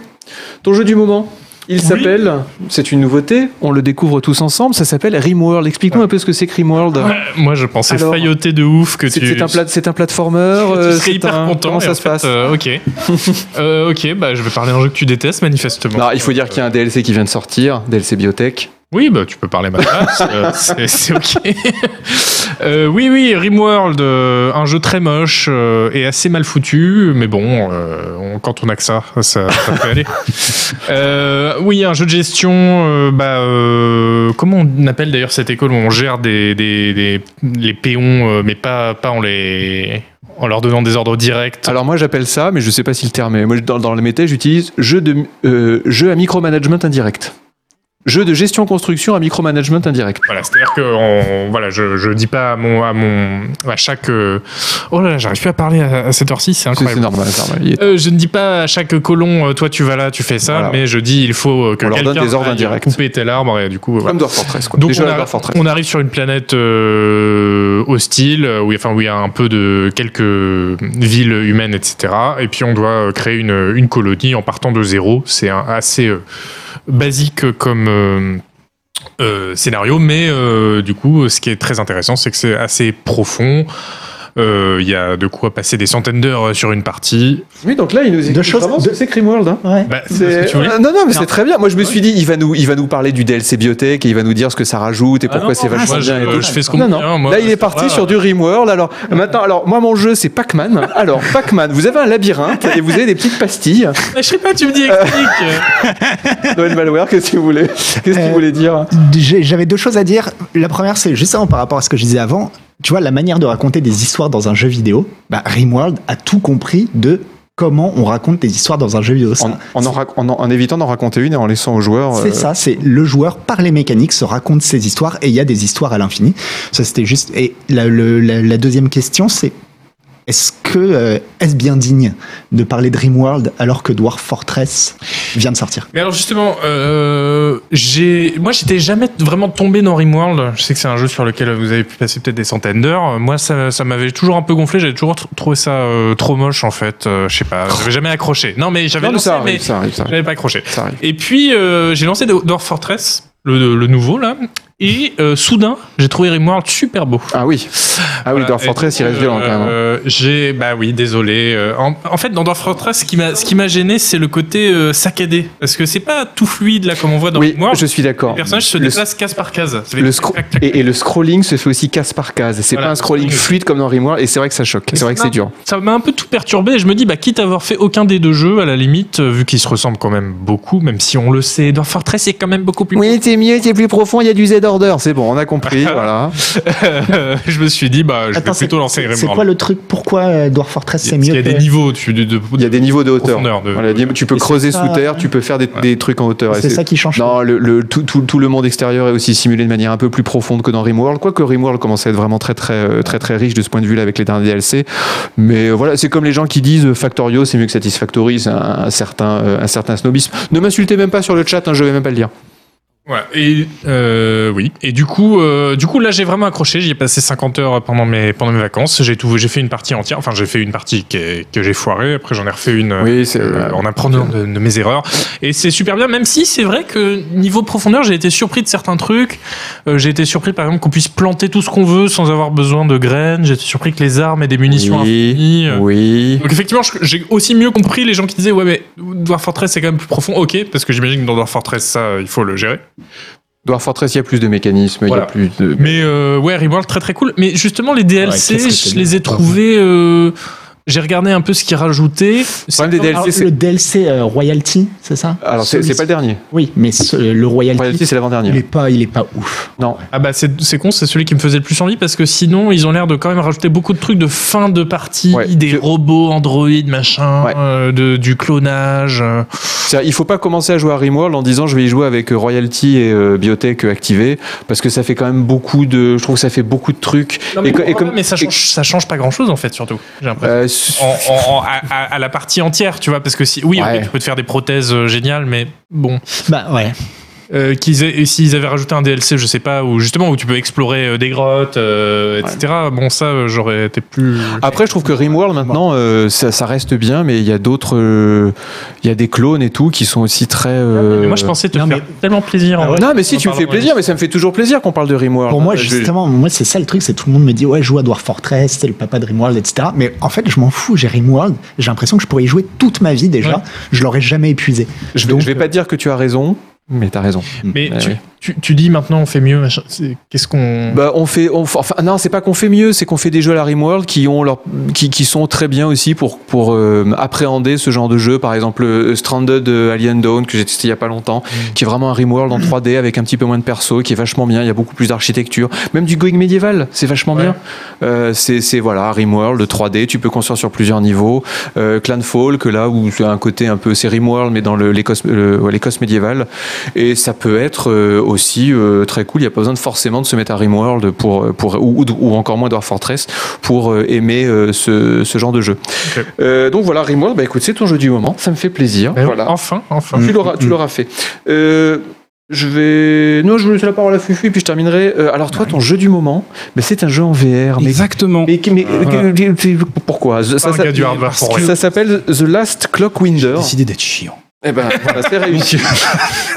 ton jeu du moment, il s'appelle, c'est une nouveauté, on le découvre tous ensemble, ça s'appelle Rimworld. Explique-nous un peu ce que c'est que Rimworld. Ouais, Moi, je pensais Alors, failloter de ouf que C'est tu. c'est un, plat- c'est un platformer. Tu euh, serais c'est hyper un- content. Comment et en ça se fait, passe euh, Ok. Euh, ok, bah, je vais parler d'un jeu que tu détestes, manifestement. Non, Il faut dire qu'il y a un DLC qui vient de sortir, DLC Biotech. Oui, bah, tu peux parler à ma place, euh, c'est- c'est ok. Euh, oui, oui, Rimworld, euh, un jeu très moche euh, et assez mal foutu, mais bon, euh, on- quand on a que ça, ça, ça peut aller. Euh, oui, un jeu de gestion, euh, bah, euh, comment on appelle d'ailleurs cette école où on gère des, des- des- les péons, euh, mais pas, pas en, les, en leur donnant des ordres directs Alors moi j'appelle ça, mais je sais pas si le terme est. Moi dans, dans le métier j'utilise jeu, de, euh, jeu à micromanagement indirect. Jeu de gestion construction à micromanagement indirect. Voilà, c'est-à-dire que on- voilà, je, je dis pas à mon à mon à chaque euh, oh là là, j'arrive plus à parler à, à cette heure-ci, c'est C'est c'est incroyable. normal, c'est normal. Il- Euh, je ne dis pas à chaque colon, euh, toi tu vas là, tu fais ça, Voilà. mais je dis il faut euh, que On leur donne quelqu'un des ordres aille indirects. couper tel arbre et du coup euh, voilà. Comme Dwarf Fortress, quoi. Donc Les jeux on, à arri- Dwarf Fortress. on arrive sur une planète euh, hostile, euh, où, il y a- enfin, où il y a un peu de quelques villes humaines, etc. Et puis on doit euh, créer une, une colonie en partant de zéro. C'est un- assez euh, basique comme euh, euh, scénario, mais euh, du coup, ce qui est très intéressant, c'est que c'est assez profond. Euh, Il y a de quoi passer des centaines d'heures euh, sur une partie. Oui, donc là, il nous explique choses- vraiment ce que deux- c'est Creamworld. Hein. Ouais. Bah, c'est ce C'est- que tu voulais. Euh, non, non, mais c'est très bien. Moi, je me suis dit, il va, nous, il va nous parler du DLC Biotech et il va nous dire ce que ça rajoute et Ah pourquoi non, c'est moi, vachement je- bien. et euh, tout. je fais ce qu'on non, non. veut, hein, moi, Là, il est c'est parti pas- sur du Rimworld. Alors, maintenant, alors, moi, mon jeu, c'est Pac-Man. Alors, Pac-Man, vous avez un labyrinthe et vous avez des petites pastilles. Euh, Ah, Je sais pas, tu me dis explique. Noël Malware, qu'est-ce qu'il voulait Qu'est-ce qu'il Euh, voulait dire J'ai- J'avais deux choses à dire. La première, c'est justement par rapport à ce que je disais avant. Tu vois, la manière de raconter des histoires dans un jeu vidéo, bah, Rimworld a tout compris de comment on raconte des histoires dans un jeu vidéo. Ça, en, en en rac- en- en évitant d'en raconter une et en laissant aux joueurs. C'est euh, ça, c'est le joueur par les mécaniques se raconte ses histoires et il y a des histoires à l'infini. Ça c'était juste. Et la, le- la- la deuxième question c'est est-ce que euh, est-ce bien digne de parler Dreamworld alors que Dwarf Fortress vient de sortir Mais alors justement, euh, j'ai, moi j'étais jamais vraiment tombé dans Rimworld. Je sais que c'est un jeu sur lequel vous avez pu passer peut-être des centaines d'heures. Moi, ça, ça m'avait toujours un peu gonflé. J'avais toujours tr- trouvé ça euh, trop moche en fait. Euh, je sais pas, j'avais jamais accroché. Non, mais j'avais Non, mais lancé, ça arrive, mais ça arrive, ça arrive, j'avais pas accroché. ça arrive. Et puis euh, j'ai lancé Dwarf Fortress, le, le nouveau là, Et euh, soudain, j'ai trouvé Rimworld super beau. Ah oui. Ah oui, Voilà. Dwarf Fortress, il Et, reste violent quand même. hein. euh, j'ai, bah oui, désolé. Euh, En, en fait, dans Dwarf Fortress, ce qui m'a, ce qui m'a gêné, c'est le côté euh, saccadé, parce que c'est pas tout fluide là comme on voit dans Oui, Rimworld. je suis d'accord. Les personnages se Le- déplacent case par case. Ça fait Le clac, scro- clac, clac. et, et le scrolling se fait aussi case par case. C'est Voilà. pas un scrolling fluide comme dans Rimworld et c'est vrai que ça choque. C'est vrai que c'est dur. Ça m'a un peu tout perturbé. et Je me dis, bah, quitte à avoir fait aucun des deux jeux, à la limite, euh, vu qu'ils se ressemblent quand même beaucoup, même si on le sait, Dwarf Fortress est quand même beaucoup plus. Oui, c'est mieux, c'est plus profond, il y a du Z-order. C'est bon, on a compris. voilà. je me suis dit, bah, je Attends, vais plutôt lancer c'est- Rimworld. C'est quoi le truc Pourquoi euh, Dwarf Fortress c'est Parce qu'il mieux y a des que- niveaux au-dessus de, de- Il y a des niveaux de hauteur. Profondeur de- Voilà, dis- tu peux Et c'est creuser ça, sous terre, ouais. tu peux faire des, des trucs en hauteur. Et C'est c'est- ça qui change. Non, le, le- tout, tout- tout le monde extérieur est aussi simulé de manière un peu plus profonde que dans Rimworld. Quoique Rimworld commence à être vraiment très très euh, très très riche de ce point de vue-là avec les derniers DLC. Mais euh, voilà, c'est comme les gens qui disent euh, Factorio c'est mieux que Satisfactory, c'est un, un certain euh, un certain snobisme. Ne m'insultez même pas sur le chat, hein, je vais même pas le dire. Voilà. Et euh, oui. Et du coup, euh, du coup, là, j'ai vraiment accroché. J'y ai passé 50 heures pendant mes pendant mes vacances. J'ai tout, j'ai fait une partie entière. Enfin, j'ai fait une partie qui est- que j'ai foirée. Après, j'en ai refait une euh, Oui, c'est euh, en apprenant de, de mes erreurs. Et c'est super bien. Même si c'est vrai que niveau profondeur, j'ai été surpris de certains trucs. Euh, j'ai été surpris, par exemple, qu'on puisse planter tout ce qu'on veut sans avoir besoin de graines. J'ai été surpris que les armes et des munitions infinies. oui, euh, oui. donc effectivement, je- j'ai aussi mieux compris les gens qui disaient ouais mais Dwarf Fortress c'est quand même plus profond. Ok, parce que j'imagine que dans Dwarf Fortress ça il faut le gérer. Dwarf Fortress, il y a plus de mécanismes, il y Voilà. a plus de. Mais euh, ouais, Reworld très très cool. Mais justement les DLC, Ouais, qu'est-ce que je t'as les dit ai trouvés. euh, j'ai regardé un peu ce qu'ils rajoutaient. problème des Alors, DLC, c'est- le DLC euh, Royalty, c'est ça Alors c'est c'est pas le dernier. Oui, mais ce- le Royalty, Royalty, c'est il est l'avant-dernier. pas, il est pas ouf. Non, Ah bah c'est c'est con, c'est celui qui me faisait le plus envie parce que sinon ils ont l'air de quand même rajouter beaucoup de trucs de fin de partie, Ouais, des je- robots, androïdes, machin, Ouais. euh, de, du clonage. euh. C'est-à-dire, il faut pas commencer à jouer à Rimworld en disant je vais y jouer avec euh, Royalty et euh, Biotech euh, activés parce que ça fait quand même beaucoup de je trouve que ça fait beaucoup de trucs Non, mais, et, co- et ouais, mais ça et- change ça change pas grand chose en fait surtout. J'ai l'impression. euh, s- en, en- en- à, à- à la partie entière, tu vois, parce que si, oui, ok, Ouais. tu peux te faire des prothèses euh, géniales, mais bon, Bah ouais. Euh, qu'ils aient- et s'ils avaient rajouté un DLC, je sais pas, où justement où tu peux explorer euh, des grottes, euh, etc. Bon, ça, euh, j'aurais été plus. après je trouve que Rimworld maintenant euh, ça, ça reste bien mais il y a d'autres euh, il y a des clones et tout qui sont aussi très euh, Mais moi, je pensais te non, faire tellement plaisir. en vrai. non mais si En tu me fais parlant, plaisir ouais. mais ça me fait toujours plaisir qu'on parle de Rimworld Euh, Ah Pour moi, Je- justement, moi, c'est ça le truc, c'est tout le monde me dit, ouais, joue à Dwarf Fortress, c'est le papa de Rimworld, etc. Mais en fait, je m'en fous, j'ai Rimworld, j'ai l'impression que je pourrais y jouer toute ma vie déjà, Ouais. je l'aurais jamais épuisé. je, Donc, euh, je vais pas te dire que tu as raison mais t'as raison Mais Ouais, tu, oui. tu- tu dis maintenant, on fait mieux. machin. C'est- Qu'est-ce qu'on. Bah, on fait, on, f- enfin, non, c'est pas qu'on fait mieux, c'est qu'on fait des jeux à la Rimworld qui ont leur, qui, qui sont très bien aussi pour pour euh, appréhender ce genre de jeu. Par exemple, euh, Stranded euh, Alien Dawn que j'ai testé il y a pas longtemps, qui est vraiment un Rimworld en 3D avec un petit peu moins de perso, qui est vachement bien. Il y a beaucoup plus d'architecture, même du going médiéval, c'est vachement Ouais. bien. Euh, c'est c'est, voilà Rimworld le 3D, tu peux construire sur plusieurs niveaux. Euh, Clanfall que là où tu as un côté un peu c'est Rimworld mais dans le- l'Écosse le- ouais, l'Écosse médiévale et ça peut être euh, aussi euh, très cool. Il n'y a pas besoin de forcément de se mettre à Rimworld pour, pour, ou, ou- ou encore moins Dwarf Fortress pour euh, aimer euh, ce, ce genre de jeu. Ok. Euh, donc voilà, Rimworld, bah, écoute, c'est ton jeu du moment. Ça me fait plaisir. Bah oui, voilà. Mm. Enfin, enfin. Mm, Tu l'auras, tu l'auras fait. Euh, je vais. Non, je vais laisser la parole à Fufu, puis je terminerai. Euh, alors, toi, ton jeu du moment, bah, c'est un jeu en VR. Mais, Exactement. Ah, mais, mais- Voilà. Ah, mais- pourquoi ça, un ça- gars du hardware parce pour que rien. ça s'appelle The Last Clockwinder. J'ai décidé d'être chiant. Eh ben, voilà, c'est réussi.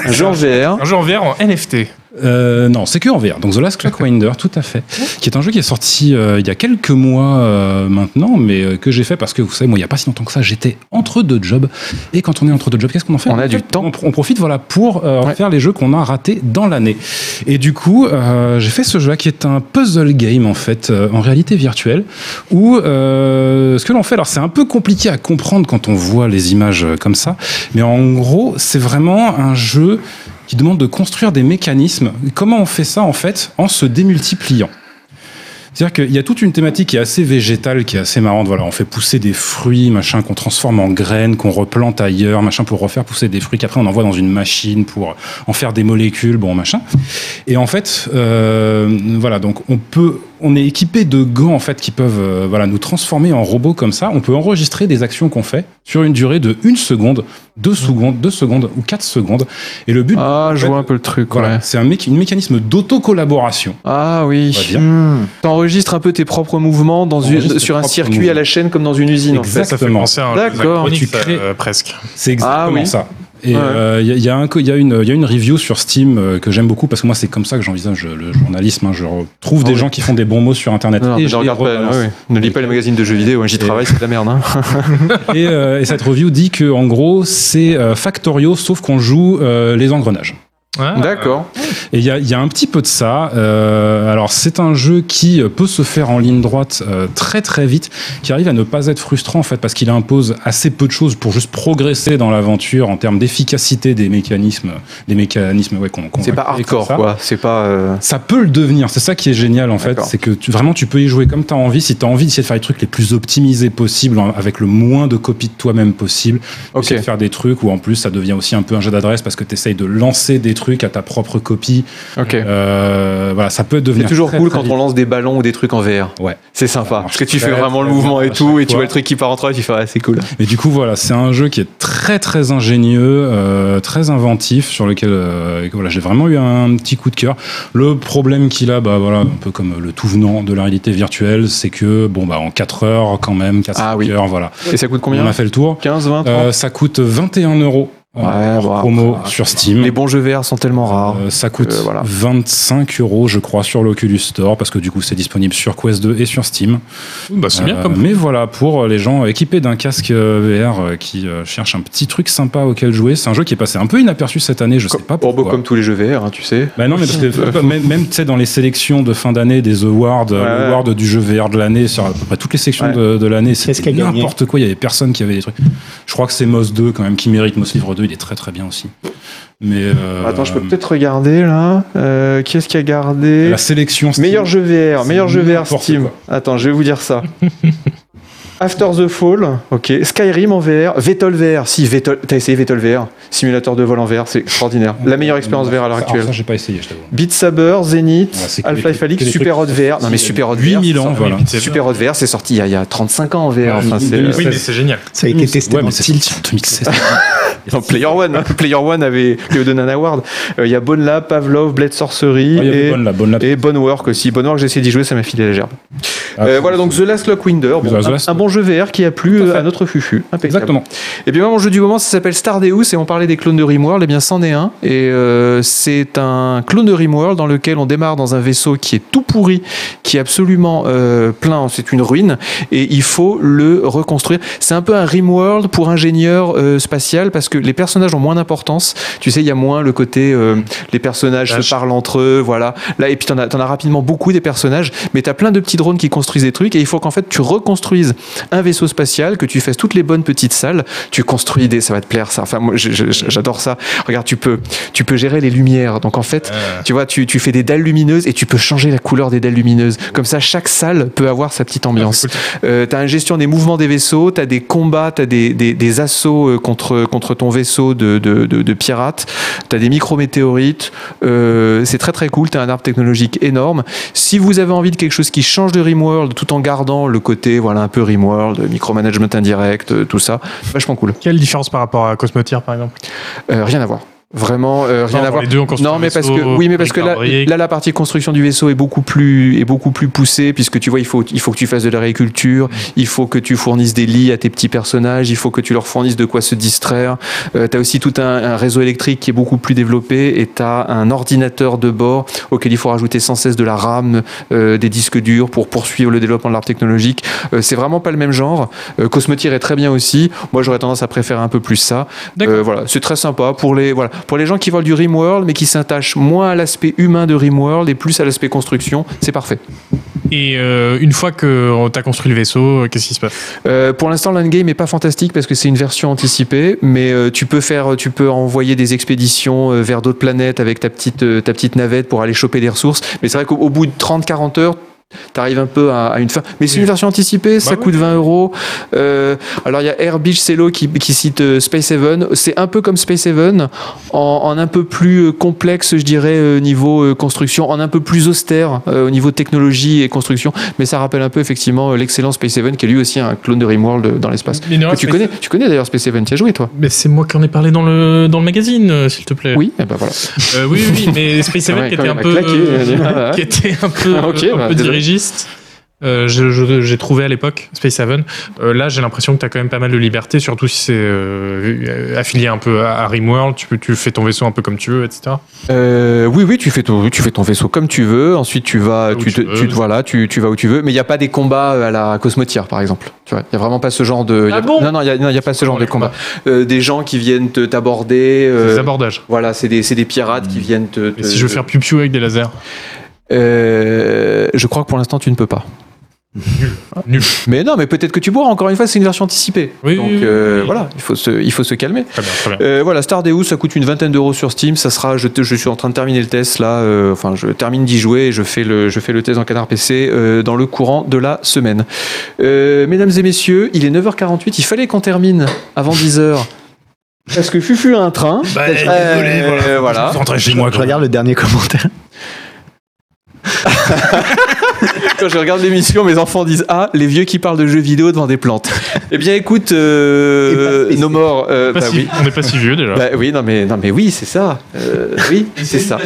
un jeu en VR. Un jeu en VR en NFT. Euh, non, c'est que en VR. Donc The Last Clockwinder, tout à fait, qui est un jeu qui est sorti euh, il y a quelques mois euh, maintenant, mais euh, que j'ai fait parce que vous savez, moi, il n'y a pas si longtemps que ça, j'étais entre deux jobs. Et quand on est entre deux jobs, qu'est-ce qu'on en fait On a fait, du temps. On, on profite, voilà, pour euh, Ouais. faire les jeux qu'on a ratés dans l'année. Et du coup, euh, j'ai fait ce jeu-là qui est un puzzle game en fait, euh, en réalité virtuelle, où euh, ce que l'on fait, alors c'est un peu compliqué à comprendre quand on voit les images euh, comme ça, mais en gros, c'est vraiment un jeu qui demande de construire des mécanismes. Comment on fait ça en fait En se démultipliant. C'est-à-dire qu'il y a toute une thématique qui est assez végétale, qui est assez marrante. Voilà, on fait pousser des fruits, machin, qu'on transforme en graines, qu'on replante ailleurs, machin, pour refaire pousser des fruits qu'après on envoie dans une machine pour en faire des molécules, bon, machin. Et en fait, euh, voilà, donc on peut, on est équipé de gants en fait qui peuvent, euh, voilà, nous transformer en robots comme ça. On peut enregistrer des actions qu'on fait sur une durée de une seconde, deux secondes, deux secondes ou quatre secondes. Et le but, Ah, je fait, vois un peu le truc. voilà, ouais. c'est un mé- une mécanisme d'auto-collaboration. Ah oui. Hmm. on va dire. T'enregistres un peu tes propres mouvements dans une- T'enregistres sur tes un propres circuit mouvements. à la chaîne comme dans une usine en fait. Ça fait Exactement. penser à un jeu D'accord. Anachronic, Tu ça, crées- euh, presque. C'est exactement Ah oui. ça. Et il y, a- y a un co- y a une- y a une review sur Steam euh, que j'aime beaucoup parce que moi c'est comme ça que j'envisage le journalisme. hein. Je trouve des oui. gens qui font des bons mots sur Internet Ah Non, non, et ne je les regarde pas, rebalance. ouais, ouais. Ne lis pas les magazines de jeux vidéo, hein, j'y Et- travaille, c'est de la merde. hein. Et, euh, et cette review dit que en gros c'est euh, Factorio sauf qu'on joue euh, les engrenages. Ah, D'accord. Et il y a, il y a un petit peu de ça. Euh, alors c'est un jeu qui euh, peut se faire en ligne droite euh, très très vite, qui arrive à ne pas être frustrant en fait parce qu'il impose assez peu de choses pour juste progresser dans l'aventure en termes d'efficacité des mécanismes, des mécanismes ouais, qu'on. qu'on C'est va pas créer comme hardcore, ça. quoi. C'est pas. euh, Ça peut le devenir, c'est ça qui est génial en fait, D'accord. c'est que tu, vraiment tu peux y jouer comme tu as envie, si tu as envie d'essayer de faire les trucs les plus optimisés possibles, en- avec le moins de copies de toi-même possible, Ok. essayer de faire des trucs où en plus ça devient aussi un peu un jeu d'adresse parce que tu essayes de lancer des trucs à ta propre copie, Ok. euh, voilà, ça peut C'est devenir. toujours très, cool très quand on lance des ballons ou des trucs en VR. Ouais. C'est Ça sympa. marche Parce que tu fais très, vraiment le très mouvement bien et à tout, chaque et tu fois. vois le truc qui part en trois, tu fais, ah, c'est cool. vite. Mais du coup, voilà, c'est un jeu qui est très très ingénieux, euh, très inventif, sur lequel euh, voilà, j'ai vraiment eu un petit coup de cœur. Le problème qu'il a, bah voilà, un peu comme le tout venant de la réalité virtuelle, c'est que bon bah en 4 heures quand même, 4 Ah oui. heures, voilà, Et ça coûte on combien a fait le tour. 15, 20, 30 Euh, ça coûte 21 euros euh, Ouais, bon, promo après, sur Steam. Les bons jeux VR sont tellement rares. Euh, ça coûte Euh, voilà. 25 euros, je crois, sur l'Oculus Store, parce que du coup, c'est disponible sur Quest 2 et sur Steam. Bah, c'est bien Euh, comme. Mais voilà, pour euh, les gens équipés d'un casque euh, VR euh, qui euh, cherchent un petit truc sympa auquel jouer, c'est un jeu qui est passé un peu inaperçu cette année, je sais pas Orbo pourquoi. comme tous les jeux VR, hein, tu sais. Bah non, mais parce que même, même, tu sais, dans les sélections de fin d'année des awards, euh, Ouais, ouais. l'awards du jeu VR de l'année, sur à peu près toutes les sections Ouais. de, de l'année, Qu'est-ce c'était qu'elle gagnait n'importe quoi. Il y avait personne qui avait des trucs. Je crois que c'est Moss 2 quand même qui mérite Moss Livre 2. Il est très très bien aussi. Mais euh, Attends, je peux peut-être regarder là. Euh, qui est-ce qui a gardé la sélection. Steam- Meilleur jeu VR, C'est meilleur jeu VR n'importe Steam. quoi. Attends, je vais vous dire ça. After the Fall, ok. Skyrim en VR, Vetol VR, si Vetol, t'as essayé Vetol VR, simulateur de vol en VR, c'est extraordinaire. La meilleure expérience VR à l'heure Alors, actuelle. Ah, Ça, j'ai pas essayé, je t'avoue. Beat Saber, Zenith, Ah, Ouais, c'est que des Half-Life trucs- que Alyx, des Super Hot trucs VR. Non mais Super Hot VR, 8000 ans, c'est voilà. sorti- Super Hot VR, c'est sorti il y, a, il y a 35 ans en Ouais, VR. Enfin, c'est, euh, Oui, mais c'est génial. Ça a été Mm. testé Ouais, dans mais le c'est tilt. sorti en 2016. dans Player Ah, One, hein. Player One avait lui donné un award. Euh, Il y a Bonne Lab, Pavlov, Blade Sorcery Ah, il y avait et, bonne là, bonne là. et Bonne Work aussi. Bonne Work, j'ai essayé d'y jouer, ça m'a filé la gerbe. Ah, Euh, voilà donc The Last Lockwinder, bon, The un, Last- un bon jeu VR qui a plu Tout à euh, à, fait. notre fufu. Impeccable. Exactement. Et bien moi mon jeu du moment ça s'appelle Stardeus et on parlait des clones de Rimworld, et bien c'en est un. Et euh, c'est un clone de Rimworld dans lequel on démarre dans un vaisseau qui est tout pourri, qui est absolument euh, plein, c'est une ruine, et il faut le reconstruire. C'est un peu un Rimworld pour ingénieur euh, spatial parce que les personnages ont moins d'importance. Tu sais, il y a moins le côté euh, les personnages se Tâche. parlent entre eux, voilà. Là, et puis t'en as, t'en as rapidement beaucoup des personnages, mais t'as plein de petits drones qui construisent des trucs et il faut qu'en fait tu reconstruises un vaisseau spatial, que tu fasses toutes les bonnes petites salles, tu construis des, ça va te plaire ça. Enfin, moi, je- je- j'adore ça. Regarde, tu peux, tu peux gérer les lumières. Donc en fait, Euh, tu vois, tu, tu fais des dalles lumineuses et tu peux changer la couleur des dalles lumineuses. Comme ça, chaque salle peut avoir sa petite ambiance. Ah, Euh, t'as une gestion des mouvements des vaisseaux, t'as des combats, t'as des, des, des assauts euh, contre, contre ton vaisseau de, de, de, de pirates, t'as des micrométéorites, euh, c'est très très cool, t'as un arbre technologique énorme. Si vous avez envie de quelque chose qui change de Rimworld tout en gardant le côté voilà un peu Rimworld, euh, micromanagement indirect, euh, tout ça, vachement cool. Quelle différence par rapport à Cosmotier, par exemple Euh, rien à voir. Vraiment, euh, rien Non, à voir. Les deux, on construit Non, un mais parce vaisseau, que oui, mais parce que là, brique là, la partie construction du vaisseau est beaucoup plus est beaucoup plus poussée puisque tu vois, il faut il faut que tu fasses de l'agriculture, il faut que tu fournisses des lits à tes petits personnages, il faut que tu leur fournisses de quoi se distraire. Euh, t'as aussi tout un, un réseau électrique qui est beaucoup plus développé et t'as un ordinateur de bord auquel il faut rajouter sans cesse de la RAM, euh, des disques durs pour poursuivre le développement de l'arbre technologique. Euh, c'est vraiment pas le même genre. Euh, Cosmotier est très bien aussi. Moi, j'aurais tendance à préférer un peu plus ça. Euh, voilà, c'est très sympa pour les voilà pour les gens qui veulent du Rimworld mais qui s'attachent moins à l'aspect humain de Rimworld et plus à l'aspect construction, c'est parfait. Et euh, une fois que t'as construit le vaisseau, euh, qu'est-ce qui se passe Euh, pour l'instant, l'endgame est pas fantastique parce que c'est une version anticipée, mais euh, tu peux faire, tu peux envoyer des expéditions euh, vers d'autres planètes avec ta petite euh, ta petite navette pour aller choper des ressources. Mais c'est vrai qu'au au bout de 30-40 heures T'arrives un peu à, à une fin. Mais c'est une version anticipée, ça Bah oui. coûte 20 euros. Euh, alors il y a Airbeach Cello qui, qui cite euh, Space Heaven. C'est un peu comme Space Heaven, en, en un peu plus euh, complexe, je dirais, euh, niveau euh, construction, en un peu plus austère euh, au niveau technologie et construction. Mais ça rappelle un peu effectivement euh, l'excellent Space Heaven, qui est lui aussi un clone de Rimworld euh, dans l'espace. Mais non, Que tu mais- connais, tu connais d'ailleurs Space Heaven, tu as joué toi Mais c'est moi qui en ai parlé dans le, dans le magazine, euh, s'il te plaît. Oui, eh ben voilà. Euh, oui, oui, oui, mais Space Ah ouais, Seven qui quand était un il m'a peu. claqué, euh, il a dit, ah ouais. Qui était un peu, Ah, ok, un bah, peu désolé. dirigiste. euh, je- je- j'ai trouvé à l'époque, Space Haven. Euh, là, j'ai l'impression que tu as quand même pas mal de liberté, surtout si c'est euh, affilié un peu à, à Rimworld. Tu, peux, tu fais ton vaisseau un peu comme tu veux, etc. Euh, oui, oui, tu fais ton, tu fais ton vaisseau comme tu veux. Ensuite, tu vas, Où tu, te- tu veux. tu te- voilà, tu, tu vas où tu veux. Mais il n'y a pas des combats euh, à la Cosmotière, par exemple. Tu vois, il y a vraiment pas ce genre de. il y a- Ah bon non, non, il y a, non, il y a pas ce genre Comment de les combat. Euh, des gens qui viennent te- t'aborder. C'est euh, des abordages. voilà, c'est des, c'est des pirates qui viennent te. Et te- si je veux faire piou-piou avec des lasers Euh, je crois que pour l'instant, tu ne peux pas. Nul. Mais non, mais peut-être que tu pourras. Encore une fois, c'est une version anticipée. Oui, Donc oui, oui, euh, oui. voilà, il faut se, il faut se calmer. Très bien, très bien. Euh, voilà, Stardew, ça coûte une vingtaine d'euros sur Steam. Ça sera, je, te- je suis en train de terminer le test là. euh, enfin, je termine d'y jouer et je fais le, je fais le test en canard PC euh, dans le courant de la semaine. Euh, mesdames et messieurs, il est 9h48. Il fallait qu'on termine avant 10h. Parce que Fufu a un train. Bah, Euh, hein désolé, voilà. voilà. Je rentrais chez moi. Je quoi. regarde le dernier commentaire. Quand je regarde l'émission, mes enfants disent Ah, les vieux qui parlent de jeux vidéo devant des plantes. eh bien, écoute, euh, Et pas de PC. nos morts. euh, Pas bah si- oui. On n'est pas si vieux déjà. Bah oui, non mais, non mais oui, c'est ça. Euh, oui, c'est ça.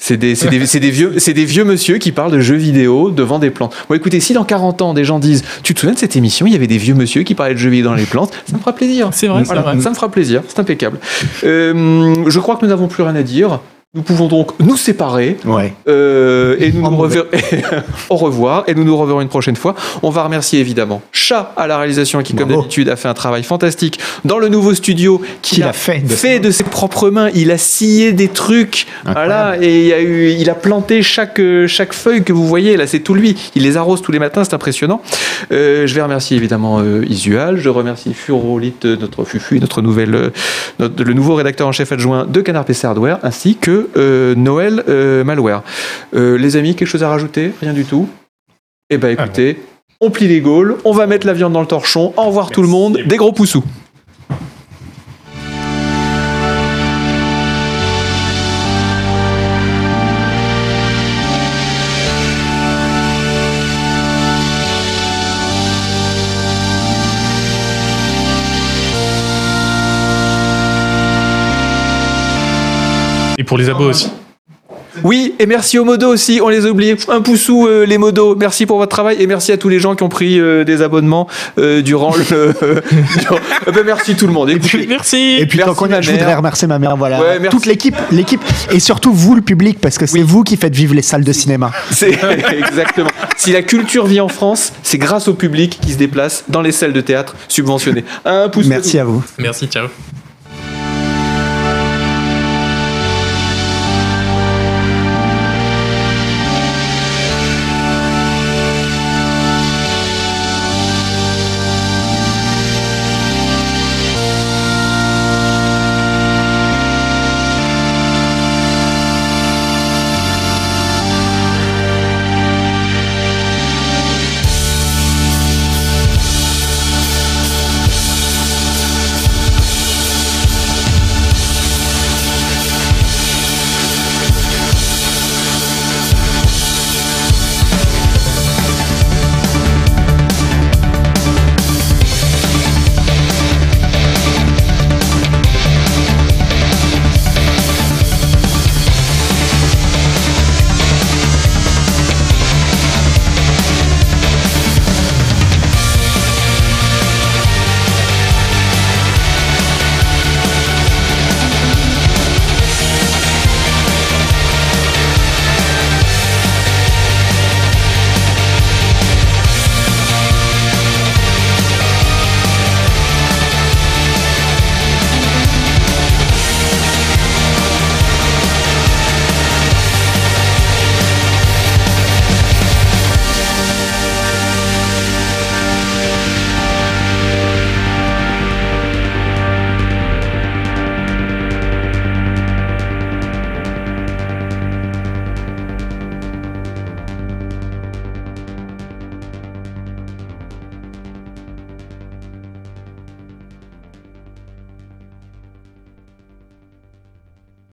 C'est des, c'est des, c'est des vieux, c'est des vieux monsieur qui parlent de jeux vidéo devant des plantes. Bon, écoutez, si dans 40 ans des gens disent, tu te souviens de cette émission, il y avait des vieux monsieur qui parlaient de jeux vidéo dans les plantes, ça me fera plaisir. c'est vrai, c'est Voilà, vrai. ça me fera plaisir, c'est impeccable. Euh, je crois que nous n'avons plus rien à dire. Nous pouvons donc nous séparer Ouais. euh, et nous En nous rever- au revoir et nous nous reverrons une prochaine fois. On va remercier évidemment Chat à la réalisation qui, comme Bravo. d'habitude, a fait un travail fantastique dans le nouveau studio qu'il Qu'il a a fait de- fait de ses propres mains. Il a scié des trucs, voilà, Incroyable. et il y a eu, il a planté chaque euh, chaque feuille que vous voyez. Là, c'est tout lui. Il les arrose tous les matins, c'est impressionnant. Euh, je vais remercier évidemment euh, Isual. Je remercie Furolite, euh, notre Fufu, notre nouvelle, euh, notre- le nouveau rédacteur en chef adjoint de Canard PC Hardware, ainsi que euh, Noël euh, Malware. Euh, les amis, quelque chose à rajouter Rien du tout. Eh ben, écoutez. On plie les gaules, on va mettre la viande dans le torchon. Au revoir tout le monde, des gros poussous. Et pour les oh. abos aussi. Oui, et merci aux modos aussi, on les a oubliés. Un poussou, euh, les modos. Merci pour votre travail et merci à tous les gens qui ont pris euh, des abonnements euh, durant le. durant- Eh ben, merci tout le monde. Écoutez, Merci. Et puis Merci, tant qu'on y ma est, je mère. voudrais remercier ma mère, voilà, Ouais, merci. toute l'équipe, l'équipe, et surtout vous, le public, parce que c'est vous qui faites vivre les salles de cinéma. c'est exactement. Si la culture vit en France, c'est grâce au public qui se déplace dans les salles de théâtre subventionnées. Un pouce. Merci à vous. Merci, ciao.